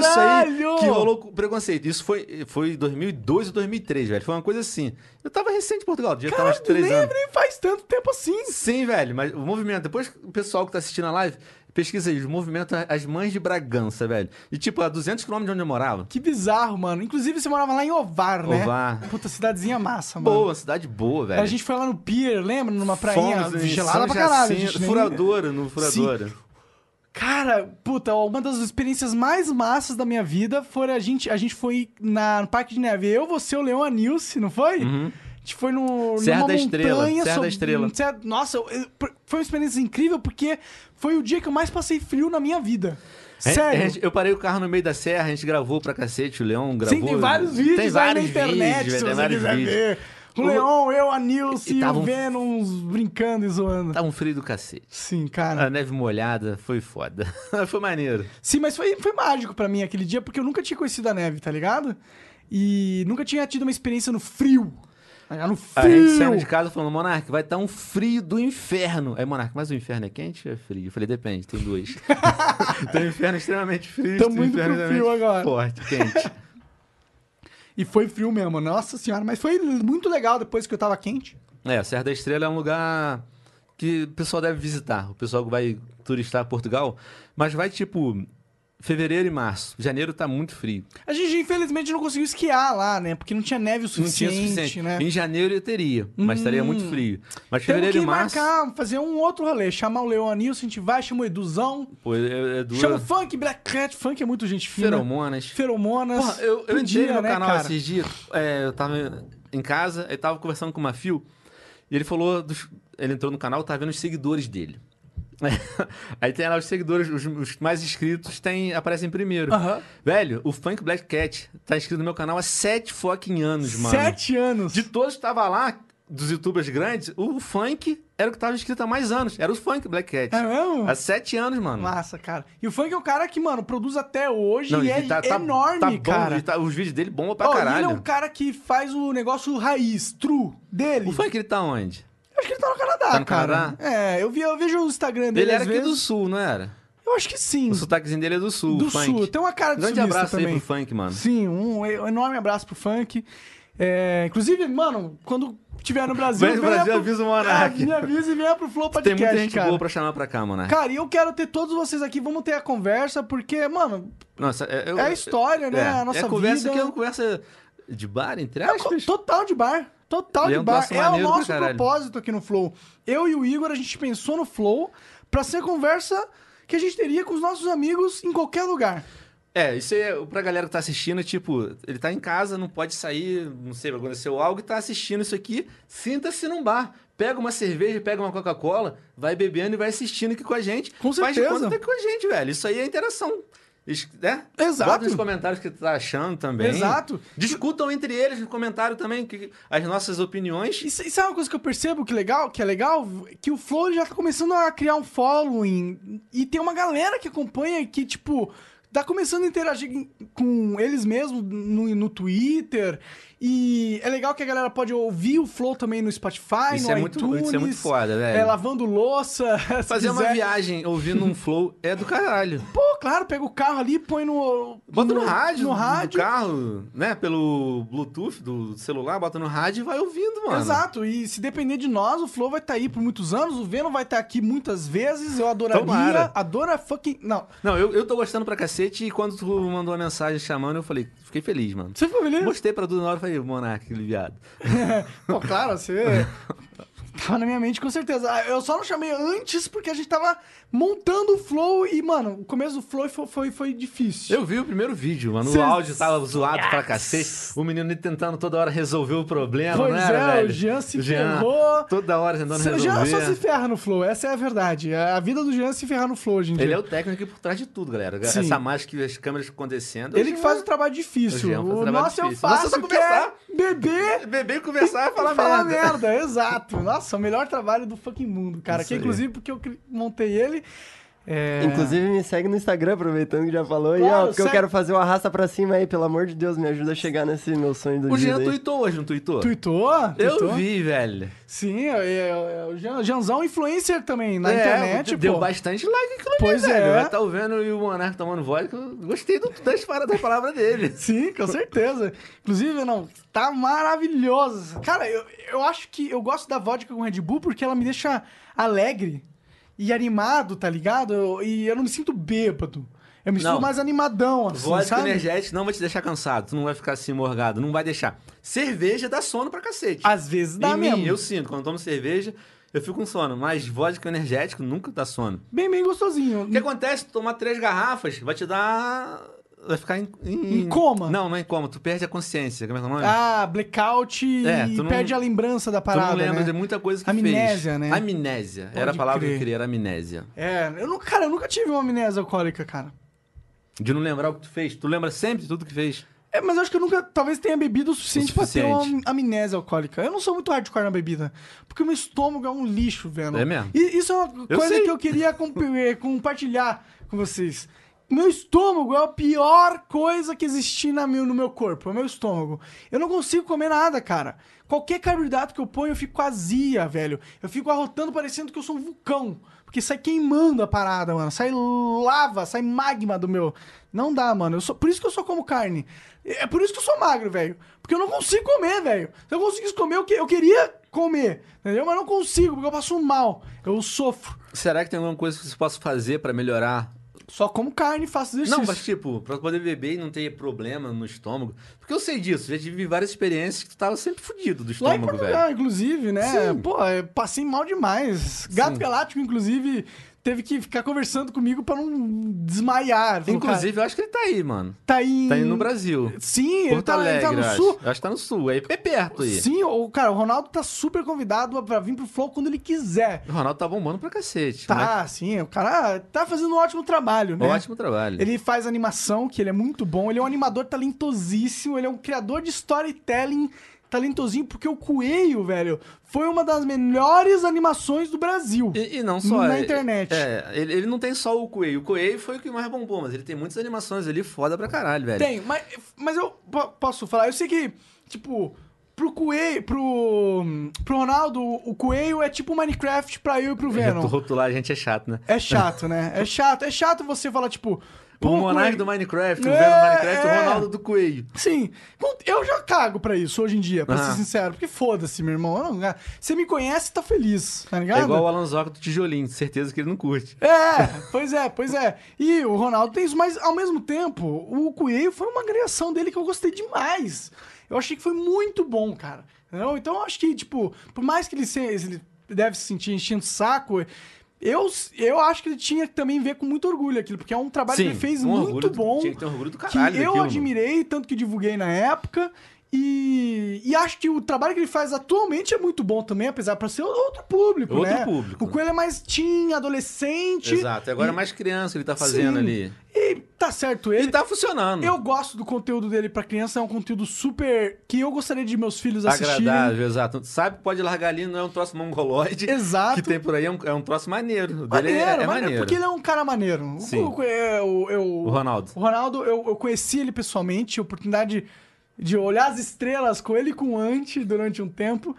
C: isso
B: Caralho!
C: aí que rolou com preconceito. Isso foi foi 2002 ou 2003, velho. Foi uma coisa assim. Eu tava recente em Portugal, devia estar
B: Cara,
C: uns 3
B: nem,
C: anos.
B: nem faz tanto tempo assim.
C: Sim, velho, mas o movimento, depois o pessoal que tá assistindo a live, pesquisa aí, o movimento As Mães de Bragança, velho. E tipo, a 200 km de onde eu morava.
B: Que bizarro, mano. Inclusive, você morava lá em Ovar, né?
C: Ovar.
B: Puta, cidadezinha massa, mano.
C: Boa, cidade boa, velho.
B: A gente foi lá no pier, lembra? Numa prainha
C: Fomos em
B: gelada
C: São
B: pra caralho. a
C: Jacinto,
B: gente nem-
C: Furadora, no Furadora.
B: Cara, puta, uma das experiências mais massas da minha vida foi a gente. A gente foi na, no Parque de Neve. Eu, você, o Leão, a Nilce, não foi? A gente foi no,
C: Uhum. Serra
B: numa
C: da Estrela,
B: montanha.
C: Serra da
B: sob-
C: Estrela.
B: Serra- Nossa, eu- eu- foi uma experiência incrível porque foi o dia que eu mais passei frio na minha vida.
C: A- a
B: Sério.
C: gente- É, eu parei o carro no meio da serra, a gente gravou pra cacete, o Leão gravou.
B: Sim, tem vários vídeos
C: tem
B: aí
C: vários
B: na internet,
C: vídeos,
B: se
C: velho, tem
B: você
C: vários
B: quiser
C: vídeos.
B: ver. O
C: O-
B: Leon, eu, a Nilce,
C: E tava
B: o
C: um-
B: Venom brincando e zoando.
C: Tava Ah. um frio do cacete.
B: Sim, cara.
C: A neve molhada, foi foda. foi maneiro.
B: Sim, mas foi, foi mágico pra mim aquele dia, porque eu nunca tinha conhecido a neve, tá ligado? E nunca tinha tido uma experiência no frio. Ah, No
C: A gente saindo
B: frio.
C: de casa falando, Monark, vai estar um frio do inferno. Aí, Monark, mas o inferno é quente ou é frio? Eu falei, depende, tem dois. tem um inferno extremamente frio,
B: Tamo
C: tem um
B: indo pro
C: inferno
B: frio
C: extremamente
B: agora.
C: Forte, quente.
B: E foi frio mesmo, nossa senhora. Mas foi muito legal depois que eu tava quente.
C: é, Serra da Estrela é um lugar que o pessoal deve visitar. O pessoal que vai turistar Portugal, mas vai tipo fevereiro e março. Janeiro tá muito frio.
B: A gente, infelizmente, não conseguiu esquiar lá, né? Porque não tinha neve o
C: Não tinha
B: suficiente,
C: o suficiente.
B: né? Hum.
C: Em janeiro eu teria, mas estaria muito frio.
B: Temos
C: Mas fevereiro
B: que
C: e março.
B: marcar, fazer um outro rolê. Chamar o Leon Anilson, a gente vai, chama o Eduzão.
C: Pô, é, é dura.
B: Chama o né? Funk, Black Cat. Funk é muito gente fina.
C: Feromonas.
B: Feromonas.
C: Porra, eu, eu
B: Podia,
C: entrei no
B: né,
C: canal
B: cara?
C: esses dias, é, eu tava em casa, eu tava conversando com o Mafio, e ele falou. dos- ele entrou no canal, tava vendo os seguidores dele. Aí tem lá os seguidores, os, os mais inscritos tem, aparecem primeiro.
B: Aham.
C: Velho, o Funk Black Cat tá inscrito no meu canal há sete fucking anos, mano.
B: Sete anos.
C: De todos que tava lá, dos youtubers grandes, o Funk era o que tava inscrito há mais anos. Era o Funk Black Cat.
B: É mesmo?
C: Há sete anos, mano.
B: Massa, cara. E o Funk é um cara que, mano, produz até hoje
C: Não,
B: e
C: ele
B: é
C: tá- tá-
B: enorme,
C: tá bom,
B: cara.
C: ele tá- os vídeos dele bombam pra
B: Ó, e
C: caralho.
B: Ele é um cara que faz o negócio raiz, true, dele.
C: O funk ele tá onde?
B: Acho que ele tá no Canadá,
C: Tá no
B: cara.
C: Canadá?
B: É, eu, vi, eu vejo o Instagram
C: Ele,
B: dele. às
C: era aqui
B: vezes.
C: do sul, não era?
B: Eu acho que sim.
C: O sotaquezinho dele é do sul.
B: do
C: o funk.
B: sul. Tem uma cara de
C: Grande
B: sulista
C: abraço
B: também.
C: aí pro funk, mano.
B: Sim, um e- um enorme abraço pro funk. É, inclusive, mano, quando tiver no Brasil.
C: Vem no Brasil, avisa o Monark.
B: É, Me avisa e venha pro Flow
C: Tem
B: Podcast.
C: muita gente
B: cara.
C: boa pra chamar pra cá, mano. é.
B: Cara, e eu quero ter todos vocês aqui, vamos ter a conversa, porque, mano,
C: Nossa, é, eu-
B: é a história, né?
C: é,
B: a nossa
C: é conversa
B: vida. É
C: que é uma conversa de bar, entre aspas.
B: Total de bar. Total
C: E é
B: de
C: um
B: bar.
C: troço
B: É o
C: maneiro pra
B: nosso
C: caralho.
B: propósito aqui no Flow. Eu e o Igor, a gente pensou no Flow pra ser conversa que a gente teria com os nossos amigos em qualquer lugar.
C: É, isso aí é pra galera que tá assistindo, tipo, ele tá em casa, não pode sair, não sei, aconteceu algo e tá assistindo isso aqui, sinta-se num bar. Pega uma cerveja, pega uma Coca-Cola, vai bebendo e vai assistindo aqui com a gente.
B: Com
C: Faz de
B: certeza.
C: conta que tá com a gente, velho. Isso aí é interação. Es- Né?
B: Exato.
C: Bota nos comentários o que tu tá achando também.
B: Exato.
C: Discutam entre eles no comentário também que- as nossas opiniões.
B: E sa- e sabe uma coisa que eu percebo que legal, que é legal? Que o Flow ele já tá começando a criar um following. E tem uma galera que acompanha que, tipo, tá começando a interagir em- com eles mesmos no, no Twitter. E é legal que a galera pode ouvir o Flow também no Spotify,
C: Isso
B: no
C: é muito-
B: iTunes.
C: isso é muito foda, velho.
B: É, lavando louça. se
C: Fazer uma
B: quiser.
C: viagem ouvindo um flow é do caralho.
B: Pô, claro, pega o carro ali, põe no.
C: Bota no, rádio,
B: No rádio.
C: do carro, né? Pelo Bluetooth do celular, bota no rádio e vai ouvindo, mano.
B: Exato, e se depender de nós, o Flow vai estar aí por muitos anos, o Venom vai estar aqui muitas vezes, eu adoraria,
C: Tomara.
B: adora fucking... Não,
C: Não, eu, eu tô gostando pra cacete e quando tu mandou a mensagem chamando, eu falei, fiquei feliz, mano.
B: você ficou feliz?
C: Mostrei pra tudo na hora e falei, Monark, aliviado.
B: Pô, claro, você... tava na minha mente com certeza. Ah, Eu só não chamei antes porque a gente tava montando o Flow e, mano, o começo do Flow foi, foi, foi difícil.
C: Eu vi o primeiro vídeo, mano.
B: Cês-
C: O áudio tava zoado pra cacete. O menino tentando toda hora resolver o problema,
B: Pois
C: não
B: é,
C: era,
B: o
C: velho?
B: Jean se
C: Jean,
B: ferrou.
C: Toda hora tentando
B: Cê- o Jean
C: resolver.
B: só se ferra no Flow, essa é a verdade. A vida do Jean é se ferrar no Flow hoje em dia.
C: Ele é o técnico por trás de tudo, galera.
B: Sim.
C: Essa mágica e as câmeras acontecendo.
B: Ele que
C: Jean-
B: faz o trabalho
C: O
B: difícil.
C: Jean faz o
B: O,
C: trabalho
B: nosso eu
C: difícil. Nossa,
B: faço,
C: só
B: que é
C: conversar.
B: beber
C: Beber, conversar e falar
B: Fala
C: merda.
B: merda, exato. Nossa, o melhor trabalho do fucking mundo, cara.
C: Isso
B: que
C: aí.
B: inclusive porque eu cri- montei ele. É...
A: Inclusive, me segue no Instagram, aproveitando que já falou. e,
B: Claro,
A: ó, porque eu
B: segue-
A: quero fazer uma raça pra cima aí, pelo amor de Deus, me ajuda a chegar nesse meu sonho do
C: O
A: dia.
C: Jean
A: daí.
C: tuitou hoje, não tuitou?
B: Tuitou?
C: Eu
B: Tuitou?
C: vi, velho.
B: Sim, eu, eu, eu, o Jean- Janzão é influencer também na
C: É,
B: internet,
C: Deu
B: pô.
C: bastante like aquilo ali,
B: Pois
C: velho.
B: é.
C: Vai estar ouvindo e o Monark tomando vodka. eu Gostei do, das paradas, da palavra dele.
B: Sim, com certeza. Inclusive, não, tá maravilhoso. Cara, eu, eu acho que eu gosto da vodka com Red Bull porque ela me deixa alegre e animado, tá ligado? Eu- e eu não me sinto bêbado. Eu me sinto
C: Não.
B: mais animadão, assim,
C: Vodka
B: sabe?
C: energético não vai te deixar cansado. Tu não vai ficar assim morgado. Não vai deixar. Cerveja dá sono pra cacete.
B: Às vezes dá
C: em
B: mesmo.
C: mim, eu sinto. Quando eu tomo cerveja, eu fico com sono. Mas vodka energético nunca dá sono.
B: Bem, bem gostosinho.
C: O que acontece? Tu Tomar três garrafas vai te dar... Vai ficar em...
B: Em coma?
C: Não, não é em coma. Tu perde a consciência. Como é que é o nome?
B: Ah, blackout
C: É,
B: e
C: tu não-
B: perde a lembrança da
C: Tu
B: parada,
C: não lembra
B: né?
C: de muita coisa que fez.
B: Amnésia, né?
C: Amnésia. Era a
B: Pode
C: palavra que
B: crer.
C: eu queria, era amnésia.
B: É, eu não, cara, eu nunca tive uma amnésia alcoólica, cara.
C: De não lembrar o que tu fez. Tu lembra sempre de tudo que fez.
B: É, mas eu acho que eu nunca, talvez tenha bebido o suficiente,
C: O
B: pra ter uma
C: suficiente.
B: amnésia alcoólica. Eu não sou muito hardcore na bebida, porque meu estômago é um lixo, velho.
C: É mesmo?
B: E isso é uma
C: Eu
B: coisa
C: sei.
B: que eu queria comp- eh, compartilhar com vocês. Meu estômago é a pior coisa que existir na meu, no meu corpo, é o meu estômago. Eu não consigo comer nada, cara. Qualquer carboidrato que eu ponho, eu fico azia, velho. Eu fico arrotando parecendo que eu sou um vulcão. Porque sai queimando a parada, mano. Sai lava, sai magma do meu. Não dá, mano. Eu sou... Por isso que eu só como carne. É por isso que eu sou magro, velho. Porque eu não consigo comer, velho. Se eu conseguisse comer, eu, que... eu queria comer. Entendeu? Mas eu não consigo, porque eu passo mal. Eu sofro.
C: Será que tem alguma coisa que você possa fazer pra melhorar?
B: Só como carne e faço exercício.
C: Não, mas tipo, pra poder beber e não ter problema no estômago. Porque eu sei disso, já tive várias experiências que tu tava sempre fudido do
B: Lá em
C: estômago,
B: Portugal,
C: velho.
B: inclusive, né? Pô, eu passei mal demais. Gato Galáctico, inclusive, teve que ficar conversando comigo pra não desmaiar. Falou,
C: Inclusive, eu acho que ele tá aí, mano.
B: cara, tá aí.
C: Tá aí no Brasil.
B: Sim, ele
C: Porto
B: tá, ele
C: Alegre,
B: tá no
C: acho.
B: sul.
C: Acho que tá no sul, é bem perto aí.
B: Sim, o, cara, o Ronaldo tá super convidado pra vir pro Flow quando ele quiser.
C: O Ronaldo tá bombando pra cacete. moleque.
B: Tá, sim, o cara tá fazendo um ótimo trabalho, né?
C: Ótimo trabalho.
B: Ele faz animação, que ele é muito bom. Ele é um animador talentosíssimo. Ele é um criador de storytelling talentosinho, porque o Coelho, velho, foi uma das melhores animações do Brasil.
C: E, e não só.
B: Na
C: é-
B: internet.
C: É, ele, ele não tem só o Coelho. O Coelho foi o que mais bombou, mas ele tem muitas animações ali foda pra caralho, velho.
B: Tem, mas, mas eu po- posso falar. Eu sei que, tipo, pro Coelho, pro, pro Ronaldo, o Coelho é tipo Minecraft pra eu e pro
C: Eu tô
B: Venom.
C: rotular, a gente é chato, né?
B: É chato, né? É chato. É chato você falar, tipo...
C: O
B: pô,
C: Monark
B: Coelho-
C: do Minecraft, o
B: É,
C: Venom do Minecraft,
B: é.
C: o Ronaldo do Coelho.
B: Sim, Bom, eu já cago pra isso hoje em dia, pra
C: Aham.
B: ser sincero. Porque foda-se, meu irmão. Eu não- Você me conhece, tá feliz, tá ligado?
C: É igual o Alanzoca do Tijolinho, certeza que ele não curte.
B: É, pois é, pois é. E o Ronaldo tem isso, mas ao mesmo tempo, o Coelho foi uma criação dele que eu gostei demais. Eu achei que foi muito bom, cara. Entendeu? Então eu acho que, tipo, por mais que ele, se, ele deve se sentir enchendo o saco, eu, eu acho que ele tinha que também ver com muito orgulho aquilo, porque é um trabalho que ele fez
C: um
B: muito
C: orgulho do-
B: bom
C: Tinha que ter um orgulho do caralho
B: que eu
C: daquilo, mano.
B: admirei, tanto que divulguei na época. E, e acho que o trabalho que ele faz atualmente é muito bom também, apesar para ser outro público,
C: Outro
B: né?
C: público.
B: O Coelho é mais teen, adolescente.
C: Exato. Agora é mais criança que ele tá fazendo
B: Sim.
C: ali.
B: E tá certo ele.
C: Ele tá funcionando.
B: Eu gosto do conteúdo dele pra criança, é um conteúdo super que eu gostaria de meus filhos assistirem.
C: Agradável, exato. Sabe, pode largar ali, não é um troço mongoloide.
B: Exato.
C: Que tem por aí, é um, é um troço maneiro. O dele
B: Maneiro,
C: é- é,
B: maneiro,
C: maneiro.
B: Porque ele é um cara maneiro.
C: Sim.
B: O, eu, eu,
C: O Ronaldo.
B: O Ronaldo, eu, eu conheci ele pessoalmente, tive a oportunidade de olhar as estrelas com ele e com o Ante durante um tempo.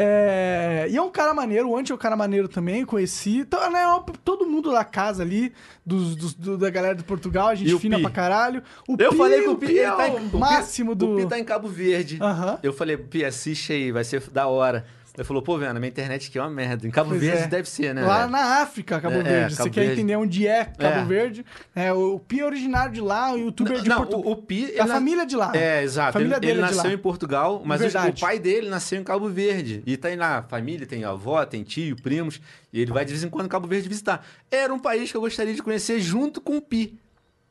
B: É, e é um cara maneiro, o Ante é um cara maneiro também, conheci. Então, né, ó, todo mundo da casa ali, dos, dos- do- da galera de Portugal, a gente
C: E o
B: fina
C: Pi?
B: pra caralho. O
C: Eu
B: Pi,
C: falei com o
B: Pi,
C: Pi,
B: é
C: ele tá em,
B: o
C: o Pi-
B: máximo do...
C: O Pi tá em Cabo Verde.
B: Aham.
C: Eu falei, Pi, assiste aí, vai ser da hora. Ele falou, pô, Vena, minha internet aqui é uma merda. Em Cabo
B: Pois
C: Verde
B: é.
C: deve ser, né?
B: Lá
C: velho?
B: na África, Cabo
C: É, é,
B: Verde. Você
C: Cabo
B: quer
C: Verde.
B: entender onde é Cabo
C: É.
B: Verde? É, o o Pi é originário de lá, o youtuber de
C: Não,
B: Portugal.
C: o, o Pi. ele
B: Da
C: na-
B: família de lá.
C: É, exato.
B: Família
C: ele
B: dele
C: ele
B: é de
C: nasceu
B: lá.
C: em Portugal, mas o,
B: Verdade.
C: o pai dele nasceu em Cabo Verde. E tem lá família, tem avó, tem tio, primos. E ele vai de vez em quando em Cabo Verde visitar. Era um país que eu gostaria de conhecer junto com o Pi.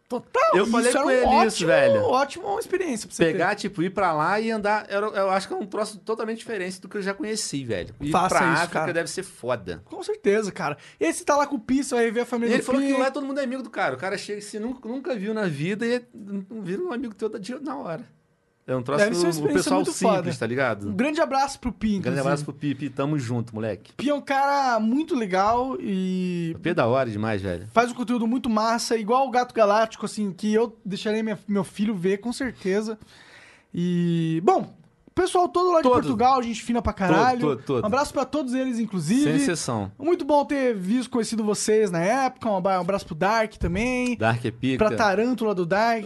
B: Total.
C: Eu falei
B: era
C: com ele isso, velho.
B: Ótima experiência pra você
C: Pegar, tipo, ir pra lá e andar. Era- eu acho que é um troço totalmente diferente do que eu já conheci, velho. Ir
B: Faça
C: pra
B: isso,
C: África
B: cara.
C: deve ser foda.
B: ter. Com certeza, cara. Esse tá lá com o Pi, você vai rever a
C: E
B: família
C: ele
B: do
C: falou
B: Pi.
C: que lá todo mundo é amigo do cara. O cara chega, se nunca, nunca viu na vida, e não vira um amigo teu da- de- na hora. É um troço,
B: Deve ser uma
C: o
B: experiência
C: pessoal
B: muito
C: simples,
B: foda.
C: tá ligado? Um
B: Um grande abraço pro Pi,
C: Grande
B: inclusive.
C: abraço pro Pipi, tamo junto, moleque.
B: Pi é um cara muito legal e
C: Pipi é da hora demais, velho.
B: faz um conteúdo muito massa, igual o Gato Galáctico, assim, que eu deixarei minha- meu filho ver, com certeza. E, bom, o pessoal todo lá de
C: Todo.
B: Portugal, gente fina pra caralho.
C: todo, todo.
B: Um abraço pra todos eles,
C: Sem
B: inclusive.
C: exceção.
B: muito bom ter visto, conhecido vocês na época. Um abra- um abraço pro Dark também.
C: Dark é pica.
B: Pra tá- tarântula do Dark.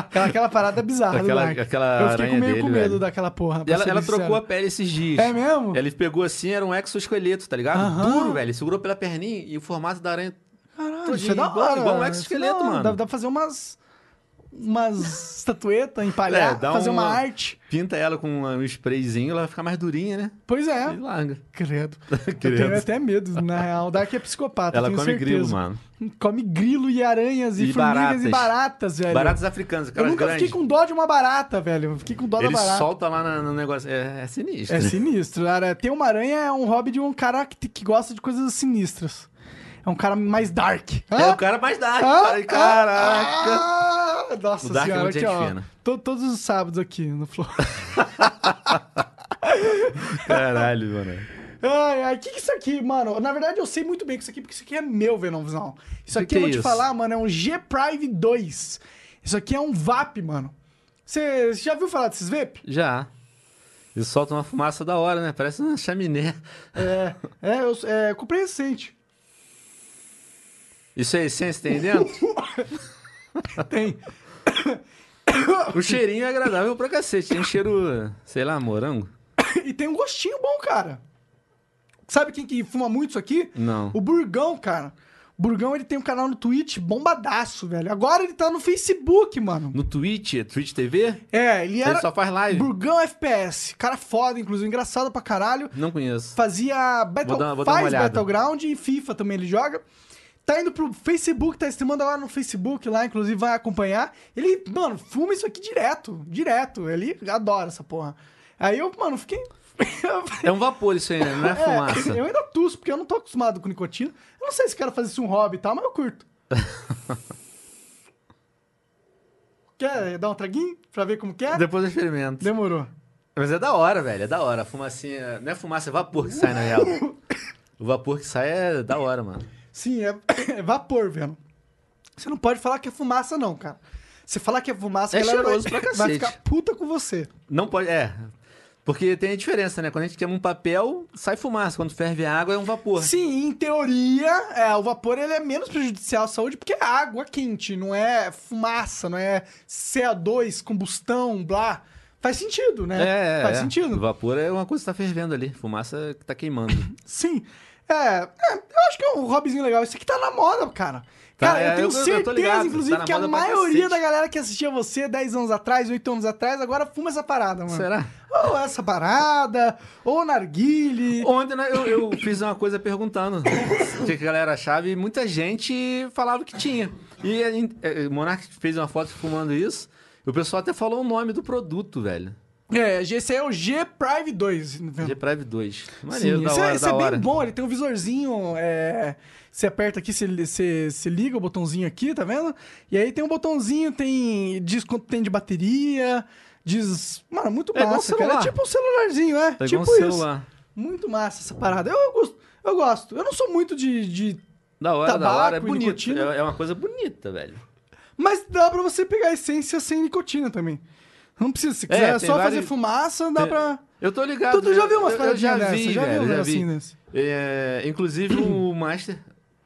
B: aquela, aquela parada bizarra
C: Aquela-
B: do Dark.
C: aquela
B: eu fiquei com
C: aranha
B: meio com
C: dele,
B: medo
C: velho.
B: daquela porra.
C: E
B: pra
C: ela,
B: ser
C: ela
B: sincero.
C: trocou a pele esses dias.
B: É mesmo?
C: Ele pegou assim, era um exoesqueleto, tá ligado?
B: Aham.
C: Duro, velho. Segurou pela perninha e o formato da aranha.
B: Caralho,
C: todinha,
B: isso é da
C: igual-
B: hora.
C: igual
B: isso
C: um
B: é da
C: exoesqueleto,
B: hora.
C: mano.
B: Dá, dá pra fazer umas... Umas estatuetas, empalhar,
C: É, dá
B: fazer uma
C: uma-
B: arte.
C: Pinta ela com um sprayzinho, ela fica mais durinha, né?
B: Pois é.
C: E larga.
B: Credo. Eu
C: Credo.
B: tenho até medo, na real. O Dark é psicopata,
C: Ela
B: tenho
C: come
B: certeza.
C: grilo, mano.
B: Come grilo e aranhas e,
C: E
B: formigas e
C: baratas.
B: baratas, velho.
C: Baratas africanas,
B: Eu
C: aquelas
B: nunca
C: grandes.
B: fiquei com um dó de uma barata, velho. Eu fiquei com dó
C: Ele
B: da barata.
C: solta lá na- no negócio. É, é sinistro.
B: É sinistro. Cara. Ter uma aranha é um hobby de um cara que, que gosta de coisas sinistras. É um cara mais dark.
C: É
B: Hã?
C: o cara mais dark.
B: Hã?
C: cara. Caraca.
B: Ah, nossa
C: O dark é
B: senhora,
C: muito
B: aqui,
C: gente
B: ó.
C: fina.
B: To- todos os sábados aqui no Flow.
C: Caralho, mano.
B: Ai, ai, que que é isso aqui, mano? Na verdade, eu sei muito bem que isso aqui, porque isso aqui é meu Venomzão. Isso
C: Que
B: aqui
C: que
B: eu vou
C: é
B: te
C: isso?
B: falar, mano, é um G Prive 2. Isso aqui é um VAP, mano. Você já viu falar desses VAP?
C: Já. E solta uma fumaça da hora, né? Parece uma chaminé.
B: É, é, eu é, eu comprei recente.
C: Isso é essência, tem dentro?
B: Tem.
C: o cheirinho é agradável pra cacete. Tem cheiro, sei lá, morango?
B: E tem um gostinho bom, cara. Sabe quem que fuma muito isso aqui?
C: Não.
B: O Burgão, cara. O Burgão, ele tem um canal no Twitch bombadaço, velho. Agora ele tá no Facebook, mano.
C: No Twitch, é Twitch TV?
B: É, ele era
C: Ele só faz live?
B: Burgão FPS. Cara foda, inclusive. Engraçado pra caralho.
C: Não conheço.
B: Fazia Battle,
C: Vou dar- vou dar uma
B: faz
C: olhada.
B: Battleground e FIFA também ele joga. Tá indo pro Facebook, tá streamando agora no Facebook lá, inclusive vai acompanhar. Ele, mano, fuma isso aqui direto, direto. Ele adora essa porra. Aí eu, mano, fiquei...
C: É um vapor isso aí, né? Não é fumaça.
B: eu ainda tuço, porque eu não tô acostumado com nicotina. Eu não sei se quero fazer isso um hobby e tal, mas eu curto. Quer dar um traguinho pra ver como que é?
C: Depois eu experimento.
B: Demorou.
C: Mas é da hora, velho. É da hora. A fumacinha. Não é fumaça, é vapor que sai, na real. O vapor que sai é da hora, mano.
B: Sim, é, é vapor, velho. Você não pode falar que é fumaça, não, cara. Você falar que é fumaça,
C: É
B: a galera vai,
C: cheiroso pra cacete.
B: vai ficar puta com você.
C: Não pode. É. Porque tem a diferença, né? Quando a gente queima um papel, sai fumaça. Quando ferve a água, é um vapor.
B: Sim, em teoria, é, o vapor ele é menos prejudicial à saúde porque é água quente, não é fumaça, não é CO2, combustão, blá. Faz sentido, né?
C: É, é,
B: Faz
C: é. O
B: sentido.
C: vapor é uma coisa que tá fervendo ali. Fumaça que tá queimando.
B: Sim. É, é, eu acho que é um hobbyzinho legal. Isso aqui tá na moda, cara.
C: Tá,
B: cara, eu
C: é,
B: tenho
C: eu- eu tô
B: certeza,
C: ligado,
B: inclusive,
C: tá na
B: que a
C: moda pra
B: maioria
C: cacete.
B: da galera que assistia você 10 anos atrás, 8 anos atrás, agora fuma essa parada, mano.
C: Será?
B: Ou essa parada, ou narguile.
C: Ontem né, eu, eu fiz uma coisa perguntando o que que a galera achava e muita gente falava que tinha. E a gente- eh, o Monark fez uma foto fumando isso. O pessoal até falou o nome do produto, velho.
B: É, esse aí é o G Prime 2. né?
C: G-Prime 2. Maneiro,
B: Sim,
C: da
B: esse, é-
C: hora,
B: esse
C: da
B: é
C: hora.
B: bem bom, ele tem um visorzinho. É, você aperta aqui, você, você, você liga o botãozinho aqui, tá vendo? E aí tem um botãozinho, tem. Diz quanto tem de bateria, diz. Mano, muito
C: É igual
B: massa,
C: um
B: cara. É
C: celular.
B: tipo um celularzinho, é.
C: Pegou
B: tipo
C: um
B: isso.
C: celular.
B: Muito massa essa parada. Eu gosto. Eu gosto. Eu não sou muito de. de-
C: Da hora, da hora. É
B: Tabaco,
C: bonito.
B: nicotina.
C: É é uma coisa bonita, velho.
B: Mas dá pra você pegar a essência sem nicotina também. Não precisa, se quiser
C: É, tem
B: só fazer
C: vários-
B: fumaça, dá
C: tem-
B: pra.
C: Eu tô ligado. né?
B: Tu, tu já viu umas
C: eu, eu
B: paradinhas
C: já
B: dessa?
C: vi,
B: já
C: velho,
B: viu um
C: já vi.
B: negocinho desse?
C: É, inclusive o Master,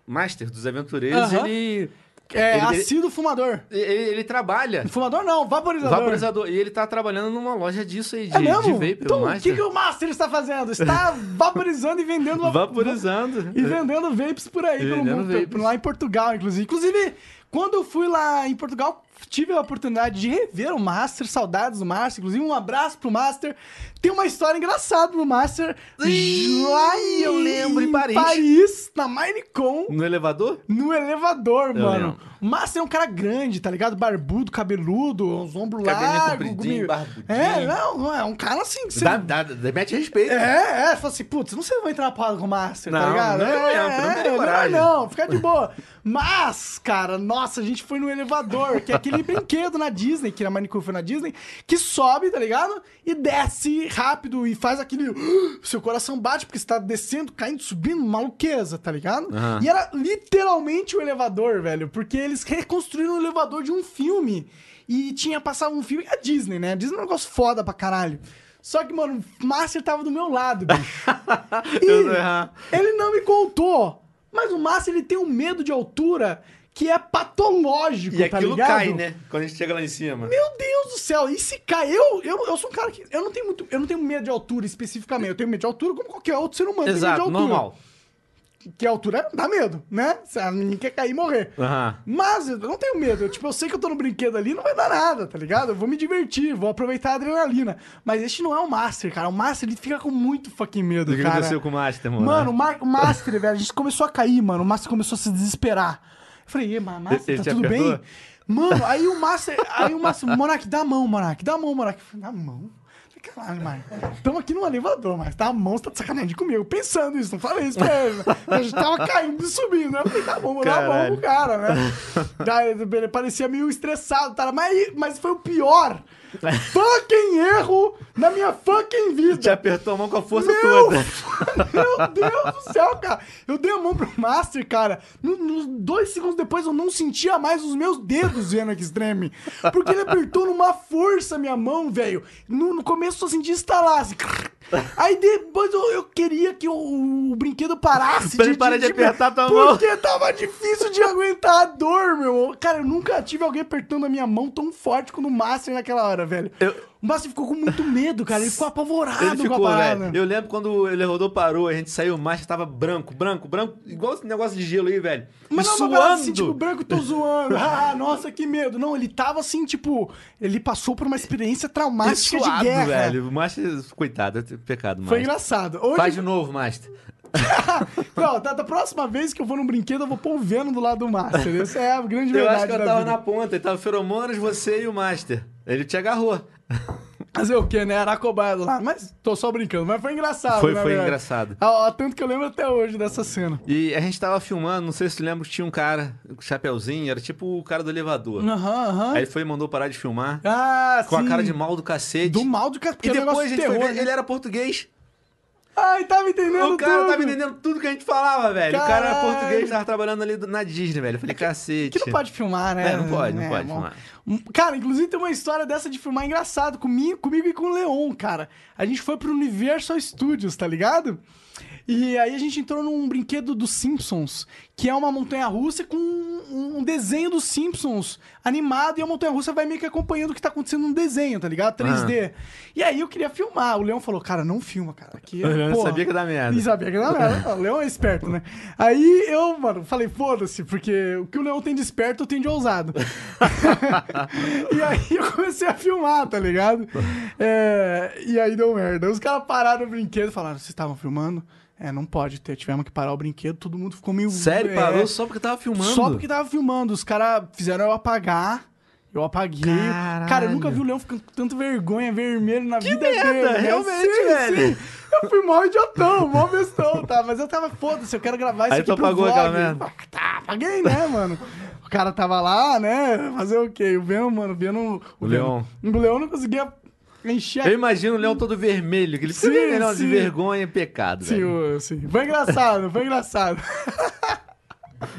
C: Master dos Aventureiros,
B: Aham.
C: ele,
B: É,
C: Ele- ele-
B: assíduo fumador.
C: ele, ele trabalha.
B: Fumador não, vaporizador.
C: Vaporizador. E ele tá trabalhando numa loja disso aí, de,
B: É mesmo?
C: de vape,
B: então,
C: o
B: o que,
C: Master.
B: que o Master está fazendo? Está vaporizando e vendendo va-
C: Vaporizando.
B: e vendendo vapes por aí,
C: E
B: pelo
C: vendendo
B: mundo,
C: vapes.
B: por lá em Portugal, inclusive. Inclusive, quando eu fui lá em Portugal, tive a oportunidade de rever o Master, saudades do Master, inclusive um abraço pro Master. Tem uma história engraçada no Master.
C: Ih,
B: lá em,
C: eu lembro, em Paris.
B: Paris, na Minecon.
C: No elevador?
B: No elevador, mano.
C: lembro.
B: O Master é um cara grande, tá ligado? Barbudo, cabeludo, uns ombros
C: Cabelinho
B: largos.
C: compridinho, barbudinho.
B: É, não, é um cara assim. que você-
C: Dá, dá, dá, mete respeito.
B: É, é, fala assim, putz, não sei se eu vou entrar na porrada com o Master, tá
C: Não,
B: ligado?
C: não
B: é,
C: entra, não teria
B: é,
C: coragem.
B: não, fica de boa. Mas, cara, nossa, a gente foi no elevador, que é aquele brinquedo na Disney, que na Manicure foi na Disney, que sobe, tá ligado? E desce rápido e faz aquele. Seu coração bate, porque você tá descendo, caindo, subindo, maluqueza, tá ligado?
C: Aham.
B: E era literalmente o elevador, velho, porque eles reconstruíram o elevador de um filme. E tinha passado um filme. A Disney, né? A Disney é um negócio foda pra caralho. Só que, mano, o Master tava do meu lado, bicho. E
C: Eu não errar.
B: ele não me contou. Mas o Master, ele tem um medo de altura que é patológico,
C: E
B: tá
C: aquilo
B: ligado?
C: cai, né? Quando a gente chega lá em cima.
B: Meu Deus do céu, e se cai? Eu, eu, eu sou um cara que. Eu não tenho muito. Eu não tenho medo de altura especificamente. Eu tenho medo de altura como qualquer outro ser humano. tem
C: Exato,
B: medo de altura.
C: normal.
B: Que a altura dá medo, né? Se a menina quer cair e morrer.
C: Aham.
B: Mas eu não tenho medo. Eu, tipo, eu sei que eu tô no brinquedo ali, não vai dar nada, tá ligado? Eu vou me divertir, vou aproveitar a adrenalina. Mas este não é o Master, cara. O Master, ele fica com muito fucking medo,
C: O que
B: cara.
C: aconteceu com o né? Master, mano?
B: Mano, o, Ma- o Master, velho, a gente começou a cair, mano. O Master começou a se desesperar. Eu falei, e, Ma- Master,
C: Ele
B: tá
C: te
B: tudo
C: apertou?
B: bem? Mano, aí o Master, aí o Master, Monark, dá a mão, Monark, dá a mão, Monark. Eu falei, dá a mão? Eu falei, Caralho, Mark. Tamo aqui no elevador, mas dá a mão, você tá de sacanagem comigo. Pensando isso, não falei isso pra ele. né? A gente tava caindo e subindo. né? Eu falei, dá a mão, vou dar a mão
C: Caralho.
B: pro cara, né? Daí ele parecia meio estressado, tá? Mas, mas foi o pior fucking erro na minha fucking vida.
C: Te apertou a mão com a força
B: Meu,
C: toda.
B: Meu Deus do céu, cara. Eu dei a mão pro Master, cara. No- Nos dois segundos depois eu não sentia mais os meus dedos vendo que extreme. Porque ele apertou numa força minha mão, velho. No, no começo eu só sentia estalar. assim. Aí depois eu, eu queria que o, o brinquedo parasse.
C: Pra ele parar de apertar tua mão.
B: Porque tava difícil de aguentar a dor, meu. irmão. Cara, eu nunca tive alguém apertando a minha mão tão forte como o Master naquela hora, velho. O Master ficou com muito medo, cara. Ele ficou apavorado
C: Ele
B: com
C: ficou,
B: a parada.
C: velho. Eu lembro quando ele rodou, parou, a gente saiu, o Master tava branco, branco, branco, igual esse negócio de gelo aí, velho.
B: Mas
C: E
B: não, suando.
C: suando.
B: assim, tipo, branco, tô zoando. Ah, nossa, que medo. Não, ele tava assim, tipo, ele passou por uma experiência
C: E
B: traumática
C: suado,
B: é de guerra.
C: velho. O Master, coitado, é pecado,
B: Foi
C: Master.
B: engraçado. Hoje, tá-
C: Faz de novo, Master.
B: não, da, da próxima vez que eu vou num brinquedo, eu vou pôr o Venom do lado do Master. Essa é a grande
C: Eu
B: verdade
C: acho que eu
B: da
C: tava
B: vida.
C: na ponta, ele tava feromonas, você e o Master. Ele te agarrou.
B: Fazer o quê, né? Era cobrado lá. Mas tô só brincando. Mas foi engraçado,
C: Foi-
B: na
C: foi
B: verdade.
C: engraçado.
B: Ah, ó, tanto que eu lembro até hoje dessa cena.
C: E a gente tava filmando, não sei se tu lembra, tinha um cara, com chapeuzinho, era tipo o cara do elevador.
B: Aham, aham.
C: Aí ele foi e mandou parar de filmar,
B: Ah,
C: com
B: sim.
C: a cara de mal do cacete.
B: Do mal do cara.
C: E
B: porque é um
C: depois a
B: negócio
C: gente
B: de
C: foi
B: terror,
C: ver,
B: né?
C: ele era português.
B: Ai, tava entendendo
C: O cara tá
B: tudo.
C: tava entendendo tudo que a gente falava, velho. O cara era
B: Caralho. É
C: português, tava trabalhando ali do- na Disney, velho. Eu falei, cacete.
B: Que não pode filmar, né?
C: É, não pode, não
B: É,
C: pode
B: bom.
C: filmar.
B: Um- Cara, inclusive tem uma história dessa de filmar engraçado comigo, comigo e com o Leon, cara. A gente foi pro Universal Studios, tá ligado? E aí a gente entrou num brinquedo dos Simpsons, que é uma montanha russa com um um desenho dos Simpsons animado e a montanha russa vai meio que acompanhando o que tá acontecendo no desenho, tá ligado? 3D.
C: Ah.
B: E aí eu queria filmar. O Leon falou, cara, não filma, cara. Que,
C: O Leon
B: porra."
C: sabia que ia dar merda.
B: E sabia que ia dar merda. O Leon é esperto, né? Aí eu, mano, falei, foda-se, porque o que o Leon tem de esperto, eu tenho de ousado. e aí eu comecei a filmar, tá ligado? É, e aí deu merda. Os caras pararam o brinquedo e falaram: vocês estavam filmando? É, não pode ter. Tivemos que parar o brinquedo, todo mundo ficou meio.
C: Sério,
B: é,
C: parou só porque tava filmando.
B: Só porque tava filmando. Os caras fizeram eu apagar. Eu apaguei. Cara, eu nunca vi o Leão ficando com tanta vergonha, vermelho na vida
A: merda,
B: dele.
A: realmente,
B: Eu
A: velho.
B: Eu fui mal idiotão, mal bestão, tá? Mas eu tava, foda-se, eu quero gravar isso
C: Aí
B: aqui
C: tu
B: pro
C: apagou
B: vlog.
C: aquela merda.
B: Ah, Tá, apaguei, né, mano? O cara tava lá, né? Fazer o quê? O Venom, mano, o Venom...
C: O Leão.
B: O Leão não conseguia encher a
C: Eu imagino o leão todo vermelho, que ele fica
B: Sim,
C: vermelhão de
B: sim.
C: vergonha e pecado,
B: Sim,
C: velho.
B: o- sim. Foi engraçado, foi engraçado.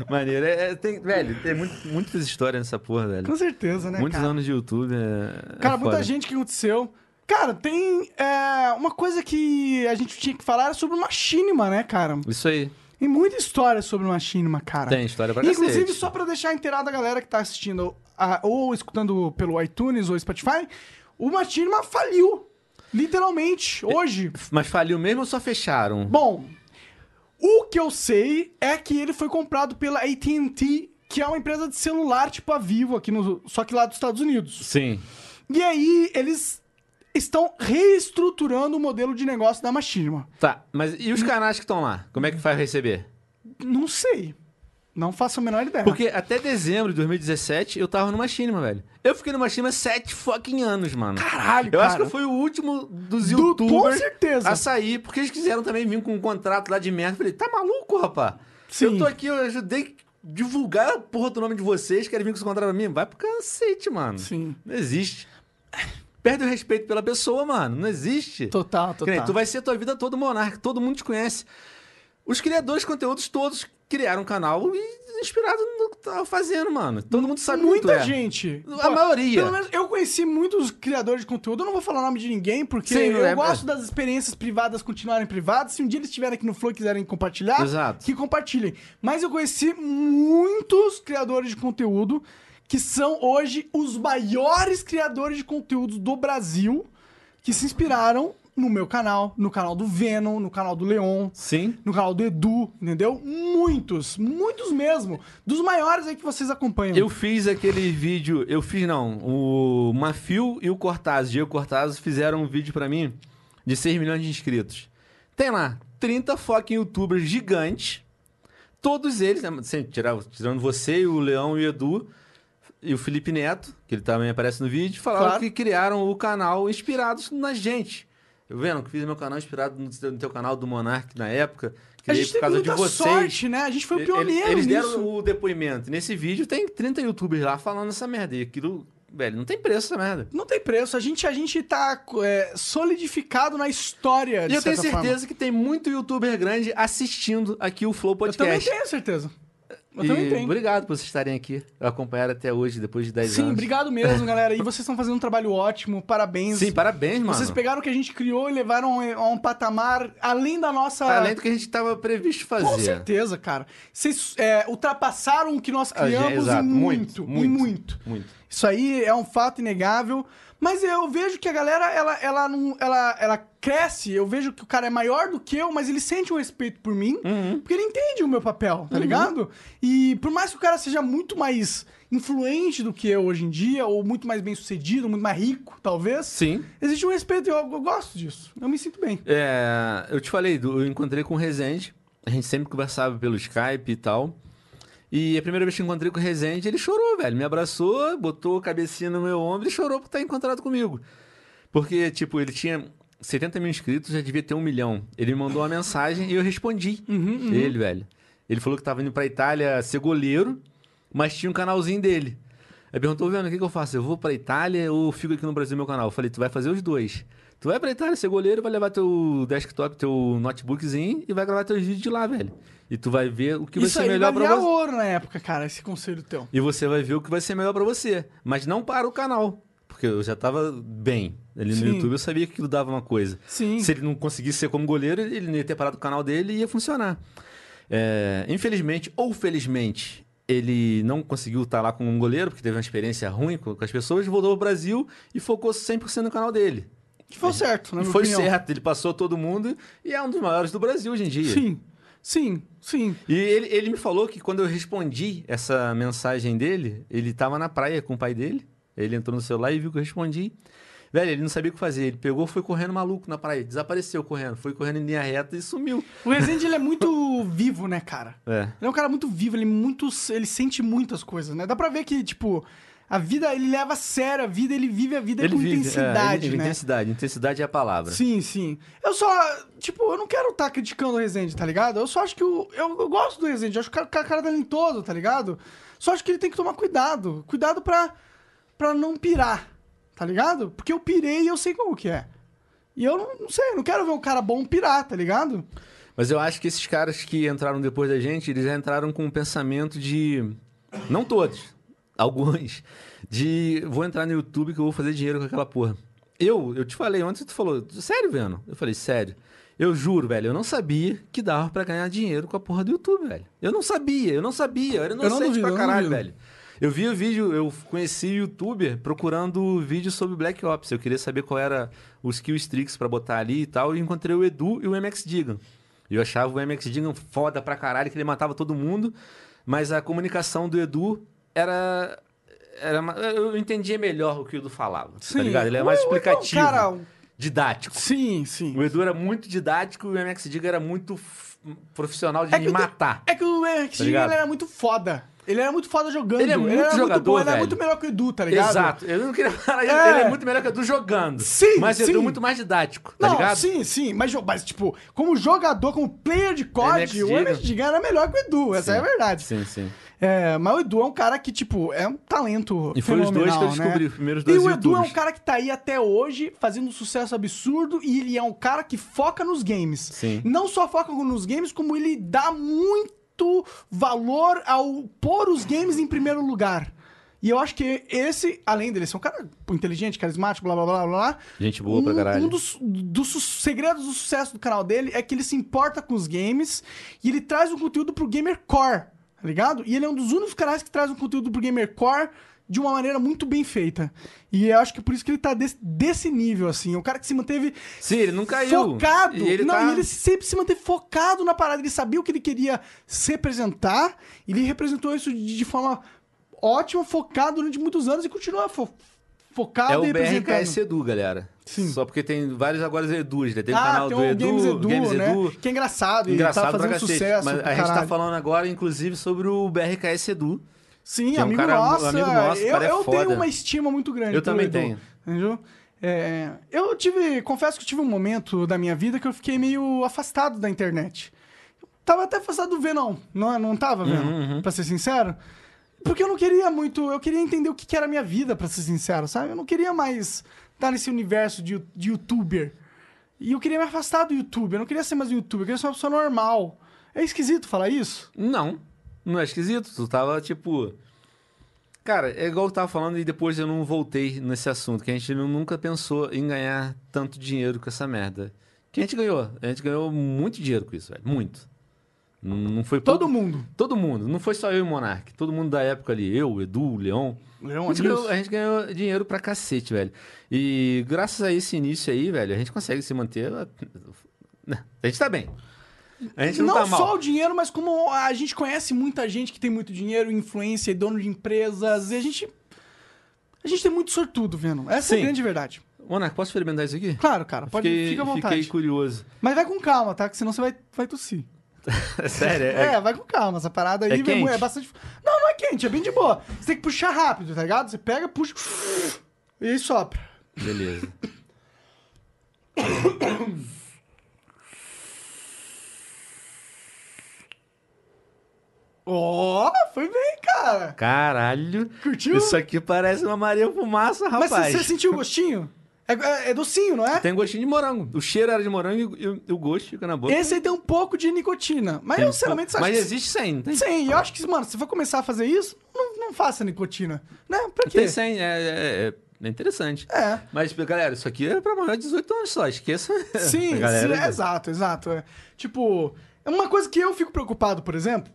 C: Maneiro. É, é, tem, velho, tem muito, muitas histórias nessa porra, velho.
B: Com certeza, né,
C: Muitos
B: cara?
C: anos de YouTube é. é
B: Cara, muita
C: foda.
B: gente que aconteceu. Cara, tem é, uma coisa que a gente tinha que falar era sobre o Machinima, né, cara?
C: Isso aí.
B: Tem muita história sobre o Machinima, cara.
C: Tem história pra
B: Inclusive,
C: cacete.
B: só pra deixar inteirada a galera que tá assistindo a- ou escutando pelo iTunes ou Spotify, o Machinima faliu. Literalmente, hoje.
C: Mas faliu mesmo ou só fecharam?
B: Bom, o que eu sei é que ele foi comprado pela AT&T, que é uma empresa de celular tipo a Vivo aqui no, só que lá dos Estados Unidos.
C: Sim.
B: E aí eles estão reestruturando o modelo de negócio da Machinima.
C: Tá, mas e os canais que estão lá? Como é que faz receber?
B: Não sei. Não faço a menor ideia.
C: Porque até dezembro de 2017 eu tava numa Machinima, velho. Eu fiquei numa Machinima sete fucking anos, mano.
B: Caralho,
C: Eu
B: cara.
C: acho que eu fui o último dos
B: Do- com
C: youtubers
B: certeza.
C: a sair, porque eles quiseram também vir com um contrato lá de merda. Eu falei, tá maluco, rapá?
B: Sim.
C: Eu tô aqui, eu ajudei a divulgar a porra do nome de vocês, querem vir com esse contrato pra mim? Vai pro cacete, mano.
B: Sim.
C: Não existe. Perde o respeito pela pessoa, mano. Não existe.
B: Total,
C: Que nem,
B: total.
C: Tu vai ser tua vida todo monarca, todo mundo te conhece. Os criadores de conteúdos todos criaram um canal e inspirado no que tava fazendo, mano. Todo mundo sabe quem tu
B: Muita
C: é.
B: gente.
C: A maioria.
B: Pelo menos eu conheci muitos criadores de conteúdo. Eu não vou falar o nome de ninguém, porque
C: Sim, não
B: eu
C: é-
B: gosto das experiências privadas continuarem privadas. Se um dia eles estiverem aqui no Flow e quiserem compartilhar,
C: Exato.
B: que compartilhem. Mas eu conheci muitos criadores de conteúdo que são hoje os maiores criadores de conteúdo do Brasil que se inspiraram no meu canal, no canal do Venom, no canal do Leon,
C: Sim.
B: no canal do Edu, entendeu? Muitos, muitos mesmo. Dos maiores aí que vocês acompanham.
C: Eu fiz aquele vídeo, eu fiz não, o Mafio e o Cortaz, Diego Cortaz, fizeram um vídeo pra mim de 6 milhões de inscritos. Tem lá 30 fucking youtubers gigantes, todos eles, né, sem tirar, tirando você, e o Leão e o Edu e o Felipe Neto, que ele também aparece no vídeo, falaram
B: Claro.
C: que criaram o canal inspirados na gente. Eu vendo que fiz meu canal inspirado no no teu canal do Monark na época,
B: A
C: criei
B: gente
C: por
B: teve
C: causa de
B: muita
C: vocês.
B: sorte, né? A gente foi o
C: Ele-
B: pioneiro
C: Eles deram
B: nisso.
C: o depoimento. Nesse vídeo tem 30 youtubers lá falando essa merda. E aquilo, velho, não tem preço essa merda.
B: Não tem preço. A gente, a gente tá é, solidificado na história,
C: E
B: de
C: eu tenho
B: certa forma.
C: certeza que tem muito youtuber grande assistindo aqui o Flow
B: Eu também
C: Podcast.
B: tenho certeza. Eu
C: E
B: também tenho.
C: Obrigado por vocês estarem aqui. Acompanharam até hoje, depois de 10
B: Sim,
C: anos.
B: obrigado mesmo, galera. E vocês estão fazendo um trabalho ótimo. Parabéns.
C: Sim, parabéns, mano.
B: Vocês pegaram o que a gente criou e levaram a um patamar além da nossa...
C: Além do que a gente tava previsto fazer.
B: Com certeza, cara. Vocês é, ultrapassaram o que nós
C: A gente-
B: criamos
C: exato,
B: e muito,
C: muito,
B: e
C: muito.
B: muito.
C: Muito.
B: Isso aí é um fato inegável. Mas eu vejo que a galera, ela, ela, não, ela, ela cresce. Eu vejo que o cara é maior do que eu, mas ele sente um respeito por mim,
C: Uhum.
B: porque ele entende o meu papel, tá ligado? E por mais que o cara seja muito mais influente do que eu hoje em dia, ou muito mais bem sucedido, muito mais rico, talvez,
C: Sim.
B: existe um respeito e eu, eu gosto disso. Eu me sinto bem.
C: É, eu te falei, do- eu encontrei com o Rezende. A gente sempre conversava pelo Skype e tal. E a primeira vez que eu encontrei com o Rezende, ele chorou, velho. Me abraçou, botou a cabecinha no meu ombro e chorou por estar encontrado comigo. Porque, tipo, ele tinha 70 mil inscritos, já devia ter um milhão. Ele me mandou uma mensagem e eu respondi.
B: Uhum,
C: Ele, velho. Ele falou que tava indo pra Itália ser goleiro, mas tinha um canalzinho dele. Aí perguntou, vendo, o que, que eu faço? Eu vou pra Itália ou fico aqui no Brasil meu canal? Eu falei, tu vai fazer os dois. Tu vai pra Itália ser goleiro, vai levar teu desktop, teu notebookzinho e vai gravar teus vídeos de lá, velho. E tu vai ver o que
B: Isso
C: vai
B: aí
C: ser melhor
B: valia
C: pra você.
B: ouro na época, cara, esse conselho teu.
C: E você vai ver o que vai ser melhor pra você. Mas não para o canal. Porque eu já tava bem. Ali no
B: Sim.
C: YouTube eu sabia que aquilo dava uma coisa.
B: Sim.
C: Se ele não conseguisse ser como goleiro, ele não ia ter parado o canal dele e ia funcionar. É, infelizmente ou felizmente, ele não conseguiu estar lá como um goleiro, porque teve uma experiência ruim com com as pessoas, voltou ao Brasil e focou 100% no canal dele.
B: Que foi o certo, né?
C: E foi certo, ele passou todo mundo e é um dos maiores do Brasil hoje em dia.
B: Sim, sim, sim.
C: E ele, ele me falou que quando eu respondi essa mensagem dele, ele tava na praia com o pai dele. Ele entrou no celular e viu que eu respondi. Velho, ele não sabia o que fazer. Ele pegou, foi correndo maluco na praia. Desapareceu correndo. Foi correndo em linha reta e sumiu.
B: O Rezende, ele é muito vivo, né, cara?
C: É.
B: Ele é um cara muito vivo, ele, muito, ele sente muitas coisas, né? Dá pra ver que, tipo, A vida, ele leva a sério a vida, ele vive a vida
C: Ele
B: com
C: vive, é,
B: intensidade,
C: ele vive
B: né?
C: Intensidade, intensidade é a palavra.
B: Sim, sim. Eu só, tipo, eu não quero estar criticando o Rezende, tá ligado? Eu só acho que o, eu, eu gosto do Rezende, eu acho que o cara, o cara talentoso, tá ligado? Só acho que ele tem que tomar cuidado. Cuidado pra, pra não pirar, tá ligado? Porque eu pirei e eu sei como que é. E eu não, não sei, não quero ver um cara bom pirar, tá ligado?
C: Mas eu acho que esses caras que entraram depois da gente, eles já entraram com o pensamento de. Não todos, alguns. De vou entrar no YouTube que eu vou fazer dinheiro com aquela porra. Eu, eu te falei ontem, tu falou, sério, Veno? Eu falei, sério. Eu juro, velho, eu não sabia que dava pra ganhar dinheiro com a porra do YouTube, velho. Eu não sabia, eu não sabia, eu era
B: não
C: inocente
B: duvido, eu
C: pra
B: não
C: caralho,
B: duvido.
C: velho. Eu vi o vídeo, eu conheci youtuber procurando vídeo sobre Black Ops. Eu queria saber qual era os kills tricks pra botar ali e tal. E encontrei o Edu e o MX Digan. E eu achava o MX Digan foda pra caralho, que ele matava todo mundo. Mas a comunicação do Edu era. era ma- eu entendia melhor o que o Edu falava. tá ligado? Ele era mais
B: O- o- o
C: explicativo.
B: Cara, um
C: Didático.
B: sim, sim.
C: O Edu era muito didático e o MX Digan era muito f- profissional de
B: É que o-
C: matar.
B: É que o Henrique
C: Tá
B: ele
C: ligado?
B: era muito foda. Ele era muito foda jogando.
C: Ele é muito
B: era
C: jogador,
B: muito bom, ele era
C: velho.
B: muito melhor que o Edu, tá ligado?
C: Exato. Eu não queria falar isso.
B: É.
C: Ele é muito melhor que o Edu jogando.
B: Sim,
C: Mas o
B: sim.
C: Edu é muito mais didático, tá
B: não,
C: ligado?
B: sim, sim, mas, jo- mas, tipo, como jogador, como player
C: É
B: de COD,
C: MX
B: o
C: Diga.
B: MX Diga era melhor que o Edu, essa
C: Sim.
B: é a verdade.
C: Sim, sim.
B: É, mas o Edu é um cara que, tipo, é um talento
C: E foi os dois que eu
B: fenomenal, né?
C: descobri, os primeiros
B: E
C: dois
B: o Edu é um
C: YouTubers.
B: cara que tá aí até hoje fazendo um sucesso absurdo e ele é um cara que foca nos games.
C: Sim.
B: Não só foca nos games, como ele dá muito valor ao pôr os games em primeiro lugar. E eu acho que esse, além dele ser um cara inteligente, carismático, blá blá blá blá, blá
C: Gente boa
B: um,
C: pra caralho.
B: Um dos, dos su- segredos do sucesso do canal dele é que ele se importa com os games e ele traz um conteúdo pro gamer core, tá ligado? E ele é um dos únicos canais que traz um conteúdo pro gamer core de uma maneira muito bem feita. E eu acho que por isso que ele tá desse, desse nível, assim. É um cara que se manteve
C: Sim, ele não caiu.
B: focado.
C: E ele
B: não,
C: tá...
B: e ele sempre se manteve focado na parada. Ele sabia o que ele queria se representar. Ele representou isso de, de forma ótima, focado durante muitos anos e continua fo- focado
C: É o
B: e representando.
C: BRKS Edu, galera.
B: Sim.
C: Só porque tem vários agora Edus, né? Tem o canal
B: Ah, tem
C: do
B: o
C: Edu,
B: Games Edu,
C: Games
B: né?
C: Edu.
B: Que é engraçado, ele
C: Engraçado
B: tá
C: pra
B: fazendo
C: cacete.
B: sucesso.
C: Mas a
B: pra
C: gente tá
B: caralho.
C: falando agora, inclusive, sobre o BRKS Edu.
B: Sim,
C: que é um
B: amigo,
C: cara-
B: nosso,
C: amigo nosso,
B: Eu,
C: cara é
B: eu
C: foda.
B: tenho uma estima muito grande.
C: Eu
B: pelo
C: também
B: Edu,
C: tenho.
B: Entendeu? É, eu tive, confesso que eu tive um momento da minha vida que eu fiquei meio afastado da internet. Tava até afastado do Venom, não, não tava, Venom,
C: Uhum,
B: pra ser sincero. Porque eu não queria muito, eu queria entender o que, que era a minha vida, pra ser sincero, sabe? Eu não queria mais estar nesse universo de, de youtuber. E eu queria me afastar do YouTube, eu não queria ser mais um youtuber, eu queria ser uma pessoa normal. É esquisito falar isso?
C: Não. Não é esquisito. Tu tava, tipo. Cara, é igual eu tava falando e depois eu não voltei nesse assunto, que a gente nu- nunca pensou em ganhar tanto dinheiro com essa merda. Que a gente ganhou. A gente ganhou muito dinheiro com isso, velho. Muito. N- Não foi
B: Todo
C: pouco-
B: mundo.
C: Todo mundo. Não foi só eu e o Monark. Todo mundo da época ali. Eu, o Edu, o Leon.
B: Leon,
C: A gente,
B: Adilson.
C: ganhou, a gente ganhou dinheiro pra cacete, velho. E graças a esse início aí, velho, a gente consegue se manter. A gente tá bem. A gente não,
B: Não
C: tá mal.
B: só o dinheiro, mas como a gente conhece muita gente que tem muito dinheiro, influência, é dono de empresas, e a gente. A gente tem muito sortudo, vendo. Essa é
C: Sim.
B: a grande verdade.
C: Monark, posso experimentar isso aqui?
B: Claro, cara, pode
C: fiquei,
B: fica à
C: Fiquei
B: vontade.
C: curioso.
B: Mas vai com calma, tá? Que senão você vai, vai tossir.
C: Sério?
B: É,
C: É,
B: vai com calma. Essa parada aí
C: É
B: vem
C: quente?
B: mu- é bastante. Não, não é quente, é bem de boa. Você tem que puxar rápido, tá ligado? Você pega, puxa. E aí sopra.
C: Beleza.
B: Ó, foi bem, cara.
C: Caralho.
B: Curtiu?
C: Isso aqui parece uma Maria Fumaça, rapaz.
B: Mas você- você sentiu o gostinho? É, é- é docinho, não é?
C: Tem gostinho de morango. O cheiro era de morango e o, e o gosto fica na boca. um
B: Esse aí tem um pouco de nicotina. Mas eu, sinceramente, acho
C: Mas
B: que-
C: existe 100, não tem?
B: Sim, eu acho que, mano, se for começar a fazer isso, não, não faça nicotina. Né? Pra quê?
C: Tem 100, é, é- é- é interessante.
B: É.
C: Mas, galera, isso aqui é pra maior de 18 anos só, esqueça.
B: Sim,
C: galera,
B: sim, é, exato, exato. é. Tipo, é uma coisa que eu fico preocupado, por exemplo,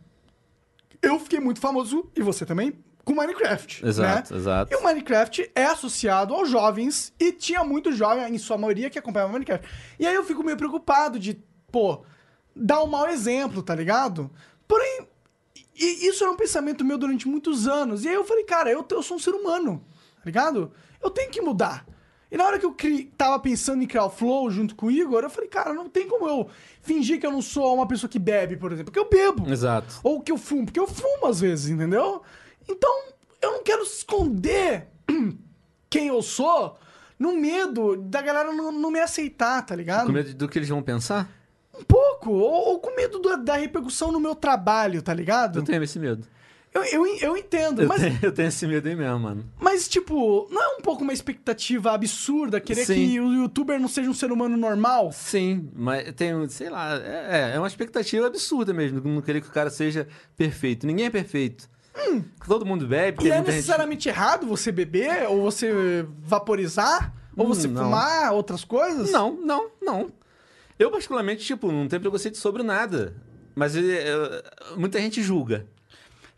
B: eu fiquei muito famoso, e você também, com Minecraft.
C: Exato,
B: né?
C: exato.
B: E o Minecraft é associado aos jovens, e tinha muito jovem, em sua maioria, que acompanhava Minecraft. E aí eu fico meio preocupado de, pô, dar um mau exemplo, tá ligado? Porém, e isso era um pensamento meu durante muitos anos. E aí eu falei, cara, eu, eu sou um ser humano, tá ligado? Eu tenho que mudar. E na hora que eu cri, tava pensando em criar o Flow junto com o Igor, eu falei, cara, não tem como eu fingir que eu não sou uma pessoa que bebe, por exemplo. Porque eu bebo.
C: Exato.
B: Ou que eu fumo, porque eu fumo às vezes, entendeu? Então, eu não quero esconder quem eu sou no medo da galera não, não me aceitar, tá ligado?
C: Com medo do que eles vão pensar?
B: Um pouco, ou, ou com medo do- da repercussão no meu trabalho, tá ligado?
C: Eu tenho esse medo.
B: Eu, eu, eu entendo,
C: Eu,
B: mas,
C: tenho, eu tenho esse medo aí mesmo, mano.
B: mas, tipo, não é um pouco uma expectativa absurda querer
C: Sim.
B: que o youtuber não seja um ser humano normal?
C: Sim, mas tem, um- sei lá, é, é uma expectativa absurda mesmo, não querer que o cara seja perfeito. Ninguém é perfeito. Todo mundo bebe,
B: E
C: porque
B: Hum. é
C: muita gente-
B: necessariamente errado você beber, ou você vaporizar, ou
C: Hum,
B: você
C: não.
B: fumar, outras coisas?
C: Não, não, não. Eu, particularmente, tipo, não tenho preconceito sobre nada. Mas eh, eu- muita gente julga.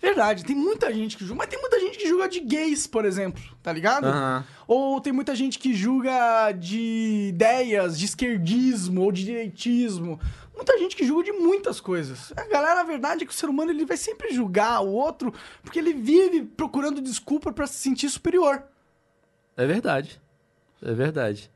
B: Verdade, tem muita gente que julga, mas tem muita gente que julga de gays, por exemplo, tá ligado?
C: Aham.
B: Ou tem muita gente que julga de ideias, de esquerdismo ou de direitismo. Muita gente que julga de muitas coisas. A galera, a verdade é que o ser humano ele vai sempre julgar o outro porque ele vive procurando desculpa pra se sentir superior.
C: É verdade. É verdade.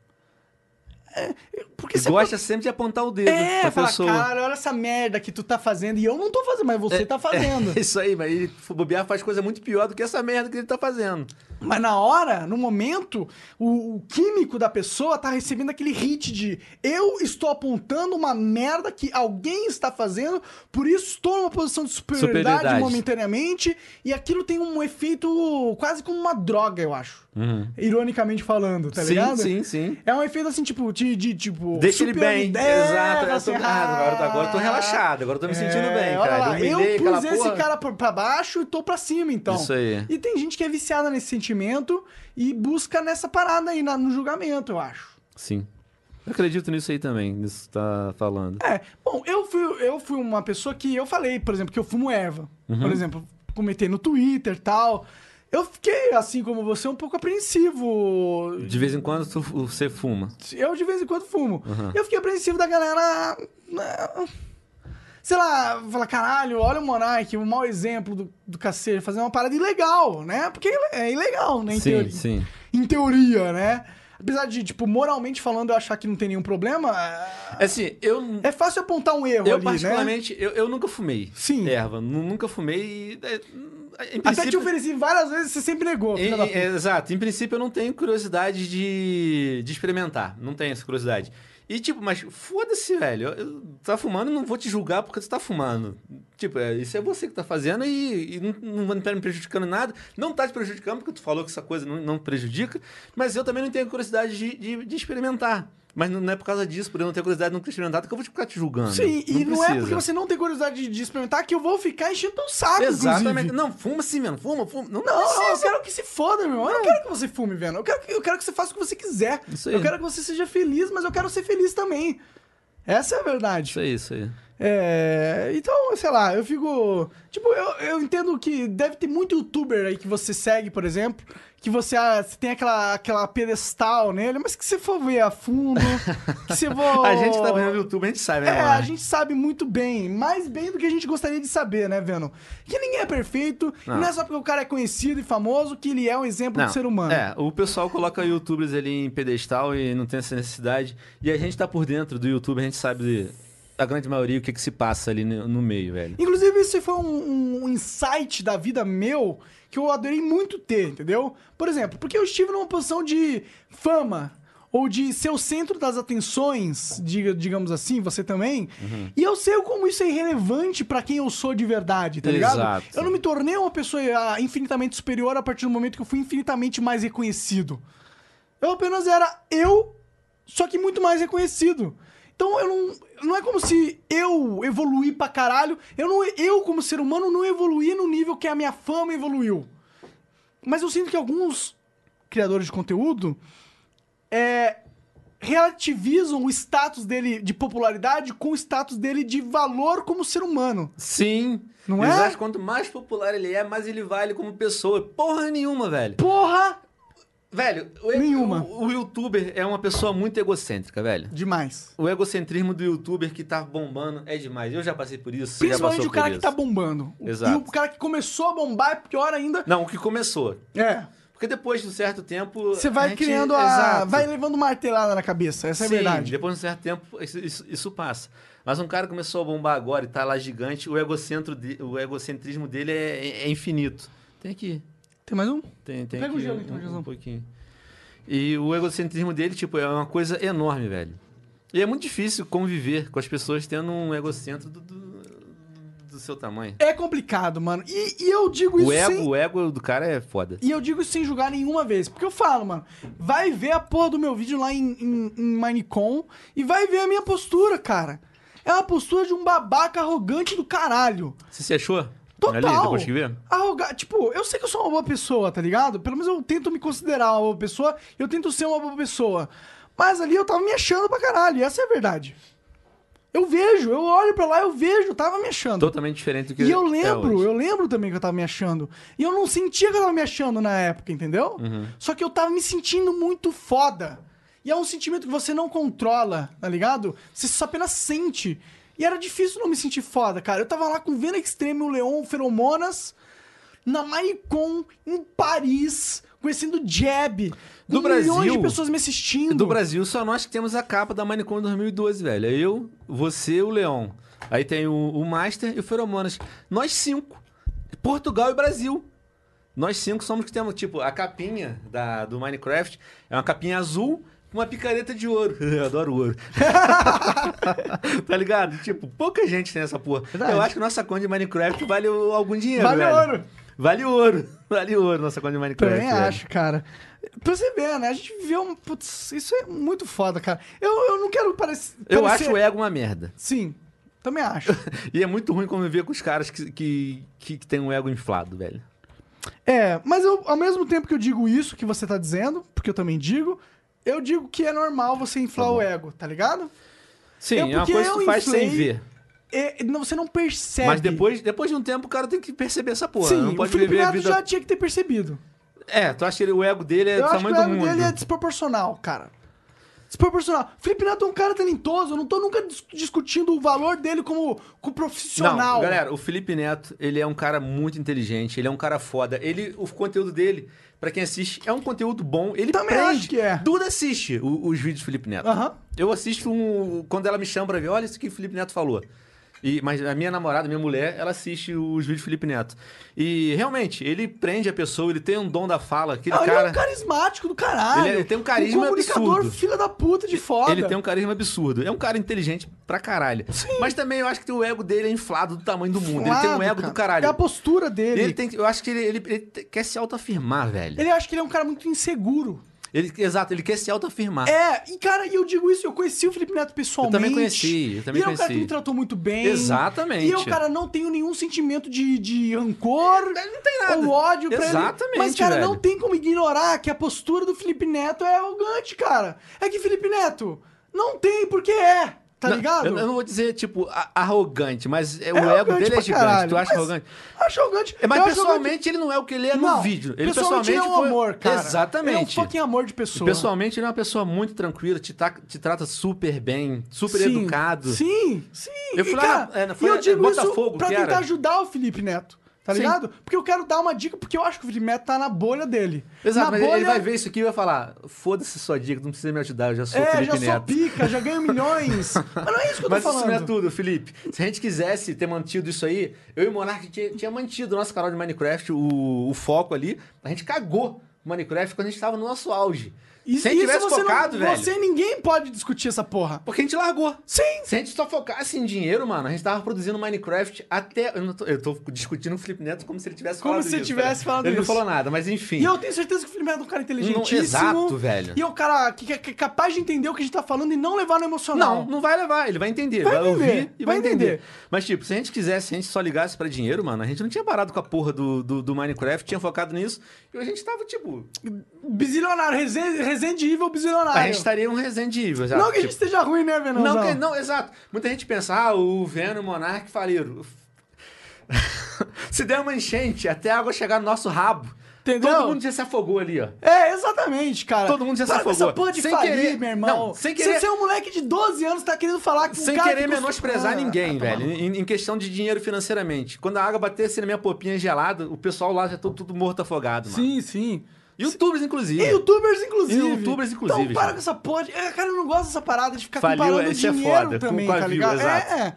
B: Porque
C: E
B: você
C: gosta sempre de apontar o dedo
B: é,
C: pra
B: fala,
C: pessoa.
B: cara, olha essa merda que tu tá fazendo e eu não tô fazendo, mas você tá fazendo.
C: É Isso aí, mas ele se bobear faz coisa muito pior do que essa merda que ele tá fazendo.
B: Mas na hora, no momento, o, o químico da pessoa tá recebendo aquele hit de eu estou apontando uma merda que alguém está fazendo, por isso estou numa posição de superioridade,
C: Superioridade.
B: momentaneamente, e aquilo tem um efeito quase como uma droga, eu acho. Ironicamente falando, tá
C: sim,
B: ligado?
C: sim, sim.
B: É um efeito assim, tipo, de, de tipo.
C: Deixa ele bem.
B: superioridade. É,
C: Exato.
B: fala
C: Eu
B: assim,
C: tô-
B: "Ah,
C: ah, agora, eu tô- agora eu tô relaxado, agora eu tô me sentindo
B: é,
C: bem,
B: olha
C: cara.
B: lá, eu
C: Dominei aquela
B: pus esse
C: porra.
B: cara pra- pra baixo e tô pra cima, então.
C: Isso aí.
B: E tem gente que é viciada nesse sentimento e busca nessa parada aí na- no julgamento, eu acho.
C: Sim. Eu acredito nisso aí também, nisso que tá falando.
B: É, bom, eu fui, eu fui uma pessoa que eu falei, por exemplo, que eu fumo erva.
C: Uhum.
B: Por exemplo, comentei no Twitter e tal. Eu fiquei, assim como você, um pouco apreensivo
C: De vez em quando tu- você fuma.
B: Eu de vez em quando fumo.
C: Uhum.
B: Eu fiquei apreensivo da galera. ah, Sei lá, falar, caralho, olha o Monark, um mau exemplo do, do cacete, fazer uma parada ilegal, né? Porque é ilegal, né? Em
C: Sim,
B: teoria.
C: sim.
B: Em teoria, né? Apesar de, tipo, moralmente falando, eu achar que não tem nenhum problema, ah,
C: Assim, eu,
B: é fácil apontar um erro
C: eu
B: ali, né?
C: particularmente, eu, eu nunca fumei
B: Sim.
C: erva. nu- Nunca fumei. e, é,
B: Até
C: Em
B: te
C: princípio, é-
B: ofereci várias vezes, você sempre negou.
C: em-
B: filha da puta.
C: em- exato. Em princípio, eu não tenho curiosidade de, de experimentar. Não tenho essa curiosidade. E, tipo, mas foda-se, velho. Eu- eu- tá fumando, eu não vou te julgar porque tu tá fumando. Tipo, é, isso é você que tá fazendo e, e não, não vai- não tá me prejudicando em nada. Não tá te prejudicando porque tu falou que essa coisa não, não prejudica. Mas eu também não tenho curiosidade de, de- de experimentar. Mas não não é por causa disso, por eu não ter curiosidade de não ter experimentado, que eu vou ficar te julgando.
B: Sim, e não é
C: precisa.
B: porque você não tem curiosidade de- de experimentar que eu vou ficar enchendo teu saco,
C: Exatamente.
B: inclusive.
C: Não, fuma sim, mesmo. Fuma, fuma. Não,
B: Não, não, eu
C: precisa.
B: quero que se foda, meu irmão. Eu não quero que você fume, velho. Eu quero que, eu quero que você faça o que você quiser.
C: Isso aí.
B: Eu quero que você seja feliz, mas eu quero ser feliz também. Essa é a verdade.
C: Isso aí, isso aí.
B: É, então, sei lá, eu fico. Tipo, eu, eu entendo que deve ter muito youtuber aí que você segue, por exemplo, que você, ah, você tem aquela, aquela pedestal nele, mas que você for ver a fundo, que você for.
C: A gente que tá vendo YouTube, a gente sabe, né?
B: É,
C: mano?
B: a gente sabe muito bem, mais bem do que a gente gostaria de saber, né, Venom? Que ninguém é perfeito, e
C: Não.
B: não é só porque o cara é conhecido e famoso que ele é um exemplo
C: Não,
B: de ser humano.
C: É, o pessoal coloca youtubers ali em pedestal e não tem essa necessidade. E a gente tá por dentro do YouTube, a gente sabe a grande maioria o que que se passa ali no, no meio, velho.
B: Inclusive, isso foi um, um insight da vida meu que eu adorei muito ter, entendeu? Por exemplo, porque eu estive numa posição de fama ou de ser o centro das atenções, diga- digamos assim, você também.
C: Uhum.
B: E eu sei como isso é irrelevante pra quem eu sou de verdade, tá ligado?
C: Exato.
B: Eu não me tornei uma pessoa ah, infinitamente superior a partir do momento que eu fui infinitamente mais reconhecido. Eu apenas era eu, só que muito mais reconhecido. Então eu não. Não é como se eu evoluí pra caralho. Eu, não, eu como ser humano, não evoluí no nível que a minha fama evoluiu. Mas eu sinto que alguns criadores de conteúdo é, relativizam o status dele de popularidade com o status dele de valor como ser humano.
C: Sim.
B: Não
C: Eles
B: é?
C: acham que quanto mais popular ele é, mais ele vale como pessoa. Porra nenhuma, velho.
B: Porra!
C: Velho, o,
B: Nenhuma.
C: o- o youtuber é uma pessoa muito egocêntrica, velho.
B: Demais.
C: O egocentrismo do youtuber que tá bombando é demais. Eu já passei por isso. você já
B: Principalmente
C: passou
B: o cara
C: por
B: que
C: isso.
B: tá bombando. O-
C: Exato.
B: E o cara que começou a bombar é pior ainda.
C: Não, o que começou.
B: É.
C: Porque depois de um certo tempo.
B: Você vai
C: a gente-
B: criando a.
C: Exato.
B: Vai levando martelada na cabeça. Essa
C: Sim,
B: é a verdade.
C: Depois de um certo tempo, isso, isso- isso passa. Mas um cara começou a bombar agora e tá lá gigante, o, egocentro de- o egocentrismo dele é, é infinito. é Tem que.
B: Tem mais um?
C: Tem, tem.
B: Pega o
C: aqui
B: gelo, então, Josão.
C: Um pouquinho. E o egocentrismo dele, tipo, é uma coisa enorme, velho. E é muito difícil conviver com as pessoas tendo um egocentro do, do, do seu tamanho.
B: É complicado, mano. E, e eu digo isso
C: O ego,
B: sem...
C: o ego do cara é foda.
B: E eu digo isso sem julgar nenhuma vez. Porque eu falo, mano, vai ver a porra do meu vídeo lá em, em, em Minecon e vai ver a minha postura, cara. É uma postura de um babaca arrogante do caralho.
C: Você se achou?
B: Total.
C: Ali, depois que ver?
B: Arroga... Tipo, eu sei que eu sou uma boa pessoa, tá ligado? Pelo menos eu tento me considerar uma boa pessoa, eu tento ser uma boa pessoa. Mas ali eu tava me achando pra caralho, e essa é a verdade. Eu vejo, eu olho pra lá, eu vejo, eu tava me achando.
C: Totalmente diferente do que
B: E eu
C: é
B: lembro,
C: hoje.
B: eu lembro também que eu tava me achando. E eu não sentia que eu tava me achando na época, entendeu?
C: Uhum.
B: Só que eu tava me sentindo muito foda. E é um sentimento que você não controla, tá ligado? Você só apenas sente. E era difícil não me sentir foda, cara. Eu tava lá com Vena Extreme, o Leon, Feromonas, na Maicon, em Paris, conhecendo Jeb.
C: Do
B: com milhões
C: Brasil?
B: de pessoas me assistindo.
C: Do Brasil, só nós que temos a capa da Manicom 2012, velho. É Eu, você, o Leon. Aí tem o, o Master e o Feromonas. Nós cinco. Portugal e Brasil. Nós cinco somos que temos, tipo, a capinha da, do Minecraft é uma capinha azul com uma picareta de ouro. Eu adoro ouro. tá ligado? Tipo, pouca gente tem essa porra. Eu acho que nossa conta de Minecraft vale o- algum dinheiro,
B: Vale
C: velho.
B: ouro.
C: Vale ouro. Vale ouro nossa conta de Minecraft.
B: Também
C: velho.
B: acho, cara. Pra você ver, né? A gente viveu um. Putz, isso é muito foda, cara. Eu, eu não quero parecer.
C: Eu
B: parecer-
C: acho é. o ego uma merda.
B: Sim, também acho.
C: E é muito ruim conviver com os caras que, que, que, que tem um ego inflado, velho.
B: é, mas eu, ao mesmo tempo que eu digo isso que você tá dizendo, porque eu também digo, eu digo que é normal você inflar o ego, tá ligado?
C: Sim,
B: É
C: é uma
B: porque
C: coisa que tu
B: eu
C: faz sem
B: inflei,
C: ver.
B: E, e não- você não percebe.
C: Mas depois, depois de um tempo o cara tem que perceber essa porra.
B: Sim,
C: não
B: o
C: pode
B: Felipe
C: viver a
B: Neto
C: vida.
B: já tinha que ter percebido.
C: É, tu acha que ele- o ego dele é
B: eu
C: do
B: acho que
C: tamanho
B: o
C: do
B: ego
C: mundo.
B: dele é desproporcional, cara. Desproporcional. Felipe Neto é um cara talentoso, eu não tô nunca dis- discutindo o valor dele como, como profissional.
C: Não, galera, o Felipe Neto, ele é um cara muito inteligente, ele é um cara foda. Ele, o conteúdo dele, pra quem assiste, é um conteúdo bom. Ele
B: Também
C: prende.
B: acho que é.
C: Duda assiste o- os vídeos do Felipe Neto.
B: Aham.
C: Eu assisto um, quando ela me chama pra ver, olha isso que o Felipe Neto falou. E, mas a minha namorada, minha mulher, ela assiste os vídeos do Felipe Neto. E realmente, ele prende a pessoa, ele tem um dom da fala, aquele
B: Não, Ele é
C: cara.
B: um carismático do caralho.
C: Ele é- tem um carisma
B: comunicador
C: absurdo.
B: filha da puta de foda.
C: Ele tem um carisma absurdo. É um cara inteligente pra caralho. Mas também eu acho que o ego dele é inflado do tamanho do mundo. ele tem um
B: Claro,
C: ego
B: cara.
C: do caralho.
B: É a postura
C: Ele,
B: dele. Ele,
C: tem que- eu acho que ele, ele- ele te- quer se autoafirmar, velho.
B: acha que ele é um cara muito inseguro.
C: Ele, exato, ele quer se autoafirmar.
B: É, e cara, e eu digo isso, eu conheci o Felipe Neto pessoalmente.
C: também conheci, Ah. eu também
B: e ele é um cara
C: conheci.
B: que me tratou muito bem.
C: Exatamente.
B: E eu, cara, não tenho nenhum sentimento de, de rancor. Não tem nada. Ou ódio pra ele.
C: É Exatamente,
B: Mas, cara,
C: velho.
B: não tem como ignorar que a postura do Felipe Neto é arrogante, cara. É que Felipe Neto não tem porque é, tá
C: Não,
B: ligado?
C: Eu, eu não vou dizer, tipo, a- arrogante, mas é, o
B: É
C: ego
B: arrogante
C: dele é
B: pra
C: gigante.
B: caralho,
C: tu acha
B: mas-
C: arrogante?
B: Acho arrogante.
C: É, Mas
B: Eu acho arrogante.
C: pessoalmente ele não é o que ele é no
B: Não,
C: vídeo. Ele
B: um pessoalmente,
C: pessoalmente,
B: ele é um
C: foi-
B: amor, cara. Ele é um
C: Exatamente.
B: fucking amor de pessoa.
C: Pessoalmente, ele é uma pessoa muito tranquila, te, tá- te trata super bem, super
B: Sim,
C: educado.
B: Sim, sim.
C: Eu fui
B: E,
C: lá
B: cara,
C: na- é, na-
B: e
C: foi-
B: eu
C: é,
B: digo isso
C: Botafogo,
B: pra
C: que
B: tentar
C: era.
B: ajudar o Felipe Neto, tá
C: Sim.
B: ligado? Porque eu quero dar uma dica, porque eu acho que o Felipe Neto tá na bolha dele. na
C: Exato, mas
B: bolha,
C: ele vai ver isso aqui e vai falar: foda-se sua dica, não precisa me ajudar, eu já sou o
B: É,
C: Felipe
B: já sou
C: Neto.
B: pica, já ganho milhões. Mas não é isso que eu tô
C: Mas isso
B: falando.
C: não é tudo, Felipe. Se a gente quisesse ter mantido isso aí, eu e o Monark tinha, tinha mantido o nosso canal de Minecraft, o, o foco ali. A gente cagou o Minecraft quando a gente tava no nosso auge.
B: E-
C: Se a gente
B: isso
C: tivesse
B: você não-
C: focado, velho.
B: Você ninguém pode discutir essa porra.
C: Porque a gente largou.
B: Sim.
C: Se a gente só focasse em dinheiro, mano, a gente tava produzindo Minecraft até. Eu, não tô, eu tô discutindo o Felipe Neto como se ele tivesse
B: Como
C: falado
B: se
C: isso,
B: ele tivesse
C: cara.
B: falado
C: Ele não
B: isso.
C: falou nada, mas enfim.
B: E eu tenho certeza que o Felipe Neto é um cara inteligentíssimo.
C: exato, velho.
B: E é um cara que, que- que é capaz de entender o que a gente tá falando e não levar no emocional.
C: Não, não vai levar. Ele vai entender.
B: Vai
C: Vai,
B: entender,
C: ouvir e
B: vai
C: vai entender.
B: entender.
C: Mas, tipo, se a gente quisesse, se a gente só ligasse pra dinheiro, mano, a gente não tinha parado com a porra do, do, do Minecraft, tinha focado nisso. E a gente tava, tipo.
B: Bizilionário, Resende, Resende Evil
C: A
B: bizilionário.
C: gente estaria um Resident Evil, já.
B: Ah, Não que a gente
C: Tipo,
B: esteja ruim, né, Venom?
C: não, que- não, exato. Muita gente pensa, ah, o Venom e o Monark faliram. se der uma enchente, até a água chegar no nosso rabo.
B: Entendeu?
C: Todo mundo já se afogou ali, ó.
B: É, exatamente, cara.
C: Todo mundo já se
B: Para com
C: afogou.
B: Essa porra de
C: Sem
B: falir,
C: querer-
B: meu irmão.
C: não, sem querer-
B: Você é um moleque de 12 anos, tá querendo falar que um
C: Sem
B: cara
C: querer
B: que cust-
C: menosprezar
B: Ah,
C: ninguém,
B: tá
C: velho.
B: maluco.
C: Em, em questão de dinheiro financeiramente. Quando a água batesse na minha popinha gelada, o pessoal lá já todo, tudo morto afogado, mano.
B: Sim, sim.
C: Youtubers, inclusive.
B: E youtubers, inclusive.
C: E É. youtubers, inclusive,
B: Então para
C: já.
B: com essa porra de... É, Cara, eu não gosto dessa parada de ficar
C: Faliu,
B: comparando
C: isso é
B: dinheiro
C: foda, com-
B: também,
C: com a
B: tá
C: view,
B: ligado?
C: exato.
B: É, é.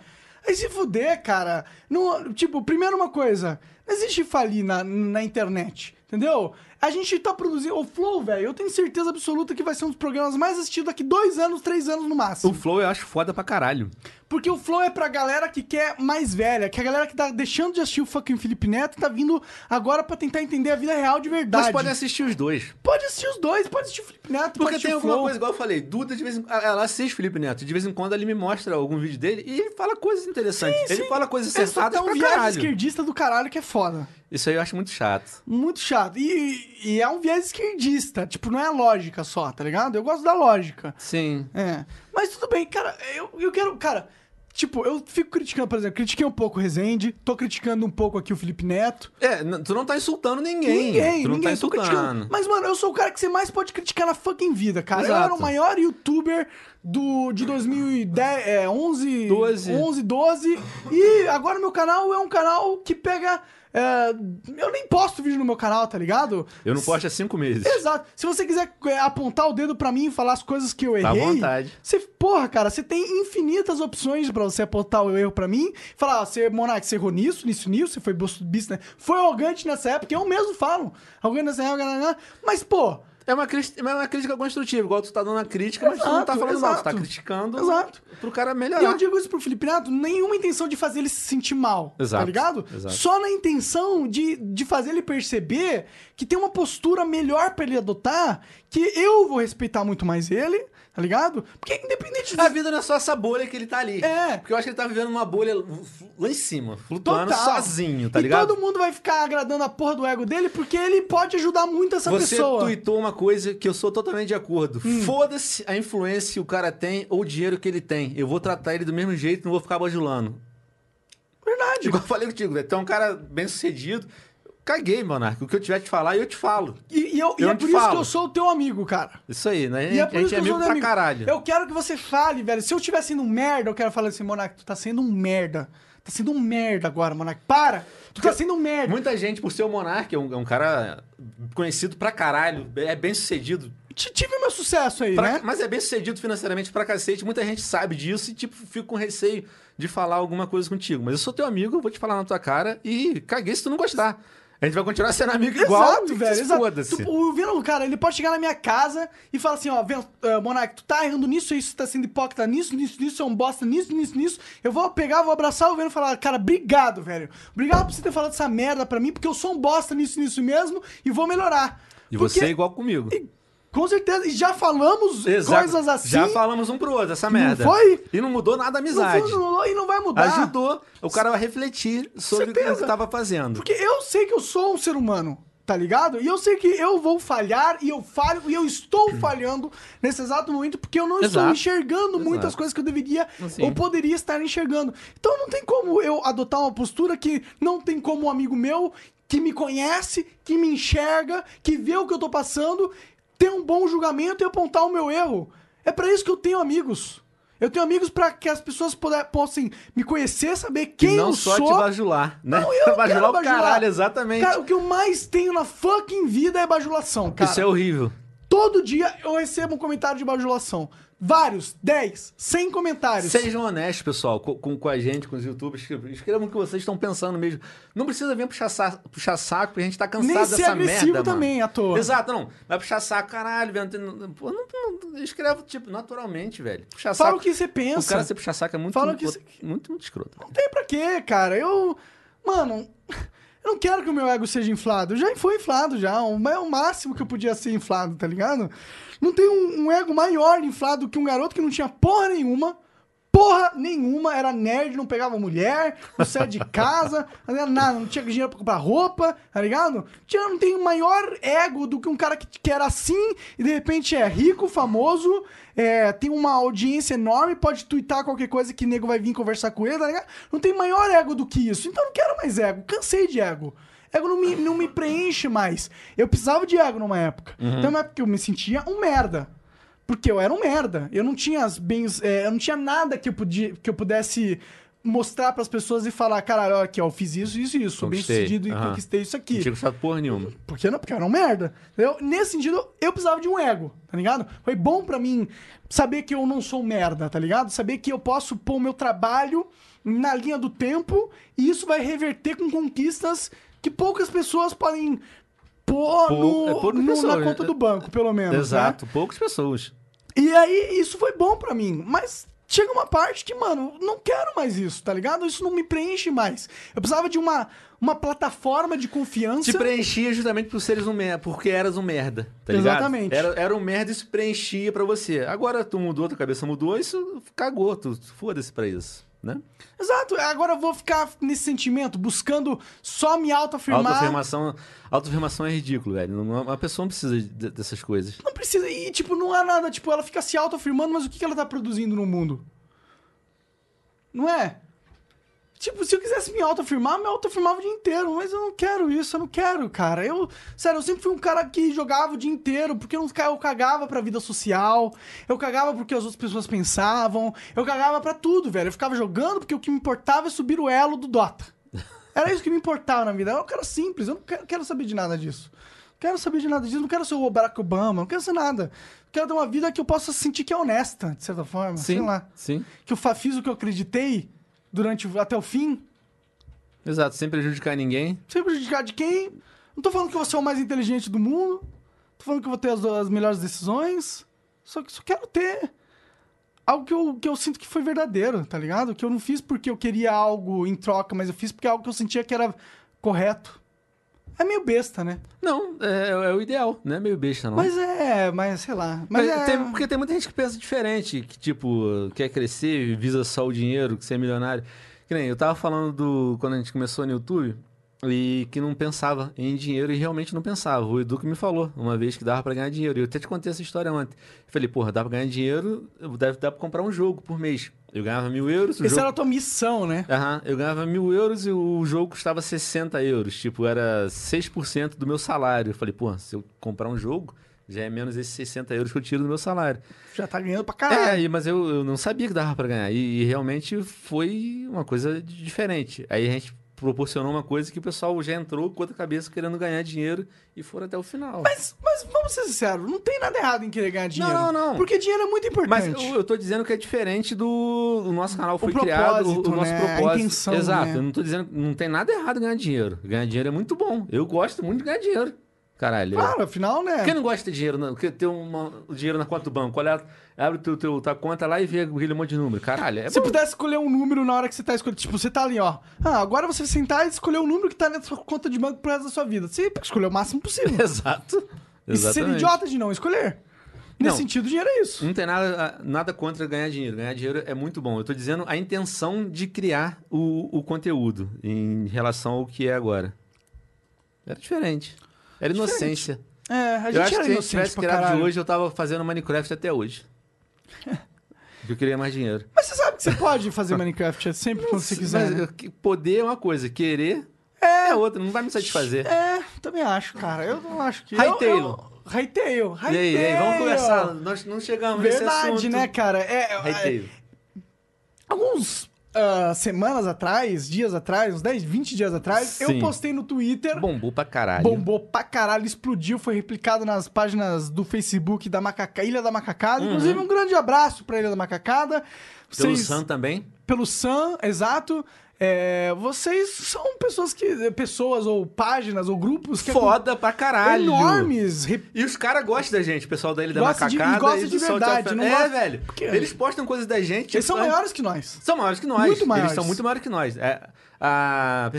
B: Aí se fuder, cara. Não, tipo, primeiro uma coisa. Não existe falir na, na internet. Entendeu? A gente tá produzindo. O Flow, velho, eu tenho certeza absoluta que vai ser um dos programas mais assistidos daqui dois anos, três anos no máximo.
C: O Flow eu acho foda pra caralho.
B: Porque o Flow é pra galera que quer mais velha, que é a galera que tá deixando de assistir o fucking Felipe Neto e tá vindo agora pra tentar entender a vida real de verdade.
C: Mas podem assistir os dois.
B: Pode assistir os dois, pode assistir o Felipe Neto, pode
C: Porque
B: assistir
C: tem
B: o
C: alguma
B: Flow.
C: coisa, igual eu falei, Duda, de vez em ela assiste Felipe Neto, de vez em quando ele me mostra algum vídeo dele e ele fala coisas interessantes. ele
B: sim.
C: fala coisas
B: Essa
C: sensatas
B: tá um
C: pra
B: viés
C: caralho.
B: esquerdista do caralho que é foda.
C: Isso aí eu acho muito chato.
B: Muito chato. E, e é um viés esquerdista. Tipo, não é a lógica só, tá ligado? Eu gosto da lógica.
C: Sim.
B: É. Mas tudo bem, cara, eu, eu quero. Cara, tipo, eu fico criticando, por exemplo, critiquei um pouco o Rezende, tô criticando um pouco aqui o Felipe Neto.
C: É, n- tu não tá insultando ninguém.
B: Ninguém,
C: tu não
B: ninguém,
C: tá
B: tô criticando.
C: insultando.
B: Mas, mano, eu sou o cara que você mais pode criticar na fucking vida, cara. Eu
C: Exato.
B: era o maior youtuber do, de 2010, é, 11,
C: 12.
B: 11, 12. E agora meu canal é um canal que pega... é, eu nem posto vídeo no meu canal, tá ligado?
C: Eu não posto há cinco meses.
B: Exato. Se você quiser é, apontar o dedo pra mim e falar as coisas que eu errei.
C: Tá à vontade.
B: Você, porra, cara, você tem infinitas opções pra você apontar o erro pra mim. Falar, ah, você, Monark, você errou nisso, nisso, nisso, você foi bus- bis, né? Foi arrogante nessa época, eu mesmo falo. Arrogante nessa época, né, né? mas, pô.
C: É uma, cris- é uma crítica construtiva, igual tu tá dando a crítica, mas tu não tá
B: Exato,
C: falando mal, tu tá
B: exato.
C: criticando
B: Exato.
C: pro cara
B: E
C: melhorar.
B: eu digo isso pro Felipe Neto, nenhuma intenção de fazer ele se sentir mal, tá
C: Exato,
B: ligado?
C: exato.
B: Só na intenção de, de fazer ele perceber que tem uma postura melhor pra ele adotar, que eu vou respeitar muito mais ele, tá ligado? Porque independente
C: A vida não é só essa bolha que ele tá ali.
B: É.
C: Porque eu acho que ele tá vivendo uma bolha lá em cima, flutuando
B: Total.
C: sozinho, tá
B: e
C: ligado?
B: todo mundo vai ficar agradando a porra do ego dele porque ele pode ajudar muito essa
C: Você
B: pessoa. Hum.
C: tweetou uma coisa que eu sou totalmente de acordo. Foda-se a influência que o cara tem ou o dinheiro que ele tem. Eu vou tratar ele do mesmo jeito, não vou ficar bajulando.
B: Verdade.
C: Igual eu falei contigo, velho. Tu é um cara bem sucedido. Caguei, Monarca. O que eu tiver te falar, eu te falo.
B: E, e eu- e
C: Eu
B: é
C: te
B: por isso
C: falo.
B: que eu sou o teu amigo, cara.
C: Isso aí, né?
B: E é
C: a
B: por
C: gente
B: isso
C: é
B: que eu sou
C: amigo pra
B: teu amigo.
C: caralho.
B: Eu quero que você fale, velho. Se eu estiver sendo um merda, eu quero falar assim, Monaco, tu tá sendo um merda. Tá sendo um merda agora, Monaco. Para! Tu tá sendo um merda.
C: Muita gente, por ser o Monarca, é um, é um cara conhecido pra caralho, é bem sucedido.
B: T- Tive meu sucesso aí,
C: pra-
B: né?
C: Mas é bem sucedido financeiramente pra cacete. Muita gente sabe disso e, tipo, fica com receio de falar alguma coisa contigo. Mas eu sou teu amigo, eu vou te falar na tua cara e caguei se tu não gostar. A gente vai continuar sendo amigo igual.
B: exato,
C: e
B: velho. Exato.
C: Foda-se.
B: Tu- o Venom, cara, ele pode chegar na minha casa e falar assim, ó, Venom, eh, Monark, tu tá errando nisso, isso, tu tá sendo hipócrita nisso, nisso, nisso, é um bosta nisso, nisso, nisso. Eu vou pegar, vou abraçar o Venom e falar, cara, obrigado, velho. Obrigado por você ter falado essa merda pra mim, porque eu sou um bosta nisso, nisso mesmo e vou melhorar.
C: E
B: Porque-
C: você é igual comigo.
B: e- Com certeza, e já falamos coisas assim.
C: Já falamos um pro outro, essa merda.
B: foi?
C: E não mudou nada a
B: Não foi-
C: amizade.
B: não- Ah. e não vai mudar.
C: Ajudou o cara a refletir sobre o que
B: Certeza.
C: ele tava fazendo.
B: Porque eu sei que eu sou um ser humano, tá ligado? E eu sei que eu vou falhar, e eu falho, e eu estou falhando nesse exato momento, porque eu não estou
C: Hum. Exato. Assim.
B: enxergando muitas coisas que eu deveria ou poderia estar enxergando. Então não tem como eu adotar uma postura que não tem como um amigo meu que me conhece, que me enxerga, que vê o que eu tô passando, ter um bom julgamento e apontar o meu erro. É pra isso que eu tenho amigos. Eu tenho amigos pra que as pessoas poder- possam me conhecer, saber quem
C: e não
B: eu
C: só
B: sou.
C: te bajular, né?
B: Não, eu não
C: bajular
B: quero
C: o
B: bajular.
C: caralho, exatamente.
B: Cara, o que eu mais tenho na fucking vida é bajulação, cara.
C: Isso é horrível.
B: Todo dia eu recebo um comentário de bajulação. Vários, 10, 100 comentários.
C: Sejam honestos, pessoal, co- com, com a gente, com os youtubers. Escrevam o que vocês estão pensando mesmo. Não precisa vir puxar, sa- puxar saco, porque a gente tá cansado
B: Nem ser
C: dessa
B: agressivo
C: merda.
B: também,
C: mano.
B: à toa.
C: Exato, não. Vai puxar saco, caralho, velho. não tem- não- Pô, não, não- escreve, tipo, naturalmente, velho. Puxar
B: Fala
C: saco.
B: o que você
C: O
B: pensa.
C: cara ser puxar saco é muito,
B: Fala o que
C: muito,
B: você-
C: muito, muito escroto.
B: Não tem pra quê, cara. Eu. Mano, eu não quero que o meu ego seja inflado. Eu já fui inflado, já. O ma- é o máximo que eu podia ser inflado, tá ligado? Não tem um, um ego maior inflado que um garoto que não tinha porra nenhuma. Porra nenhuma, era nerd, não pegava mulher, não saía de casa, não era nada, não tinha dinheiro pra comprar roupa, tá ligado? Tinha, não tem maior ego do que um cara que, que era assim e de repente é rico, famoso, é, tem uma audiência enorme, pode twittar qualquer coisa que nego vai vir conversar com ele, tá ligado? Não tem maior ego do que isso. Então eu não quero mais ego, cansei de ego. Ego não me, não me preenche mais. Eu precisava de ego numa época.
C: Uhum.
B: Então é uma época que eu me sentia um merda. Porque eu era um merda. Eu não tinha as bens. é, eu não tinha nada que eu, podia, que eu pudesse mostrar pras pessoas e falar: caralho, olha aqui, ó, eu fiz isso, isso, e isso. Sou bem
C: Conquistei.
B: sucedido e
C: Aham.
B: conquistei isso aqui.
C: Não tinha gostado porra nenhuma.
B: Porque não, porque eu era um merda. entendeu? nesse sentido, eu precisava de um ego, tá ligado? Foi bom pra mim saber que eu não sou um merda, tá ligado? Saber que eu posso pôr o meu trabalho na linha do tempo e isso vai reverter com conquistas que poucas pessoas podem pôr,
C: Pou-
B: no-
C: é poucas
B: no- na
C: pessoas,
B: conta
C: é-
B: do banco, pelo menos. né?
C: Exato, poucas pessoas.
B: E aí, isso foi bom pra mim, mas chega uma parte que, mano, não quero mais isso, tá ligado? Isso não me preenche mais. Eu precisava de uma, uma plataforma de confiança.
C: Te preenchia justamente por seres um merda, porque eras um merda, tá ligado?
B: Exatamente.
C: Era, era um merda e isso preenchia pra você. Agora tu mudou, tua cabeça mudou, isso cagou, tu tu foda-se pra isso, né?
B: Exato, agora eu vou ficar nesse sentimento, buscando só me autoafirmar.
C: Autoafirmação, autoafirmação é ridículo, velho. Não- Uma pessoa não precisa de- dessas coisas.
B: Não precisa, e tipo, não há nada, tipo, ela fica se autoafirmando, mas o que que ela tá produzindo no mundo? Não é? Tipo, se eu quisesse me autoafirmar, eu me autoafirmava o dia inteiro, mas eu não quero isso, eu não quero, cara. Eu, sério, eu sempre fui um cara que jogava o dia inteiro, porque eu, não, ca- eu cagava pra vida social, eu cagava porque as outras pessoas pensavam, eu cagava pra tudo, velho. Eu ficava jogando porque o que me importava é subir o elo do Dota. Era isso que me importava na vida. Eu era um cara simples, eu não quero, quero saber de nada disso. Não quero saber de nada disso, não quero ser o Barack Obama, não quero ser nada. Eu quero ter uma vida que eu possa sentir que é honesta, de certa forma, sei lá.
C: sim.
B: Que eu fa- fiz o que eu acreditei durante o- até o fim,
C: Exato, sem prejudicar ninguém.
B: sem prejudicar de quem. Não tô falando que eu vou ser o mais inteligente do mundo. Tô falando que eu vou ter as, as melhores decisões. Só que só quero ter algo que eu, que eu sinto que foi verdadeiro, tá ligado? Que eu não fiz porque eu queria algo em troca, mas eu fiz porque é algo que eu sentia que era correto. É meio besta, né?
C: Não, é, é o ideal, não é meio besta, não.
B: Mas é, mas sei lá. Mas, é...
C: tem- porque tem muita gente que pensa diferente, que tipo, quer crescer, visa só o dinheiro, que ser milionário. Que nem, eu tava falando do. Quando a gente começou no YouTube, e que não pensava em dinheiro e realmente não pensava. O Edu que me falou uma vez que dava pra ganhar dinheiro. E eu até te contei essa história ontem. Eu falei, porra, dá pra ganhar dinheiro, deve dar pra comprar um jogo por mês. Eu ganhava mil euros. o
B: Essa
C: jogo-
B: era a tua missão, né?
C: Aham, eu ganhava mil euros e o jogo custava 60 euros. Tipo, era 6% do meu salário. Eu falei, pô, se eu comprar um jogo, já é menos esses 60 euros que eu tiro do meu salário.
B: Já tá ganhando pra
C: É,
B: caralho.
C: e- mas eu, eu não sabia que dava pra ganhar. E, e realmente foi uma coisa de- diferente. Aí a gente proporcionou uma coisa que o pessoal já entrou com outra cabeça querendo ganhar dinheiro e foram até o final.
B: Mas, mas vamos ser sinceros, não tem nada errado em querer ganhar dinheiro.
C: não, não.
B: Porque dinheiro é muito
C: Ah. Mas
B: importante.
C: eu, eu tô dizendo que é diferente do. O nosso canal foi criado, o,
B: propósito,
C: o nosso
B: né? A
C: propósito.
B: intenção,
C: Exato.
B: né?
C: Eu não tô dizendo. Não tem nada errado em ganhar dinheiro. Ganhar dinheiro é muito bom. Eu gosto muito de ganhar dinheiro. Caralho. eu-
B: Claro, afinal, né?
C: Quem não gosta de ter dinheiro, não? Porque Ter uma, o dinheiro na conta do banco. Olha, abre teu, teu, tua conta lá e vê aquele monte de número. Caralho, é
B: Se você
C: bom.
B: pudesse escolher um número na hora que você tá escolhendo, tipo, você tá ali, ó. Ah, agora você sentar e escolher o número que tá na sua conta de banco pro resto da sua vida. Você escolheu o máximo possível.
C: Exato.
B: e ser
C: Exatamente.
B: idiota de não escolher. Nesse
C: Não.
B: sentido, dinheiro é isso.
C: Não tem nada, nada contra ganhar dinheiro. Ganhar dinheiro é muito bom. Eu tô dizendo a intenção de criar o, o conteúdo em relação ao que é agora. Era diferente. Era inocência.
B: É, a
C: Hum. Eu
B: gente
C: acho que
B: era
C: se a gente
B: inocente
C: tivesse
B: pra
C: criado de
B: caralho.
C: hoje, eu tava fazendo Minecraft até hoje. Porque eu queria mais dinheiro.
B: Mas você sabe que você pode fazer Minecraft é sempre quando você quiser.
C: Mas,
B: né?
C: eu- que- poder é uma coisa, querer é outra. Não vai me satisfazer.
B: É, também acho, cara. Eu não acho que.
C: Hightail.
B: Hightail. Hightail.
C: E aí, e aí, vamos conversar. Nós não chegamos nesse assunto.
B: É, Verdade, né, cara? É, é,
C: Hightail.
B: Alguns ah, semanas atrás, dias atrás, uns 10, 20 dias atrás, eu
C: Sim.
B: postei no Twitter.
C: Bombou pra caralho.
B: Bombou pra caralho, explodiu, foi replicado nas páginas do Facebook da Macaca, Ilha da Macacada. Inclusive, um grande abraço pra Ilha da Macacada.
C: Uhum. Pelo
B: Vocês-
C: Sam também.
B: pelo Sam, exato. É, vocês são pessoas que. Pessoas ou páginas ou grupos que
C: Foda pra caralho.
B: enormes. re-
C: E os caras gostam da gente, o pessoal da Ilha da
B: Gosta de-
C: Macacada.
B: e gosta
C: e do
B: de
C: Sol
B: verdade,
C: Alfa-
B: não
C: é,
B: gosta-
C: velho.
B: Porque-
C: Eles postam coisas da gente.
B: Eles são
C: tipo,
B: maiores que nós.
C: São maiores que nós.
B: Muito maiores.
C: Eles são muito maiores que nós. É, a-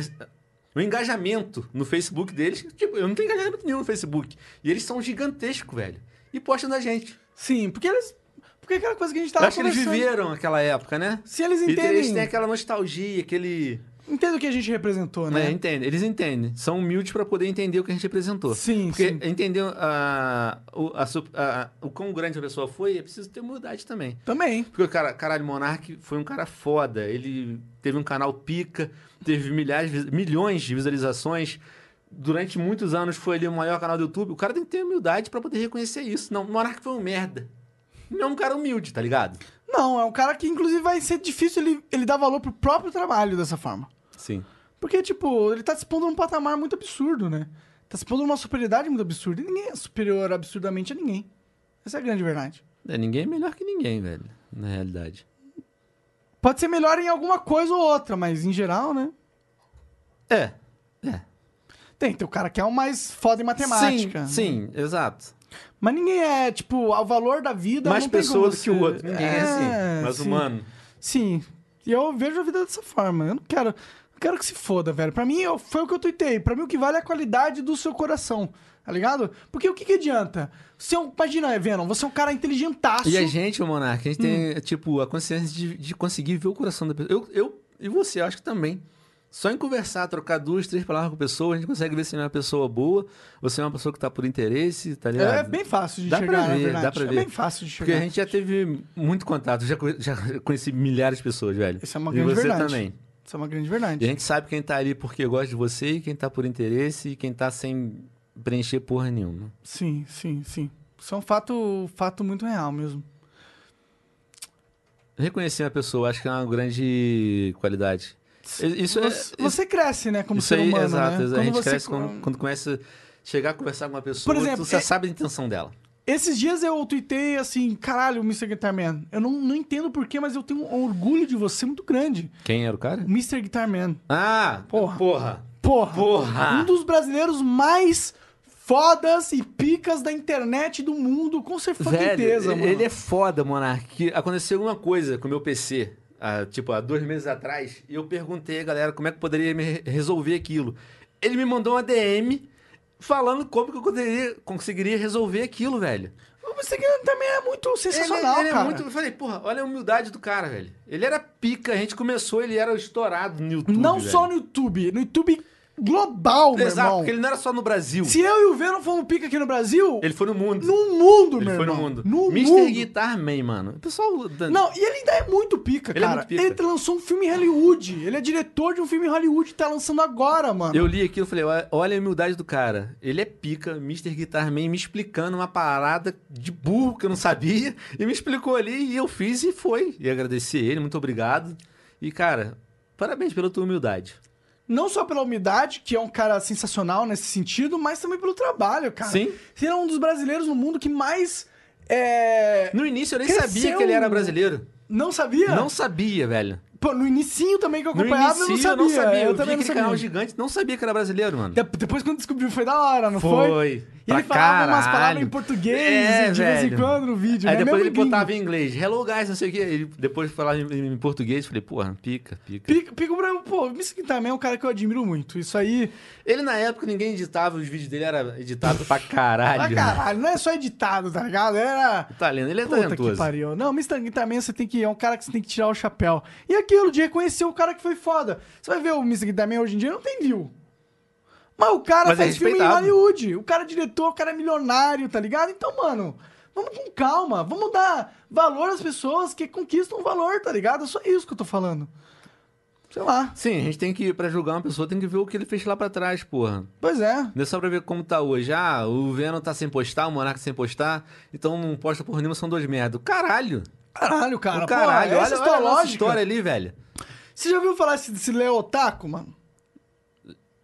C: O engajamento no Facebook deles, tipo, eu não tenho engajamento nenhum no Facebook. E eles são gigantescos, velho. E postam da gente.
B: Sim, porque eles. Porque é aquela coisa que a gente
C: Eu
B: tava
C: acho que eles
B: Tá conversando.
C: viveram aquela época, né?
B: Se eles
C: E
B: entendem.
C: eles têm aquela nostalgia, aquele.
B: Entendo o que a gente representou, né?
C: É, entende. Eles entendem. São humildes pra poder entender o que a gente apresentou.
B: Sim,
C: Porque
B: sim.
C: entender a, o, a su- a- o quão grande a pessoa foi, é preciso ter humildade também.
B: Também.
C: Porque, o cara, caralho, Monark foi um cara foda. Ele teve um canal pica, teve milhares, de vis- milhões de visualizações. Durante muitos anos foi ali o maior canal do YouTube. O cara tem que ter humildade pra poder reconhecer isso. Não, Monark foi um merda. Não é um cara humilde, tá ligado?
B: Não, é um cara que, inclusive, vai ser difícil ele, ele dar valor pro próprio trabalho dessa forma.
C: Sim.
B: Porque, tipo, ele tá se pondo num patamar muito absurdo, né? Tá se pondo numa superioridade muito absurda. E ninguém é superior absurdamente a ninguém. Essa é a grande verdade.
C: ninguém é melhor que ninguém, velho. Na realidade.
B: Pode ser melhor em alguma coisa ou outra, mas em geral, né?
C: É. É.
B: Tem, tem o cara que é o mais foda em matemática.
C: Sim, sim, exato.
B: Mas ninguém é, tipo, ao valor da vida.
C: Mais
B: não tem como
C: pessoa do
B: você-
C: que o outro. Ninguém é, assim. Mas
B: sim.
C: humano.
B: Sim. E eu vejo a vida dessa forma. Eu não quero. Não quero que se foda, velho. Pra mim, eu- foi o que eu tuitei. Pra mim, o que vale é a qualidade do seu coração. Tá ligado? Porque o que, que adianta? Você é um. Imagina, Venom, você é um cara inteligentaço.
C: E a gente, o Monark, a gente
B: Hum.
C: tem, tipo, a consciência de, de conseguir ver o coração da pessoa. Eu, eu e você, acho que também. Só em conversar, trocar duas, três palavras com a pessoa, a gente consegue ver se é uma pessoa boa ou se é uma pessoa que tá por interesse, tá ligado?
B: É bem fácil de
C: Dá pra
B: enxergar, na
C: ver,
B: verdade.
C: dá pra
B: É
C: ver.
B: bem fácil de
C: Porque
B: enxergar.
C: a gente já teve muito contato, já, co- já conheci milhares de pessoas, velho.
B: Isso é uma
C: e
B: grande
C: você
B: verdade.
C: também.
B: Isso é uma grande
C: E
B: verdade.
C: a gente sabe quem tá ali porque gosta de você e quem tá por interesse e quem tá sem preencher porra nenhuma.
B: Sim, sim, sim. Isso é um fato, fato muito real mesmo.
C: Reconhecer uma pessoa, acho que é uma grande qualidade. Isso é-
B: você, você cresce, né, como
C: Isso
B: ser
C: aí,
B: humano,
C: exato,
B: né?
C: exato. A
B: Quando
C: gente
B: você-
C: cresce quando, quando começa a chegar a conversar com uma pessoa,
B: Por exemplo,
C: tu já
B: é-
C: sabe a intenção dela.
B: Esses dias eu tuitei assim, caralho, Mr. Guitar Man. Eu não, não entendo porquê, mas eu tenho um orgulho de você muito grande.
C: Quem era o cara?
B: O Mr. Guitar Man.
C: Ah!
B: Porra.
C: Porra!
B: Porra,
C: Porra!
B: Um dos brasileiros mais fodas e picas da internet do mundo, com certeza,
C: Velho,
B: mano.
C: ele é foda, Monark. que Aconteceu uma coisa com o meu PC, há, tipo, há dois meses atrás, e eu perguntei a galera como é que poderia me re- resolver aquilo. Ele me mandou uma DM falando como que eu poderia- conseguiria resolver aquilo, velho.
B: O Mr. Guitar Man é muito sensacional,
C: ele, ele
B: cara.
C: É muito, eu falei, porra, olha a humildade do cara, velho. Ele era pica, a gente começou, ele era estourado no YouTube.
B: Não
C: velho.
B: só no YouTube, no YouTube global, meu
C: Exato,
B: irmão.
C: porque ele não era só no Brasil.
B: Se eu e o Venom fomos pica aqui no Brasil,
C: Ele foi no mundo.
B: no mundo,
C: ele
B: meu
C: foi no
B: irmão.
C: mundo.
B: No
C: Mr.
B: mundo.
C: Guitar Man, mano. O pessoal. Dan-
B: Não, e ele ainda é muito pica,
C: Ele é
B: cara.
C: muito pica.
B: Ele lançou um filme em Hollywood. Ele é diretor de um filme em Hollywood, tá lançando agora, mano.
C: Eu li aquilo e falei, "Olha- olha a humildade do cara. Ele é pica, Mr. Guitar Man, me explicando uma parada de burro que eu não sabia. E me explicou ali e eu fiz e foi. E agradeci ele, muito obrigado. E, cara, parabéns pela tua humildade.
B: Não só pela umidade, que é um cara sensacional nesse sentido, mas também pelo trabalho, cara.
C: Sim.
B: Ele é um dos brasileiros no mundo que mais. É...
C: No início eu nem
B: Cresceu.
C: sabia que ele era brasileiro.
B: Não sabia?
C: Não sabia, velho.
B: Pô, no inicinho também que eu
C: No
B: acompanhava,
C: início
B: eu não sabia.
C: Eu,
B: também
C: vi
B: não
C: aquele
B: sabia.
C: canal gigante, não sabia que era brasileiro, mano.
B: De- Depois quando descobriu foi da hora, não foi?
C: Foi.
B: E ele
C: Pra
B: falava umas
C: caralho.
B: palavras em português
C: É,
B: de vez em
C: velho.
B: quando no vídeo.
C: Aí
B: né?
C: depois
B: Mesmo
C: ele
B: gringo.
C: botava em inglês, hello guys, não sei o quê. Ele depois falava em, em português, falei, porra, pica, pica.
B: Pico, Pico Branco, pô, Mr. Quintamin é um cara que eu admiro muito. Isso aí,
C: Ele na época ninguém editava, os vídeos dele era editado pra caralho.
B: pra caralho, não é só editado, tá ligado? Era.
C: Tá lendo, ele é
B: Puta que
C: talentoso.
B: pariu. Não, Mr. Guitarman você tem que. É um cara que você tem que tirar o chapéu. E aquilo de reconhecer o cara que foi foda. Você vai ver o Mr. Guitarman hoje em dia, não tem view. Mas o cara
C: Mas é
B: faz filme em
C: respeitado.
B: Hollywood. O cara é diretor, o cara é milionário, tá ligado? Então, mano, vamos com calma. Vamos dar valor às pessoas que conquistam valor, tá ligado? É só isso que eu tô falando. Sei lá.
C: Sim, a gente tem que, pra julgar uma pessoa, tem que ver o que ele fez lá pra trás, porra.
B: Pois é.
C: Não é só pra ver como tá hoje. Ah, o Venom tá sem postar, o Monarca sem postar, então não posta porra nenhuma, são dois merda. Caralho!
B: Caralho, cara.
C: o caralho,
B: pô,
C: olha,
B: essa
C: olha a
B: é a
C: nossa
B: lógica.
C: história ali, velho.
B: Você já ouviu falar desse, desse Leo Otaku, mano?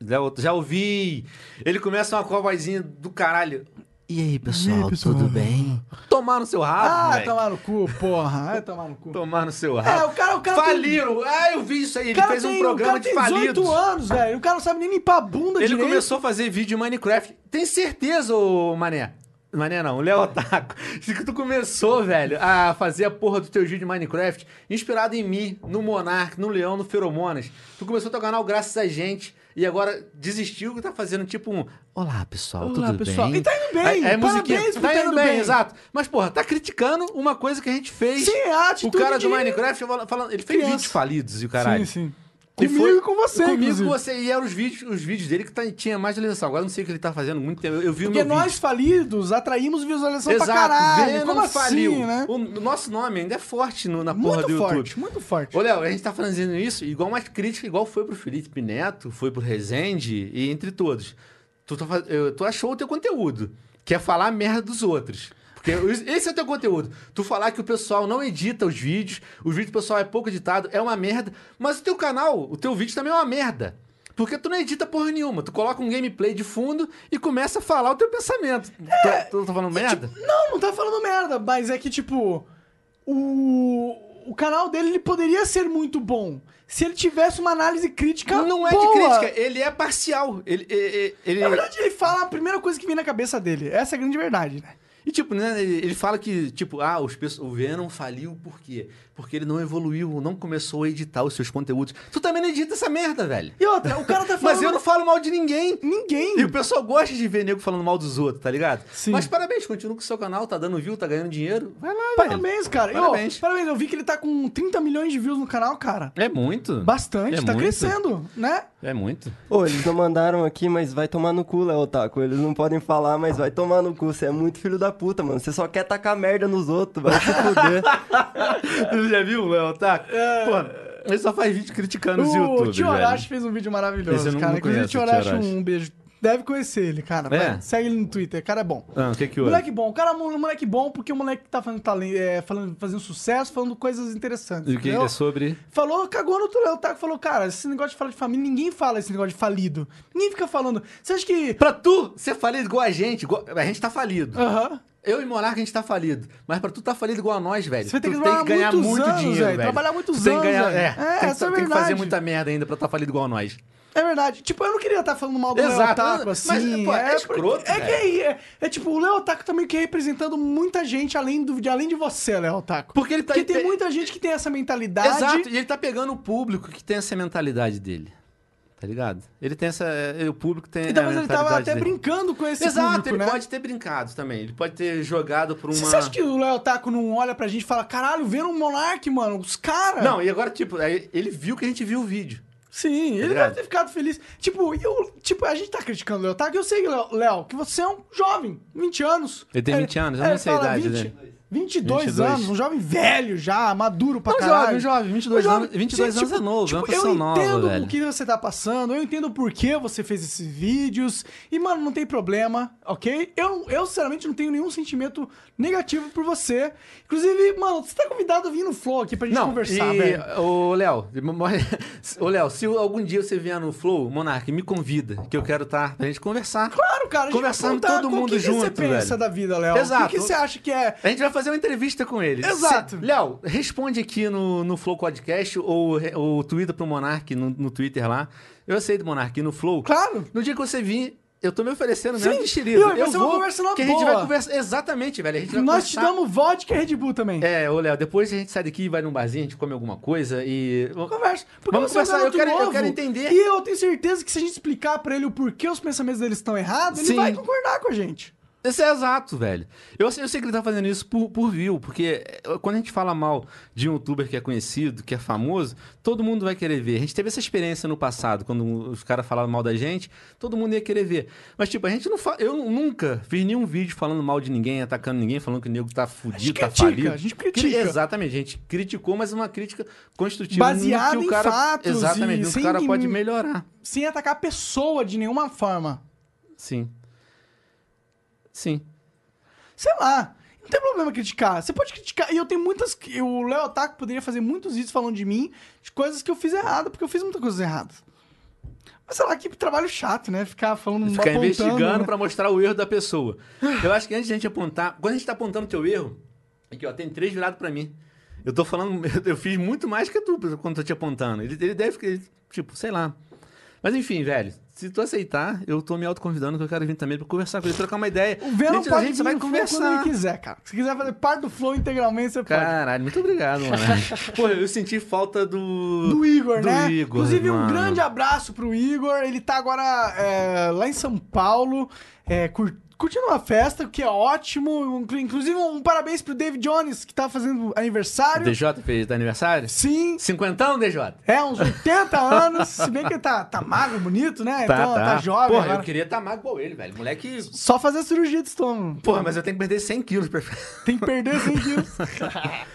C: Já, já ouvi. Ele começa uma covazinha do caralho. E aí, pessoal, tudo bem? Tomar no seu
B: Ah,
C: rabo,
B: vai
C: velho.
B: tomar no cu, porra. Vai tomar no cu.
C: Tomar no seu rabo.
B: É, o cara, o cara
C: Faliram. Ah, eu vi isso aí.
B: Tem, o
C: Ele
B: cara
C: fez um
B: tem-
C: programa
B: o cara
C: de
B: tem
C: falidos.
B: 18 anos, velho. O cara não sabe nem limpar a bunda
C: Ele
B: direito.
C: começou a fazer vídeo em Minecraft. Tem certeza, ô Mané? Mané não, Léo Otaku. Se que tu começou, velho, a fazer a porra do teu vídeo de Minecraft, inspirado em mim, no Monark, no Leão, no Feromonas. Tu começou teu canal graças a gente. E agora desistiu e tá fazendo tipo um. Olá, pessoal,
B: Olá,
C: tudo
B: pessoal."
C: bem?
B: E tá indo bem,
C: Aí- aí a musiquinha,
B: parabéns por
C: tá
B: tá
C: indo
B: indo
C: bem,
B: bem.
C: exato. Mas, porra, tá criticando uma coisa que a gente fez.
B: Sim, é a
C: O
B: atitude
C: cara do
B: de-
C: Minecraft falando. Ele fez
B: Criança.
C: vídeos falidos e o caralho.
B: Sim, sim.
C: E
B: Comigo
C: foi-
B: e com você,
C: Comigo
B: inclusive.
C: com você. E eram os vídeos, os vídeos dele que tá- tinha mais visualização. Agora eu não sei o que ele tá fazendo há muito tempo. Eu, eu vi
B: Porque
C: o meu
B: nós
C: vídeo.
B: falidos atraímos visualização pra
C: Exato.
B: caralho.
C: Venom
B: Como assim,
C: faliu.
B: né?
C: O o nosso nome ainda é forte no- na porra
B: Muito
C: do
B: forte,
C: YouTube.
B: muito forte.
C: Ô, Léo, a gente tá fazendo isso igual uma crítica, igual foi pro Felipe Neto, foi pro Rezende e entre todos. Tu, tá faz- eu- tu achou o teu conteúdo, que é falar merda dos outros. Porque is- esse é o teu conteúdo. Tu falar que o pessoal não edita os vídeos, o vídeo do pessoal é pouco editado, é uma merda, mas o teu canal, o teu vídeo também é uma merda. Porque tu não edita porra nenhuma, tu coloca um gameplay de fundo e começa a falar o teu pensamento.
B: É, tipo
C: Tu, tu tá falando merda?
B: Não, não tá falando merda, mas é que, tipo, o, o canal dele ele poderia ser muito bom se ele tivesse uma análise crítica
C: Não é
B: boa.
C: de crítica, ele é parcial. Ele, ele, ele-
B: Na verdade, ele fala a primeira coisa que vem na cabeça dele. Essa é a grande verdade, né?
C: E tipo, né, ele ele fala que, tipo, ah, os perso- o Venom faliu por quê? Porque ele não evoluiu, não começou a editar os seus conteúdos. Tu também não edita essa merda, velho.
B: E outra, o cara tá falando...
C: Mas eu não falo mal de ninguém.
B: Ninguém.
C: E o pessoal gosta de ver nego falando mal dos outros, tá ligado?
B: Sim.
C: Mas parabéns, continua com o seu canal, tá dando view, tá ganhando dinheiro. Vai lá, velho.
B: Parabéns, cara. Eu-
C: Parabéns.
B: parabéns, eu vi que ele tá com 30 milhões de views no canal, cara.
C: É muito.
B: Bastante,
C: É
B: tá
C: muito.
B: crescendo, né?
C: É muito.
A: Ô, eles não mandaram aqui, mas vai tomar no cu, Léo Otaku. Eles não podem falar, mas vai tomar no cu. Você é muito filho da puta, mano. Você só quer tacar merda nos outros, vai se fuder.
C: Tu já viu, Léo? Tá? Pô, ele só faz vídeo criticando os
B: O
C: YouTube,
B: É. Tio Arashi fez um vídeo
C: Esse
B: maravilhoso,
C: eu não-
B: cara.
C: não
B: Inclusive,
C: conheço,
B: Tio
C: Tio
B: Arashi,
C: Arashi.
B: um beijo. Deve conhecer ele, cara.
C: É?
B: Vai, Segue ele no Twitter, cara é bom.
C: Ah, o que que houve?
B: Moleque bom, o cara é um moleque bom porque o moleque tá fazendo, talento, é, falando, fazendo sucesso, falando coisas interessantes.
C: E o que
B: entendeu?
C: é sobre...
B: Falou, cagou no Léo Taco, falou, cara, esse negócio de falar de família, ninguém fala esse negócio de falido. Ninguém fica falando. Você acha que.
C: Pra tu ser falido igual a gente, igual- a gente tá falido.
B: Aham.
C: Eu e Monarca, a gente tá falido. Mas pra tu tá falido igual a nós, velho.
B: Você vai ter
C: tu
B: que
C: tem que
B: trabalhar
C: ganhar
B: muitos
C: muito
B: anos,
C: dinheiro,
B: velho.
C: velho.
B: Trabalhar muitos
C: tu tem que
B: anos,
C: ganhar,
B: velho.
C: É,
B: É,
C: tem, que-
B: essa é
C: tem que
B: verdade.
C: fazer muita merda ainda pra tá falido igual a nós.
B: É verdade. Tipo, eu não queria estar falando mal do
C: Exato.
B: Léo Taco,
C: Mas,
B: assim.
C: pô, é
B: porque-
C: escroto,
B: É
C: cara.
B: que aí, é, é tipo, o Léo Taco também que é representando muita gente além, do, de, além de você, Léo Taco.
C: Porque ele tá...
B: Porque tem muita É, gente que tem essa mentalidade.
C: Exato, e ele tá pegando o público que tem essa mentalidade dele. Tá ligado? Ele tem essa... é, O público tem
B: E talvez
C: a
B: ele tava
C: mentalidade
B: até
C: dele.
B: brincando com esse
C: Exato,
B: público,
C: ele
B: né?
C: pode ter brincado também. Ele pode ter jogado por uma...
B: Você acha que é? o Léo Taco não olha pra gente e fala, caralho, vendo um Monark, mano, os caras...
C: Não, e agora, tipo, aí ele viu que a gente viu o vídeo.
B: Sim, ele
C: ligado?
B: deve ter ficado feliz. Tipo, eu, tipo, a gente tá criticando o Léo Taco, eu sei, Léo- Léo, que você é um jovem, 20 anos.
C: Ele tem 20 anos, eu
B: é,
C: não sei a
B: fala
C: idade
B: 20,
C: dele.
B: 22,
C: 22.
B: anos, um jovem velho já, maduro pra
C: Não,
B: caralho.
C: jovem, jovem, 22
B: Um
C: anos- 22 anos é novo, é uma
B: tipo, Eu
C: pessoa nova,
B: entendo
C: velho.
B: o que você tá passando, eu entendo por que você fez esses vídeos. E, mano, não tem problema, ok? Eu, eu sinceramente, não tenho nenhum sentimento negativo por você. Inclusive, mano, você tá convidado a vir no Flow aqui pra gente conversar,
C: e,
B: velho.
C: Ô, Léo, ô, Léo, se algum dia você vier no Flow, Monark, me convida, que eu quero estar pra gente conversar.
B: Claro, cara. a gente vai
C: Conversando
B: contar
C: todo
B: com o
C: mundo
B: que que você
C: junto,
B: pensa
C: velho.
B: da vida, Léo?
C: Exato.
B: O que, que você acha que é...
C: A gente vai fazer uma entrevista com ele.
B: Exato.
C: Se- Léo, responde aqui no, no Flow Podcast ou, re- ou twitta pro Monark no, no Twitter lá. Eu aceito, Monark, no Flow.
B: Claro.
C: No dia que você vir, eu tô me oferecendo mesmo
B: Sim.
C: de xerido.
B: E, ó, vai
C: eu
B: ser é uma
C: vou,
B: conversa numa
C: que a gente vai
B: boa.
C: conversar... Exatamente, velho. A gente vai
B: Nós te
C: conversar-
B: damos vodka e Red Bull também.
C: É, ô Léo, depois a gente sai daqui, vai num barzinho, a gente come alguma coisa e...
B: Conversa. Porque
C: Vamos
B: você é um
C: conversar, eu
B: garoto
C: quero- eu
B: novo,
C: quero entender.
B: E eu tenho certeza que se a gente explicar pra ele o porquê os pensamentos deles estão errados,
C: Sim.
B: ele vai concordar com a gente.
C: Isso é exato, velho. Eu, sei- eu sei que ele tá fazendo isso por, por view, porque eh, quando a gente fala mal de um youtuber que é conhecido, que é famoso, todo mundo vai querer ver. A gente teve essa experiência no passado, quando um, os caras falaram mal da gente, todo mundo ia querer ver. Mas, tipo, a gente não fa... Eu nunca fiz nenhum vídeo falando mal de ninguém, atacando ninguém, falando que o nego tá fudido, tá
B: critica,
C: falido.
B: a gente critica.
C: Cri- Exatamente, a gente criticou, mas uma crítica construtiva.
B: Baseada
C: no que
B: em
C: o cara...
B: fatos e
C: Exatamente, no que
B: sem
C: o cara
B: que-
C: pode melhorar.
B: Sem atacar a pessoa de nenhuma forma.
C: Sim. Sim.
B: Sei lá. Não tem problema criticar. Você pode criticar. E eu tenho muitas. eu- O Léo Otaku poderia fazer muitos vídeos falando de mim, de coisas que eu fiz errada, porque eu fiz muitas coisas erradas. Mas sei lá, que trabalho chato, né? Ficar falando
C: Ficar
B: apontando,
C: investigando
B: né?
C: pra mostrar o erro da pessoa. Eu acho que antes de a gente apontar. Quando a gente tá apontando o teu erro, aqui, ó, tem três virado pra mim. Eu tô falando, eu fiz muito mais que tu quando tô te apontando. Ele, ele deve ficar, tipo, sei lá. Mas enfim, velho, se tu aceitar, eu tô me autoconvidando que eu quero vir também pra conversar com ele, trocar uma ideia.
B: O Venom
C: gente,
B: pode
C: a gente
B: vir
C: vai
B: no Flow quando
C: conversar.
B: ele quiser, cara. Se quiser fazer parte do Flow integralmente, você pode.
C: Caralho, muito obrigado, mano. Pô, eu senti falta do.
B: Do Igor,
C: do
B: né?
C: Igor,
B: Inclusive, um
C: mano.
B: grande abraço pro Igor. Ele tá agora é, lá em São Paulo, é, cur- curtindo uma festa, o que é ótimo. Inclu- Inclusive, um parabéns pro David Jones, que tá fazendo aniversário.
C: DJ fez teu aniversário?
B: Sim.
C: Cinquentão, DJ?
B: É, uns 80 anos, se bem que ele tá, tá magro, bonito, né? então tá, jovem
C: Porra,
B: agora.
C: eu queria estar magro igual ele, velho. Moleque.
B: Só fazer a cirurgia de estômago.
C: Porra, mas eu tenho que perder 100 quilos pra...
B: Tem que perder 100 quilos.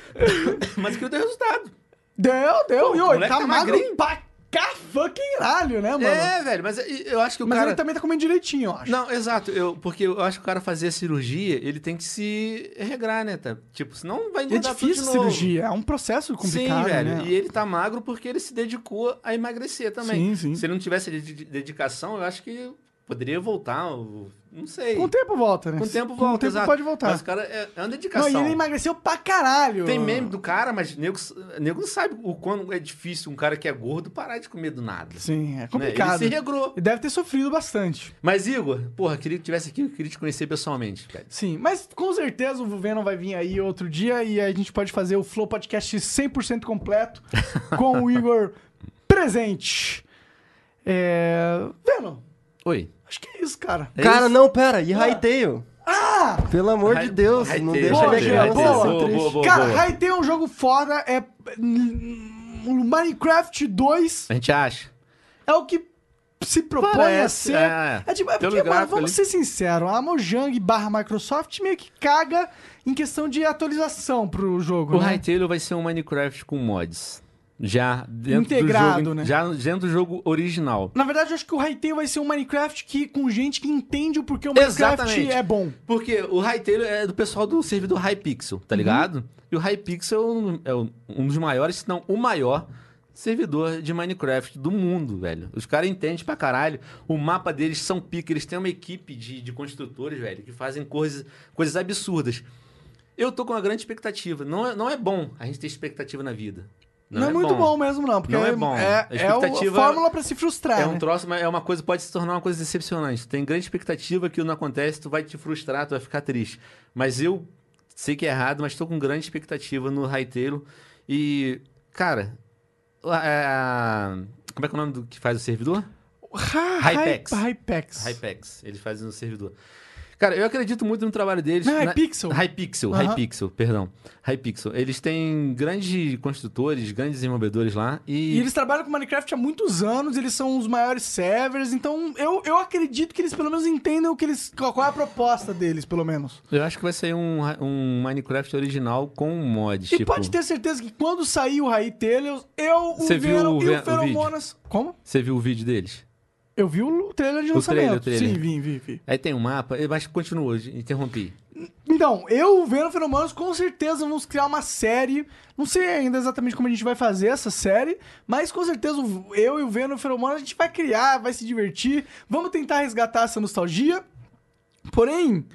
C: Mas aquilo deu resultado.
B: Deu, deu.
C: Pô,
B: e,
C: o
B: ô, ele
C: moleque
B: tá,
C: tá
B: magro
C: magrinho.
B: pra cá fucking ralho, né, mano?
C: É, velho, mas eu acho que o
B: Mas
C: cara...
B: ele também tá comendo direitinho, eu acho.
C: Não, exato. Eu, porque eu acho que o cara fazer a cirurgia, ele tem que se regrar, né? Tá? Tipo, senão vai
B: E é
C: engordar tudo
B: difícil
C: de novo.
B: cirurgia, é um processo complicado,
C: Sim, velho.
B: né?
C: E ele tá magro porque ele se dedicou a emagrecer também.
B: Sim, sim.
C: Se ele não tivesse de- de- dedicação, eu acho que Poderia voltar, eu- não sei.
B: Com o tempo volta, né?
C: Com o tempo volta,
B: Com o tempo
C: exato.
B: pode voltar.
C: Mas o cara é, é uma
B: Não,
C: dedicação.
B: e ele emagreceu pra caralho.
C: Tem meme do cara, mas nego, nego não sabe o quanto é difícil um cara que é gordo parar de comer do nada.
B: Sim, é
C: né?
B: complicado.
C: Ele se regrou.
B: E deve ter sofrido bastante.
C: Mas, Igor, porra, queria que tivesse aqui, eu queria te conhecer pessoalmente, cara.
B: Sim, mas com certeza o Venom vai vir aí outro dia e a gente pode fazer o Flow Podcast 100% completo com o Igor presente. É... Venom,
C: Oi.
B: acho que é isso, cara.
C: É
A: Cara,
C: isso?
A: não, pera. E Hightail?
B: Ah!
A: Pelo amor
C: Hi-
A: de Deus, não
C: Hightail,
A: deixa
C: Boa,
A: ele
C: Hightail,
A: criança.
C: boa,
A: ser
C: boa,
A: triste.
C: boa, boa.
B: Cara, Raiden é um jogo foda, é. O Minecraft 2
C: A gente acha.
B: é o que se propõe
C: Parece,
B: a ser.
C: é.
B: É, tipo, é
C: Pelo
B: porque, mano,
C: gráfico
B: vamos
C: ali.
B: ser sinceros, a Mojang barra Microsoft meio que caga em questão de atualização pro jogo.
C: O
B: né?
C: Hightail vai ser um Minecraft com mods. Já dentro
B: Integrado,
C: do jogo,
B: né?
C: Já dentro do jogo original.
B: Na verdade, eu acho que o Hightail vai ser um Minecraft que, com gente que entende o porquê o Minecraft
C: Exatamente.
B: é bom.
C: Porque o Hightail é do pessoal do servidor Hypixel,
B: Uhum.
C: tá ligado? E o Hypixel é um- é um, um dos maiores, se não o maior servidor de Minecraft do mundo, velho. Os caras entendem pra caralho. O mapa deles são pica. Eles têm uma equipe de, de construtores, velho, que fazem coisas, coisas absurdas. Eu tô com uma grande expectativa. Não é, não é bom a gente ter expectativa na vida.
B: Não, é muito bom. mesmo, não, porque
C: Não é bom.
B: É,
C: A
B: é
C: expectativa-
B: a fórmula pra se frustrar.
C: É um
B: né?
C: troço, mas é uma coisa, pode se tornar uma coisa decepcionante. Tem grande expectativa que não acontece, tu vai te frustrar, tu vai ficar triste. Mas eu sei que é errado, mas tô com grande expectativa no Raiteiro. E, cara, a- a- como é que é o nome do que faz o servidor?
B: Hi-
C: Hypex.
B: Hypex.
C: Hypex, eles fazem no servidor. Cara, eu acredito muito no trabalho deles.
B: Não, é
C: na-
B: Hypixel.
C: Hypixel,
B: Aham.
C: Hypixel, perdão. Hypixel. Eles têm grandes construtores, grandes desenvolvedores lá. E,
B: E eles trabalham com Minecraft há muitos anos, eles são os maiores servers, então eu, eu acredito que eles pelo menos entendam o que eles, qual qual é a proposta deles, pelo menos.
C: Eu acho que vai sair um, um Minecraft original com mods.
B: E
C: tipo,
B: pode ter certeza que quando sair o Ray Taylor, eu, o
C: Você viu
B: Venom
C: o
B: e
C: ve- o
B: o
C: vídeo?
B: Feromonas... Como?
C: Você viu o vídeo deles?
B: Eu vi o trailer de
C: O trailer,
B: lançamento.
C: o trailer.
B: Sim, vi, vi, vi.
C: Aí tem um mapa, mas continua, eu interrompi.
B: Então, eu, o Venom e o Feromonas, com certeza vamos criar uma série. Não sei ainda exatamente como a gente vai fazer essa série, mas com certeza o- eu e o Venom e o Feromonas a gente vai criar, vai se divertir. Vamos tentar resgatar essa nostalgia. Porém,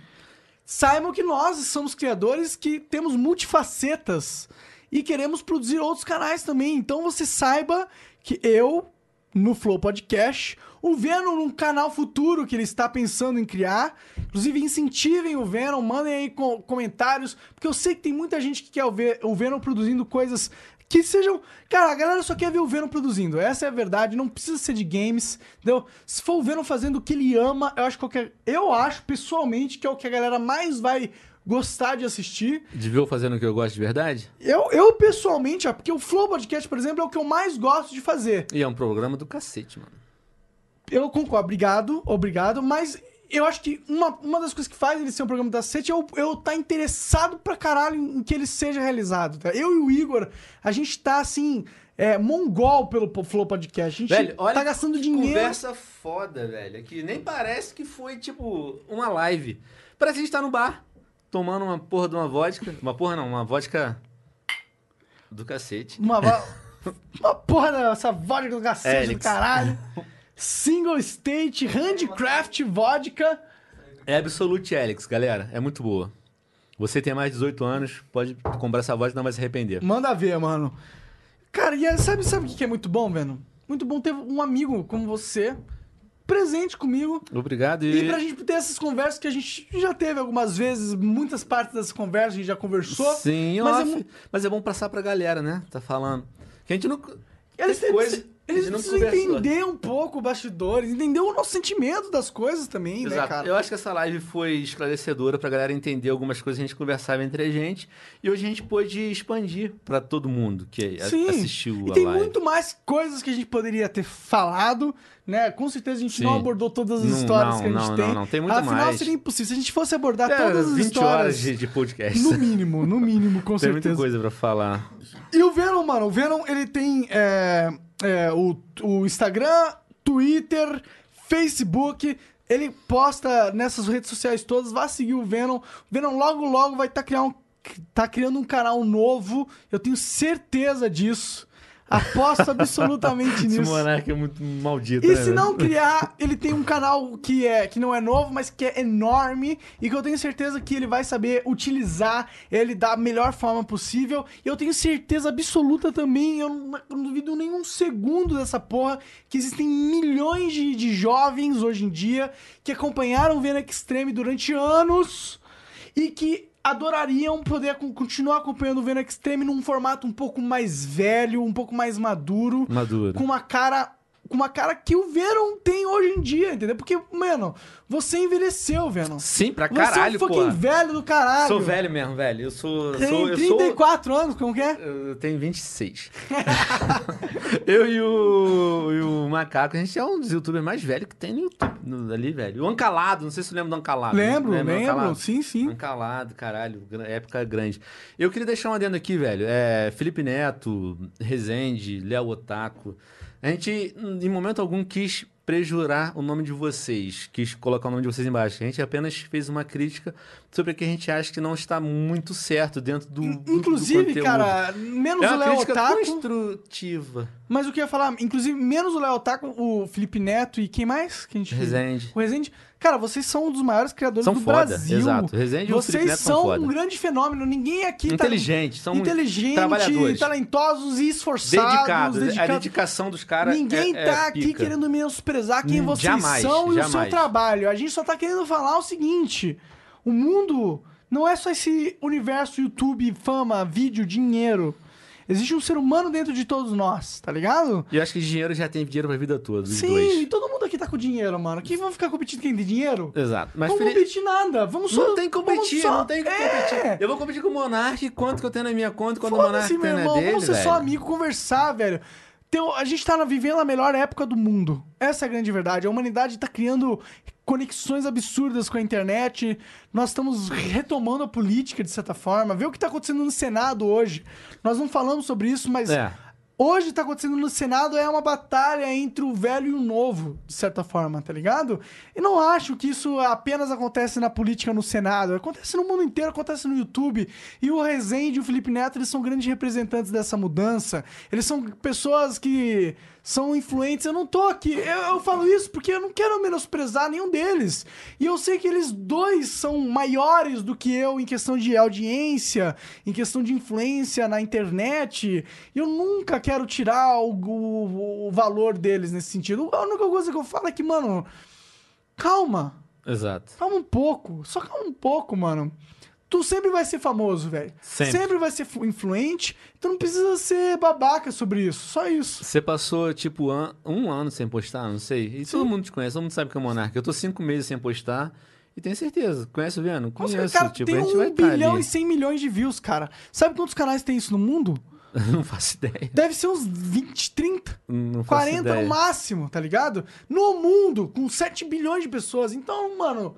B: saibam que nós somos criadores que temos multifacetas e queremos produzir outros canais também. Então você saiba que eu, no Flow Podcast, o Venom num canal futuro que ele está pensando em criar. Inclusive, incentivem o Venom, mandem aí co- comentários, porque eu sei que tem muita gente que quer o Ve- o Venom produzindo coisas que sejam. Cara, a galera só quer ver o Venom produzindo. Essa é a verdade. Não precisa ser de games. Entendeu? Se for o Venom fazendo o que ele ama, eu acho que qualquer. Eu acho, pessoalmente, que é o que a galera mais vai gostar de assistir.
C: De ver eu fazendo o que eu gosto de verdade?
B: Eu, eu pessoalmente, ó, porque o Flow Podcast, por exemplo, é o que eu mais gosto de fazer.
C: E é um programa do cacete, mano.
B: Eu concordo, obrigado, obrigado, mas eu acho que uma, uma das coisas que faz ele ser um programa da Sete é eu eu tá interessado pra caralho em, em que ele seja realizado. tá? Eu e o Igor, a gente tá assim, é, mongol pelo po- Flow Podcast. A gente
C: Velho, olha
B: tá gastando
C: que
B: dinheiro.
C: conversa foda, velho. É Que nem parece que foi, tipo, uma live. Parece que a gente tá no bar, tomando uma porra de uma vodka. Uma porra não, uma vodka do cacete.
B: Uma, va- uma porra dessa vodka
C: É,
B: do cacete do
C: Helix.
B: caralho. Single State, Handcraft Vodka.
C: É Absolute Alex, galera. É muito boa. Você tem mais de 18 anos, pode comprar essa vodka e não vai se arrepender.
B: Manda ver, mano. Cara, e é- sabe, sabe o que que é muito bom, Venom? Muito bom ter um amigo como você presente comigo.
C: Obrigado
B: E pra gente ter essas conversas que a gente já teve algumas vezes, muitas partes dessas conversas a gente já conversou.
C: Sim,
B: mas
C: mas,
B: é
C: É
B: mu-
C: mas é bom passar pra galera, né? Tá falando. Que a gente não.
B: Eles,
C: tem coisa
B: eles-
C: que a
B: eles
C: gente não
B: precisam
C: conversou.
B: entender um pouco os bastidores, entender o nosso sentimento das coisas também, né,
C: Exato.
B: cara?
C: Eu acho que essa live foi esclarecedora pra galera entender algumas coisas que a gente conversava entre a gente. E hoje a gente pôde expandir pra todo mundo que a-
B: Sim.
C: assistiu
B: E
C: a
B: tem
C: live.
B: muito mais coisas que a gente poderia ter falado, né? Com certeza a gente não
C: Sim.
B: abordou todas as
C: Não,
B: histórias
C: não,
B: que a gente
C: não,
B: tem.
C: não, não. Tem muito
B: Afinal,
C: mais.
B: seria impossível. Se a gente fosse abordar
C: Cara,
B: todas as
C: 20
B: histórias.
C: É, horas de, de podcast.
B: No mínimo, no mínimo, com
C: Tem muita
B: certeza.
C: coisa pra falar.
B: E o Venom, mano, o Venom, ele tem é, é, o, o Instagram, Twitter, Facebook. Ele posta nessas redes sociais todas, vá seguir o Venom. O Venom logo, tá um logo vai estar criando, tá criando um canal novo. Eu tenho certeza disso. Aposto absolutamente
C: Esse
B: nisso.
C: monarca é muito maldito.
B: E
C: né,
B: se
C: velho?
B: não criar, ele tem um canal que, é, que não é novo, mas que é enorme e que eu tenho certeza que ele vai saber utilizar ele da melhor forma possível. E eu tenho certeza absoluta também, eu não, eu não duvido nenhum segundo dessa porra, que existem milhões de, de jovens hoje em dia que acompanharam o Vena Extreme durante anos e que adorariam poder con- continuar acompanhando o Vena Extreme num formato um pouco mais velho, um pouco mais maduro
C: Maduro.
B: com uma cara com uma cara que o Venom tem hoje em dia, entendeu? Porque, mano, você envelheceu, Venom.
C: Sim, pra
B: você é um
C: caralho,
B: fucking
C: pô.
B: velho do caralho.
C: Sou velho mesmo, velho. Eu sou.
B: Tem
C: sou eu sou
B: 34 anos, como que é?
C: Eu tenho 26. eu e o, e o Macaco, a gente é um dos youtubers mais velhos que tem no YouTube no- ali, velho. O Ancalado, Ah, não tá sei se você lembra do Ancalado.
B: Lembro,
C: Lembra do
B: lembro.
C: Ancalado?
B: Sim, sim.
C: Ancalado, caralho, gra- época grande. Eu queria deixar um adendo aqui, velho. É, Felipe Neto, Rezende, Léo Otaku. A gente, em momento algum, quis prejurar o nome de vocês, quis colocar o nome de vocês embaixo. A gente apenas fez uma crítica sobre o que a gente acha que não está muito certo dentro do. do- do
B: Inclusive,
C: conteúdo.
B: cara, menos
C: É
B: o
C: uma
B: Léo
C: crítica
B: Otaku.
C: construtiva.
B: Mas o que eu ia falar, inclusive, menos o Léo Otaku, o Felipe Neto e quem mais? Que a gente...
C: Rezende.
B: O Rezende. Cara, vocês são um dos maiores criadores
C: São
B: do
C: foda,
B: Brasil.
C: exato. Rezende e o Felipe
B: Vocês
C: Neto são
B: são
C: foda.
B: um grande fenômeno. Ninguém aqui tá...
C: Inteligentes, são
B: inteligente, tá
C: trabalhadores.
B: talentosos e esforçados,
C: dedicados. é, A
B: dedicados.
C: dedicação dos caras.
B: Ninguém
C: é,
B: tá
C: é
B: aqui
C: pica.
B: querendo menosprezar quem
C: Hum,
B: vocês
C: jamais,
B: são e o seu
C: jamais.
B: trabalho. A gente só tá querendo falar o seguinte: o mundo não é só esse universo YouTube, fama, vídeo, dinheiro. Existe um ser humano dentro de todos nós, tá ligado?
C: E eu acho que dinheiro já tem dinheiro pra vida toda, os
B: Sim, e
C: dois.
B: todo mundo aqui tá com dinheiro, mano. Quem vão ficar competindo quem tem dinheiro?
C: Exato. Mas
B: não
C: Felipe-
B: competir nada. Vamos só.
C: Não tem que
B: vamos
C: competir,
B: só-
C: não tem que
B: É.
C: competir. Eu vou competir com o Monark, quanto que eu tenho na minha conta, quanto o Monark
B: Foda-se,
C: tem
B: meu
C: na
B: irmão.
C: é dele,
B: Vamos ser
C: velho.
B: só amigo, conversar, velho. Então, a gente tá na- vivendo a melhor época do mundo. Essa é a grande verdade. A humanidade tá criando conexões absurdas com a internet. Nós estamos retomando a política, de certa forma. Vê o que tá acontecendo no Senado hoje. Nós não falamos sobre isso, mas...
C: É.
B: Hoje tá acontecendo no Senado é uma batalha entre o velho e o novo, de certa forma, tá ligado? E não acho que isso apenas acontece na política no Senado, acontece no mundo inteiro, acontece no YouTube. E o Rezende e o Felipe Neto, eles são grandes representantes dessa mudança. Eles são pessoas que são influentes. Eu não tô aqui, eu, eu falo isso porque eu não quero menosprezar nenhum deles. E eu sei que eles dois são maiores do que eu em questão de audiência, em questão de influência na internet. E eu nunca quero tirar o, o- o valor deles nesse sentido. A única coisa que eu falo é que, mano, calma.
C: Exato.
B: Calma um pouco. Só calma um pouco, mano. Tu sempre vai ser famoso, velho.
C: Sempre.
B: vai ser fu- influente. Tu não precisa ser babaca sobre isso. Só isso.
C: Você passou, tipo, an- um ano sem postar, não sei. E todo mundo te conhece, todo mundo sabe que é o Monark. Eu tô cinco meses sem postar e tenho certeza. Conhece o Viano?
B: Nossa,
C: Conheço.
B: cara,
C: tipo,
B: tem
C: a gente
B: um
C: vai tá
B: bilhão
C: ali.
B: e 100 milhões de views, cara. Sabe quantos canais tem isso no mundo?
C: Não faço ideia.
B: Deve ser uns 20, 30,
C: Não faço
B: 40
C: ideia.
B: no máximo, tá ligado? No mundo, com 7 bilhões de pessoas. Então, mano,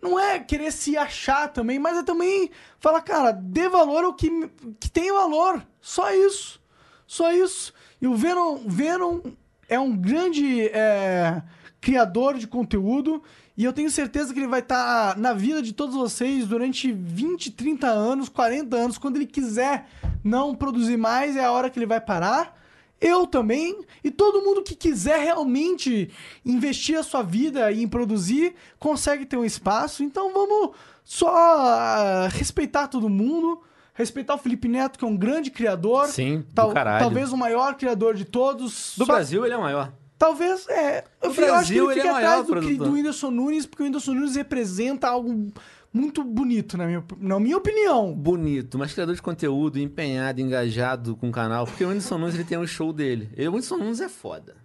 B: não é querer se achar também, mas é também falar, cara, dê valor ao que, que tem valor. Só isso. Só isso. E o Venom, Venom é um grande é, criador de conteúdo. E eu tenho certeza que ele vai estar na vida de todos vocês durante 20, 30 anos, 40 anos. Quando ele quiser não produzir mais, é a hora que ele vai parar. Eu também. E todo mundo que quiser realmente investir a sua vida em produzir, consegue ter um espaço. Então vamos só ah, respeitar todo mundo. Respeitar o Felipe Neto, que é um grande criador.
C: Sim, do
B: Tal-
C: caralho.
B: Talvez o maior criador de todos.
C: Do
B: Só-
C: Brasil ele é o maior.
B: Talvez, é. Eu,
C: Do
B: falei, eu acho que
C: Brasil,
B: ele
C: ele
B: fica
C: é maior
B: atrás do, cri-
C: produtor.
B: do Whindersson Nunes, porque o Whindersson Nunes representa algo muito bonito, na minha, na minha opinião.
C: bonito, mas criador de conteúdo, empenhado, engajado com o canal, porque o Whindersson Nunes ele tem um show dele. Ele, o Whindersson Nunes é foda.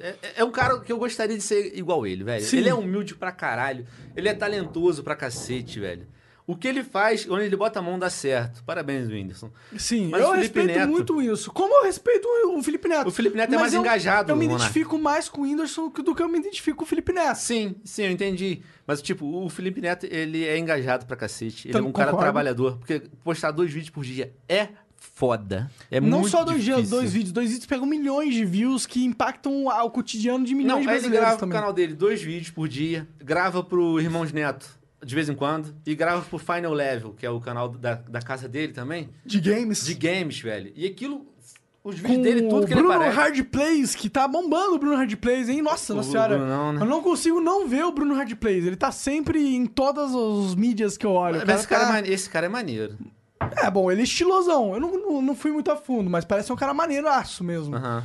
C: É, é- é um cara que eu gostaria de ser igual ele, velho.
B: Sim.
C: Ele é humilde pra caralho, ele é talentoso pra cacete, velho. O que ele faz, onde ele bota a mão dá certo. Parabéns, Whindersson.
B: Sim,
C: Mas
B: eu
C: o Felipe
B: respeito
C: Neto-
B: muito isso. Como eu respeito o Felipe Neto.
C: O Felipe Neto é
B: Mas
C: mais
B: eu-
C: engajado,
B: Eu me
C: Monark.
B: identifico mais com o Whindersson do que eu me identifico com o Felipe Neto.
C: Sim, sim, eu entendi. Mas, tipo, o Felipe Neto, ele é engajado pra cacete. Ele é
B: Então,
C: um cara
B: concordo.
C: trabalhador. Porque postar dois vídeos por dia é foda. É
B: Não
C: muito
B: só dois,
C: difícil.
B: dias, dois vídeos. Dois vídeos pegam milhões de views que impactam a- o cotidiano de milhões
C: Não,
B: de
C: aí ele
B: brasileiros
C: grava pro
B: também.
C: canal dele dois vídeos por dia, grava pro Irmãos Neto de vez em quando, e grava pro Final Level, que é o canal da, da casa dele também,
B: De games.
C: de games, velho. E aquilo os
B: com
C: vídeos dele, tudo que
B: o Bruno
C: ele parece.
B: Hard Plays, que tá bombando o Bruno Hard Plays, hein? Nossa, nossa senhora.
C: Bruno não, né?
B: Eu não consigo não ver o Bruno Hard Plays. Ele tá sempre em todas as mídias que eu olho. O
C: Mas esse cara,
B: tá-
C: é mane- esse cara é maneiro.
B: é bom, ele é estilosão. Eu não, não, não fui muito a fundo, mas parece um cara maneiraço mesmo.
C: Aham.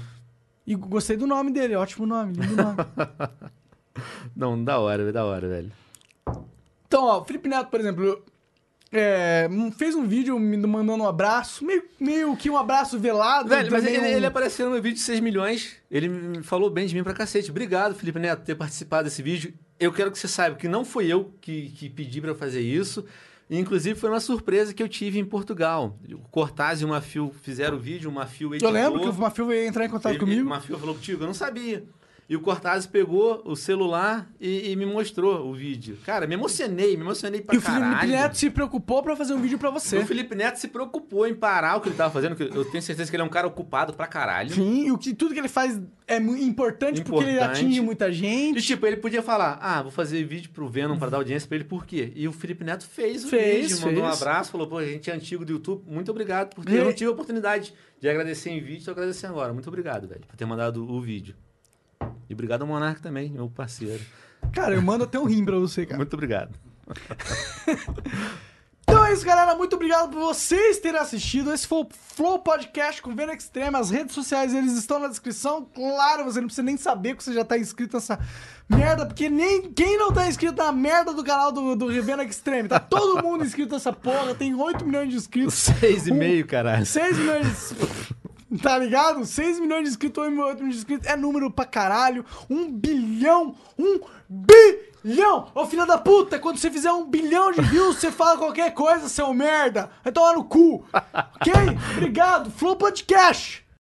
B: E gostei do nome dele, ótimo nome, lindo nome.
C: Não, da hora, velho, da hora, velho.
B: Então, ó, o Felipe Neto, por exemplo, é, um- fez um vídeo me mandando um abraço, meio, meio que um abraço velado.
C: Velho, mas
B: também
C: ele,
B: um-
C: ele apareceu no meu vídeo de 6 milhões. Ele me falou bem de mim pra cacete. Obrigado, Felipe Neto, por ter participado desse vídeo. Eu quero que você saiba que não foi eu que, que pedi pra fazer isso. E, Inclusive, foi uma surpresa que eu tive em Portugal. O Cortaz e o Mafio fizeram o vídeo, o Mafio
B: Eu
C: editou.
B: lembro que o Mafio veio entrar em contato
C: Ele-
B: comigo.
C: O Mafio falou contigo, eu não sabia. E o Cortaz pegou o celular e, e me mostrou o vídeo. Cara, me emocionei, me emocionei pra
B: E o Felipe
C: caralho.
B: Neto se preocupou pra fazer um vídeo pra você.
C: O Felipe Neto se preocupou em parar o que ele tava fazendo, que eu tenho certeza que ele é um cara ocupado pra caralho.
B: Sim, e o que, tudo que ele faz é mu- importante, porque ele
C: Importante.
B: atinge muita gente.
C: E tipo, ele podia falar, ah, vou fazer vídeo pro Venom pra dar audiência pra ele, por quê? E o Felipe Neto fez o
B: Fez,
C: vídeo, mandou um
B: fez. Né?
C: abraço, falou, pô, a gente é antigo do YouTube, muito obrigado, porque
B: E-
C: eu não tive a oportunidade de agradecer em vídeo, tô agradecendo agora. Muito obrigado, velho, por ter mandado o vídeo. E obrigado ao Monark também, meu parceiro.
B: Cara, eu mando até um rim pra você, cara.
C: Muito obrigado.
B: Então é isso, galera. Muito obrigado por vocês terem assistido. Esse foi o Flow Podcast com Vena Extrema. As redes sociais, eles estão na descrição. Claro, você não precisa nem saber que você já tá inscrito nessa merda, porque nem quem não tá inscrito na merda do canal do, do Revena Extreme. Tá todo mundo inscrito nessa porra. Tem 8 milhões de inscritos.
C: Seis e meio, caralho.
B: 6 milhões. Tá ligado? 6 milhões de inscritos, 8 milhões de inscritos é número pra caralho. 1 bilhão, 1 bilhão! Ô filha da puta, quando você fizer um bilhão de views, você fala qualquer coisa, seu merda. Vai tomar no cu. Ok? Obrigado. Flow Podcast.